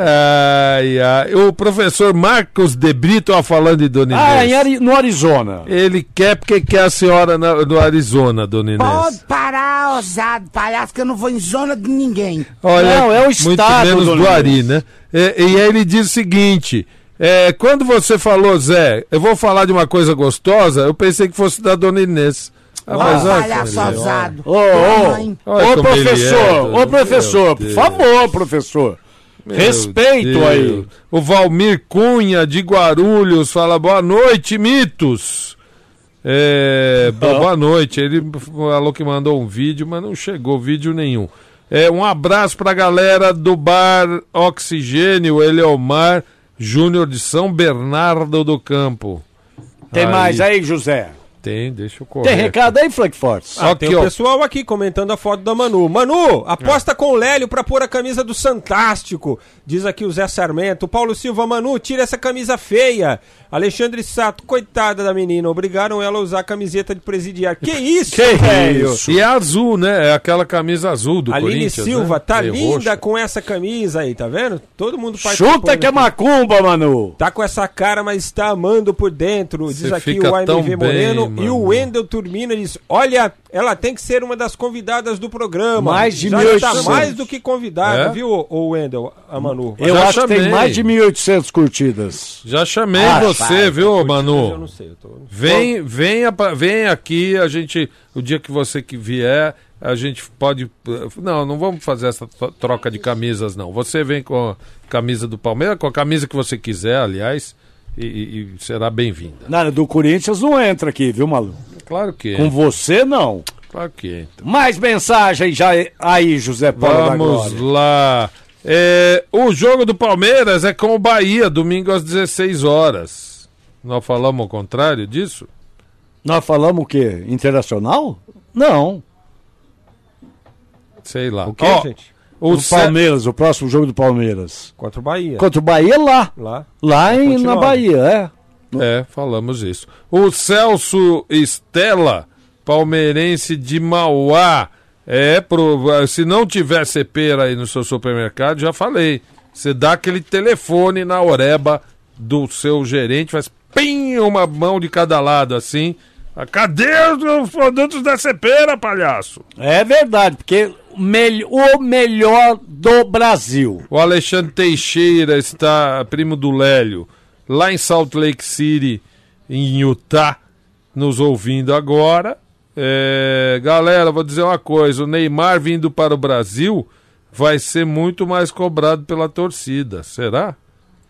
Speaker 3: Ai, ai. O professor Marcos De Brito, ó, falando de Dona Inês.
Speaker 2: Ah, em Ari- no Arizona.
Speaker 3: Ele quer porque quer a senhora na- do Arizona, Dona Inês.
Speaker 1: Pode parar, ousado palhaço, que eu não vou em zona de ninguém.
Speaker 2: é
Speaker 3: é Muito menos do Ari, né? E, e aí ele diz o seguinte: é, quando você falou, Zé, eu vou falar de uma coisa gostosa, eu pensei que fosse da Dona Inês. Ah, mas olha
Speaker 1: palhaço
Speaker 3: como ele é.
Speaker 1: ousado.
Speaker 2: Ô, ô,
Speaker 3: Olha
Speaker 2: ô,
Speaker 3: como ele é,
Speaker 2: professor,
Speaker 3: Dona-
Speaker 2: ô, professor, por
Speaker 3: Deus.
Speaker 2: favor, professor.
Speaker 3: Meu
Speaker 2: Respeito
Speaker 3: Deus.
Speaker 2: aí.
Speaker 3: O Valmir Cunha de Guarulhos fala boa noite, mitos. É, bo- boa noite. Ele falou que mandou um vídeo, mas não chegou vídeo nenhum. É, um abraço pra galera do bar Oxigênio, Eleomar Júnior de São Bernardo do Campo.
Speaker 2: Tem mais aí, José?
Speaker 3: Tem, deixa eu correr.
Speaker 2: Tem recado aí, Frank Fortes?
Speaker 3: Só
Speaker 4: Ah, tem
Speaker 3: que,
Speaker 4: o
Speaker 3: ó,
Speaker 4: pessoal aqui comentando a foto da Manu. Manu,
Speaker 3: É.
Speaker 4: aposta com o Lélio pra pôr a camisa do Santástico. Diz aqui o Zé Sarmento. Paulo Silva, Manu, tira essa camisa feia. Alexandre Sato, coitada da menina. Obrigaram ela a usar a camiseta de presidiário. Que isso,
Speaker 3: Que
Speaker 4: velho?
Speaker 3: isso? E é azul, né? É aquela camisa azul do
Speaker 4: Aline
Speaker 3: Corinthians.
Speaker 4: Silva,
Speaker 3: né?
Speaker 4: tá
Speaker 3: Meio
Speaker 4: linda com essa camisa aí, tá vendo? Todo mundo
Speaker 2: Chuta que é macumba, Manu.
Speaker 4: Tá com essa cara, mas está amando por dentro. Diz
Speaker 2: Você
Speaker 4: aqui
Speaker 2: fica
Speaker 4: o
Speaker 2: tão
Speaker 4: AMV
Speaker 2: bem,
Speaker 4: Moreno. e
Speaker 2: mano.
Speaker 4: o Wendel Turmina diz: Olha, ela tem que ser uma das convidadas do programa.
Speaker 2: Mais de
Speaker 4: Já
Speaker 2: 1.800.
Speaker 4: Tá mais do que convidada,
Speaker 2: É?
Speaker 4: viu, ô- ô Wendel, a Manu?
Speaker 2: Eu
Speaker 4: Já
Speaker 2: acho que tem
Speaker 4: chamei.
Speaker 2: mais de 1.800 curtidas.
Speaker 3: Já chamei
Speaker 2: Ah,
Speaker 3: você,
Speaker 2: vai.
Speaker 3: viu, Manu?
Speaker 4: Eu não sei, eu tô...
Speaker 3: Vem, venha, pra- vem aqui, a gente, o dia que você que vier, a gente pode, não, não vamos fazer essa to- troca de camisas não. Você vem com a camisa do Palmeiras, com a camisa que você quiser, aliás, e, e- e será bem-vinda.
Speaker 2: Nada, do Corinthians não entra aqui, viu, Malu?
Speaker 3: Claro que. é.
Speaker 2: Com você, não.
Speaker 3: Claro que. é. entra.
Speaker 2: Mais mensagem já aí, José Paulo da
Speaker 3: Vamos
Speaker 2: Glória.
Speaker 3: lá. É, o jogo do Palmeiras é com o Bahia, domingo às 16 horas. Nós falamos ao contrário disso?
Speaker 2: Nós falamos o quê? Internacional? Não.
Speaker 3: Sei lá. O
Speaker 2: quê, gente? O, Palmeiras, o próximo jogo do Palmeiras.
Speaker 4: Contra o Bahia.
Speaker 2: Contra o Bahia lá.
Speaker 4: Lá.
Speaker 2: Lá em, na
Speaker 3: continuar.
Speaker 2: Bahia, é.
Speaker 3: É, falamos isso. O Celso Estela, palmeirense de Mauá. É, pro- se não tiver cepera aí no seu supermercado, já falei. Você dá aquele telefone na oreba do seu gerente, faz pim, uma mão de cada lado assim. Ah, Cadê os produtos da cepera, palhaço?
Speaker 2: É verdade, porque o mel- o melhor do Brasil.
Speaker 3: O Alexandre Teixeira está, primo do Lélio, lá em Salt Lake City, em Utah, nos ouvindo agora. É, galera, vou dizer uma coisa: o Neymar vindo para o Brasil vai ser muito mais cobrado pela torcida, será?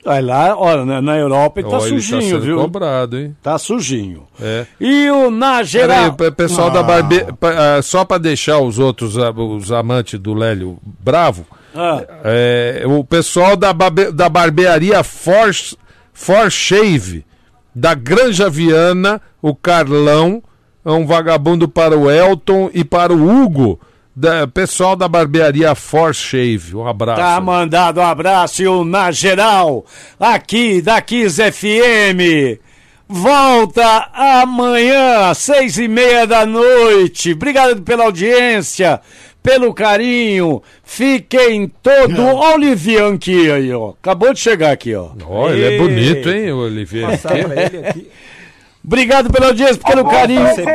Speaker 2: Aí lá, olha, na, na Europa ele tá
Speaker 3: Ó, ele tá
Speaker 2: sujinho,
Speaker 3: sendo
Speaker 2: viu?
Speaker 3: cobrado, hein?
Speaker 2: Tá sujinho.
Speaker 3: É.
Speaker 2: E o na Ah, geral.
Speaker 3: Peraí, pe- pessoal da
Speaker 2: Ah.
Speaker 3: Barbe... pa- ah, só para deixar os outros, ah, os amantes do Lélio bravo,
Speaker 2: Ah.
Speaker 3: é, o pessoal da, barbe... da barbearia For... For Shave, da Granja Viana, o Carlão, é um vagabundo para o Elton e para o Hugo, da... pessoal da barbearia For Shave, um abraço.
Speaker 2: Tá mandado um abraço e um na geral, aqui da Kiss FM. Volta amanhã, seis e meia da noite. Obrigado pela audiência, pelo carinho. Fiquem todo. Olha o Olivier aqui aí, ó. Acabou de chegar aqui, ó.
Speaker 3: Ó, ele é bonito, hein, Oliveira?
Speaker 2: Obrigado pela audiência, pelo carinho.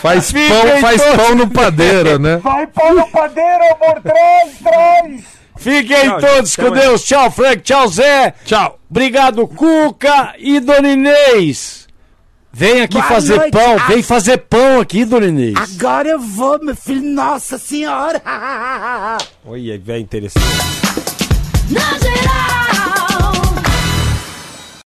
Speaker 3: Faz pão, faz pão no padeiro, né?
Speaker 6: Vai pôr no padeiro, amor, três, três.
Speaker 2: Fiquem
Speaker 6: Tchau,
Speaker 2: todos
Speaker 6: gente.
Speaker 2: com
Speaker 6: Até
Speaker 2: Deus. Tchau, Frank. Tchau, Zé.
Speaker 3: Tchau.
Speaker 2: Obrigado, Cuca e Dona Inês. Vem aqui
Speaker 1: Boa
Speaker 2: fazer
Speaker 1: noite.
Speaker 2: pão.
Speaker 1: Ah.
Speaker 2: Vem fazer pão aqui, Dona Inês.
Speaker 1: Agora eu vou, meu filho. Nossa senhora!
Speaker 6: é
Speaker 4: Olha, velho, interessante.
Speaker 6: Na geral.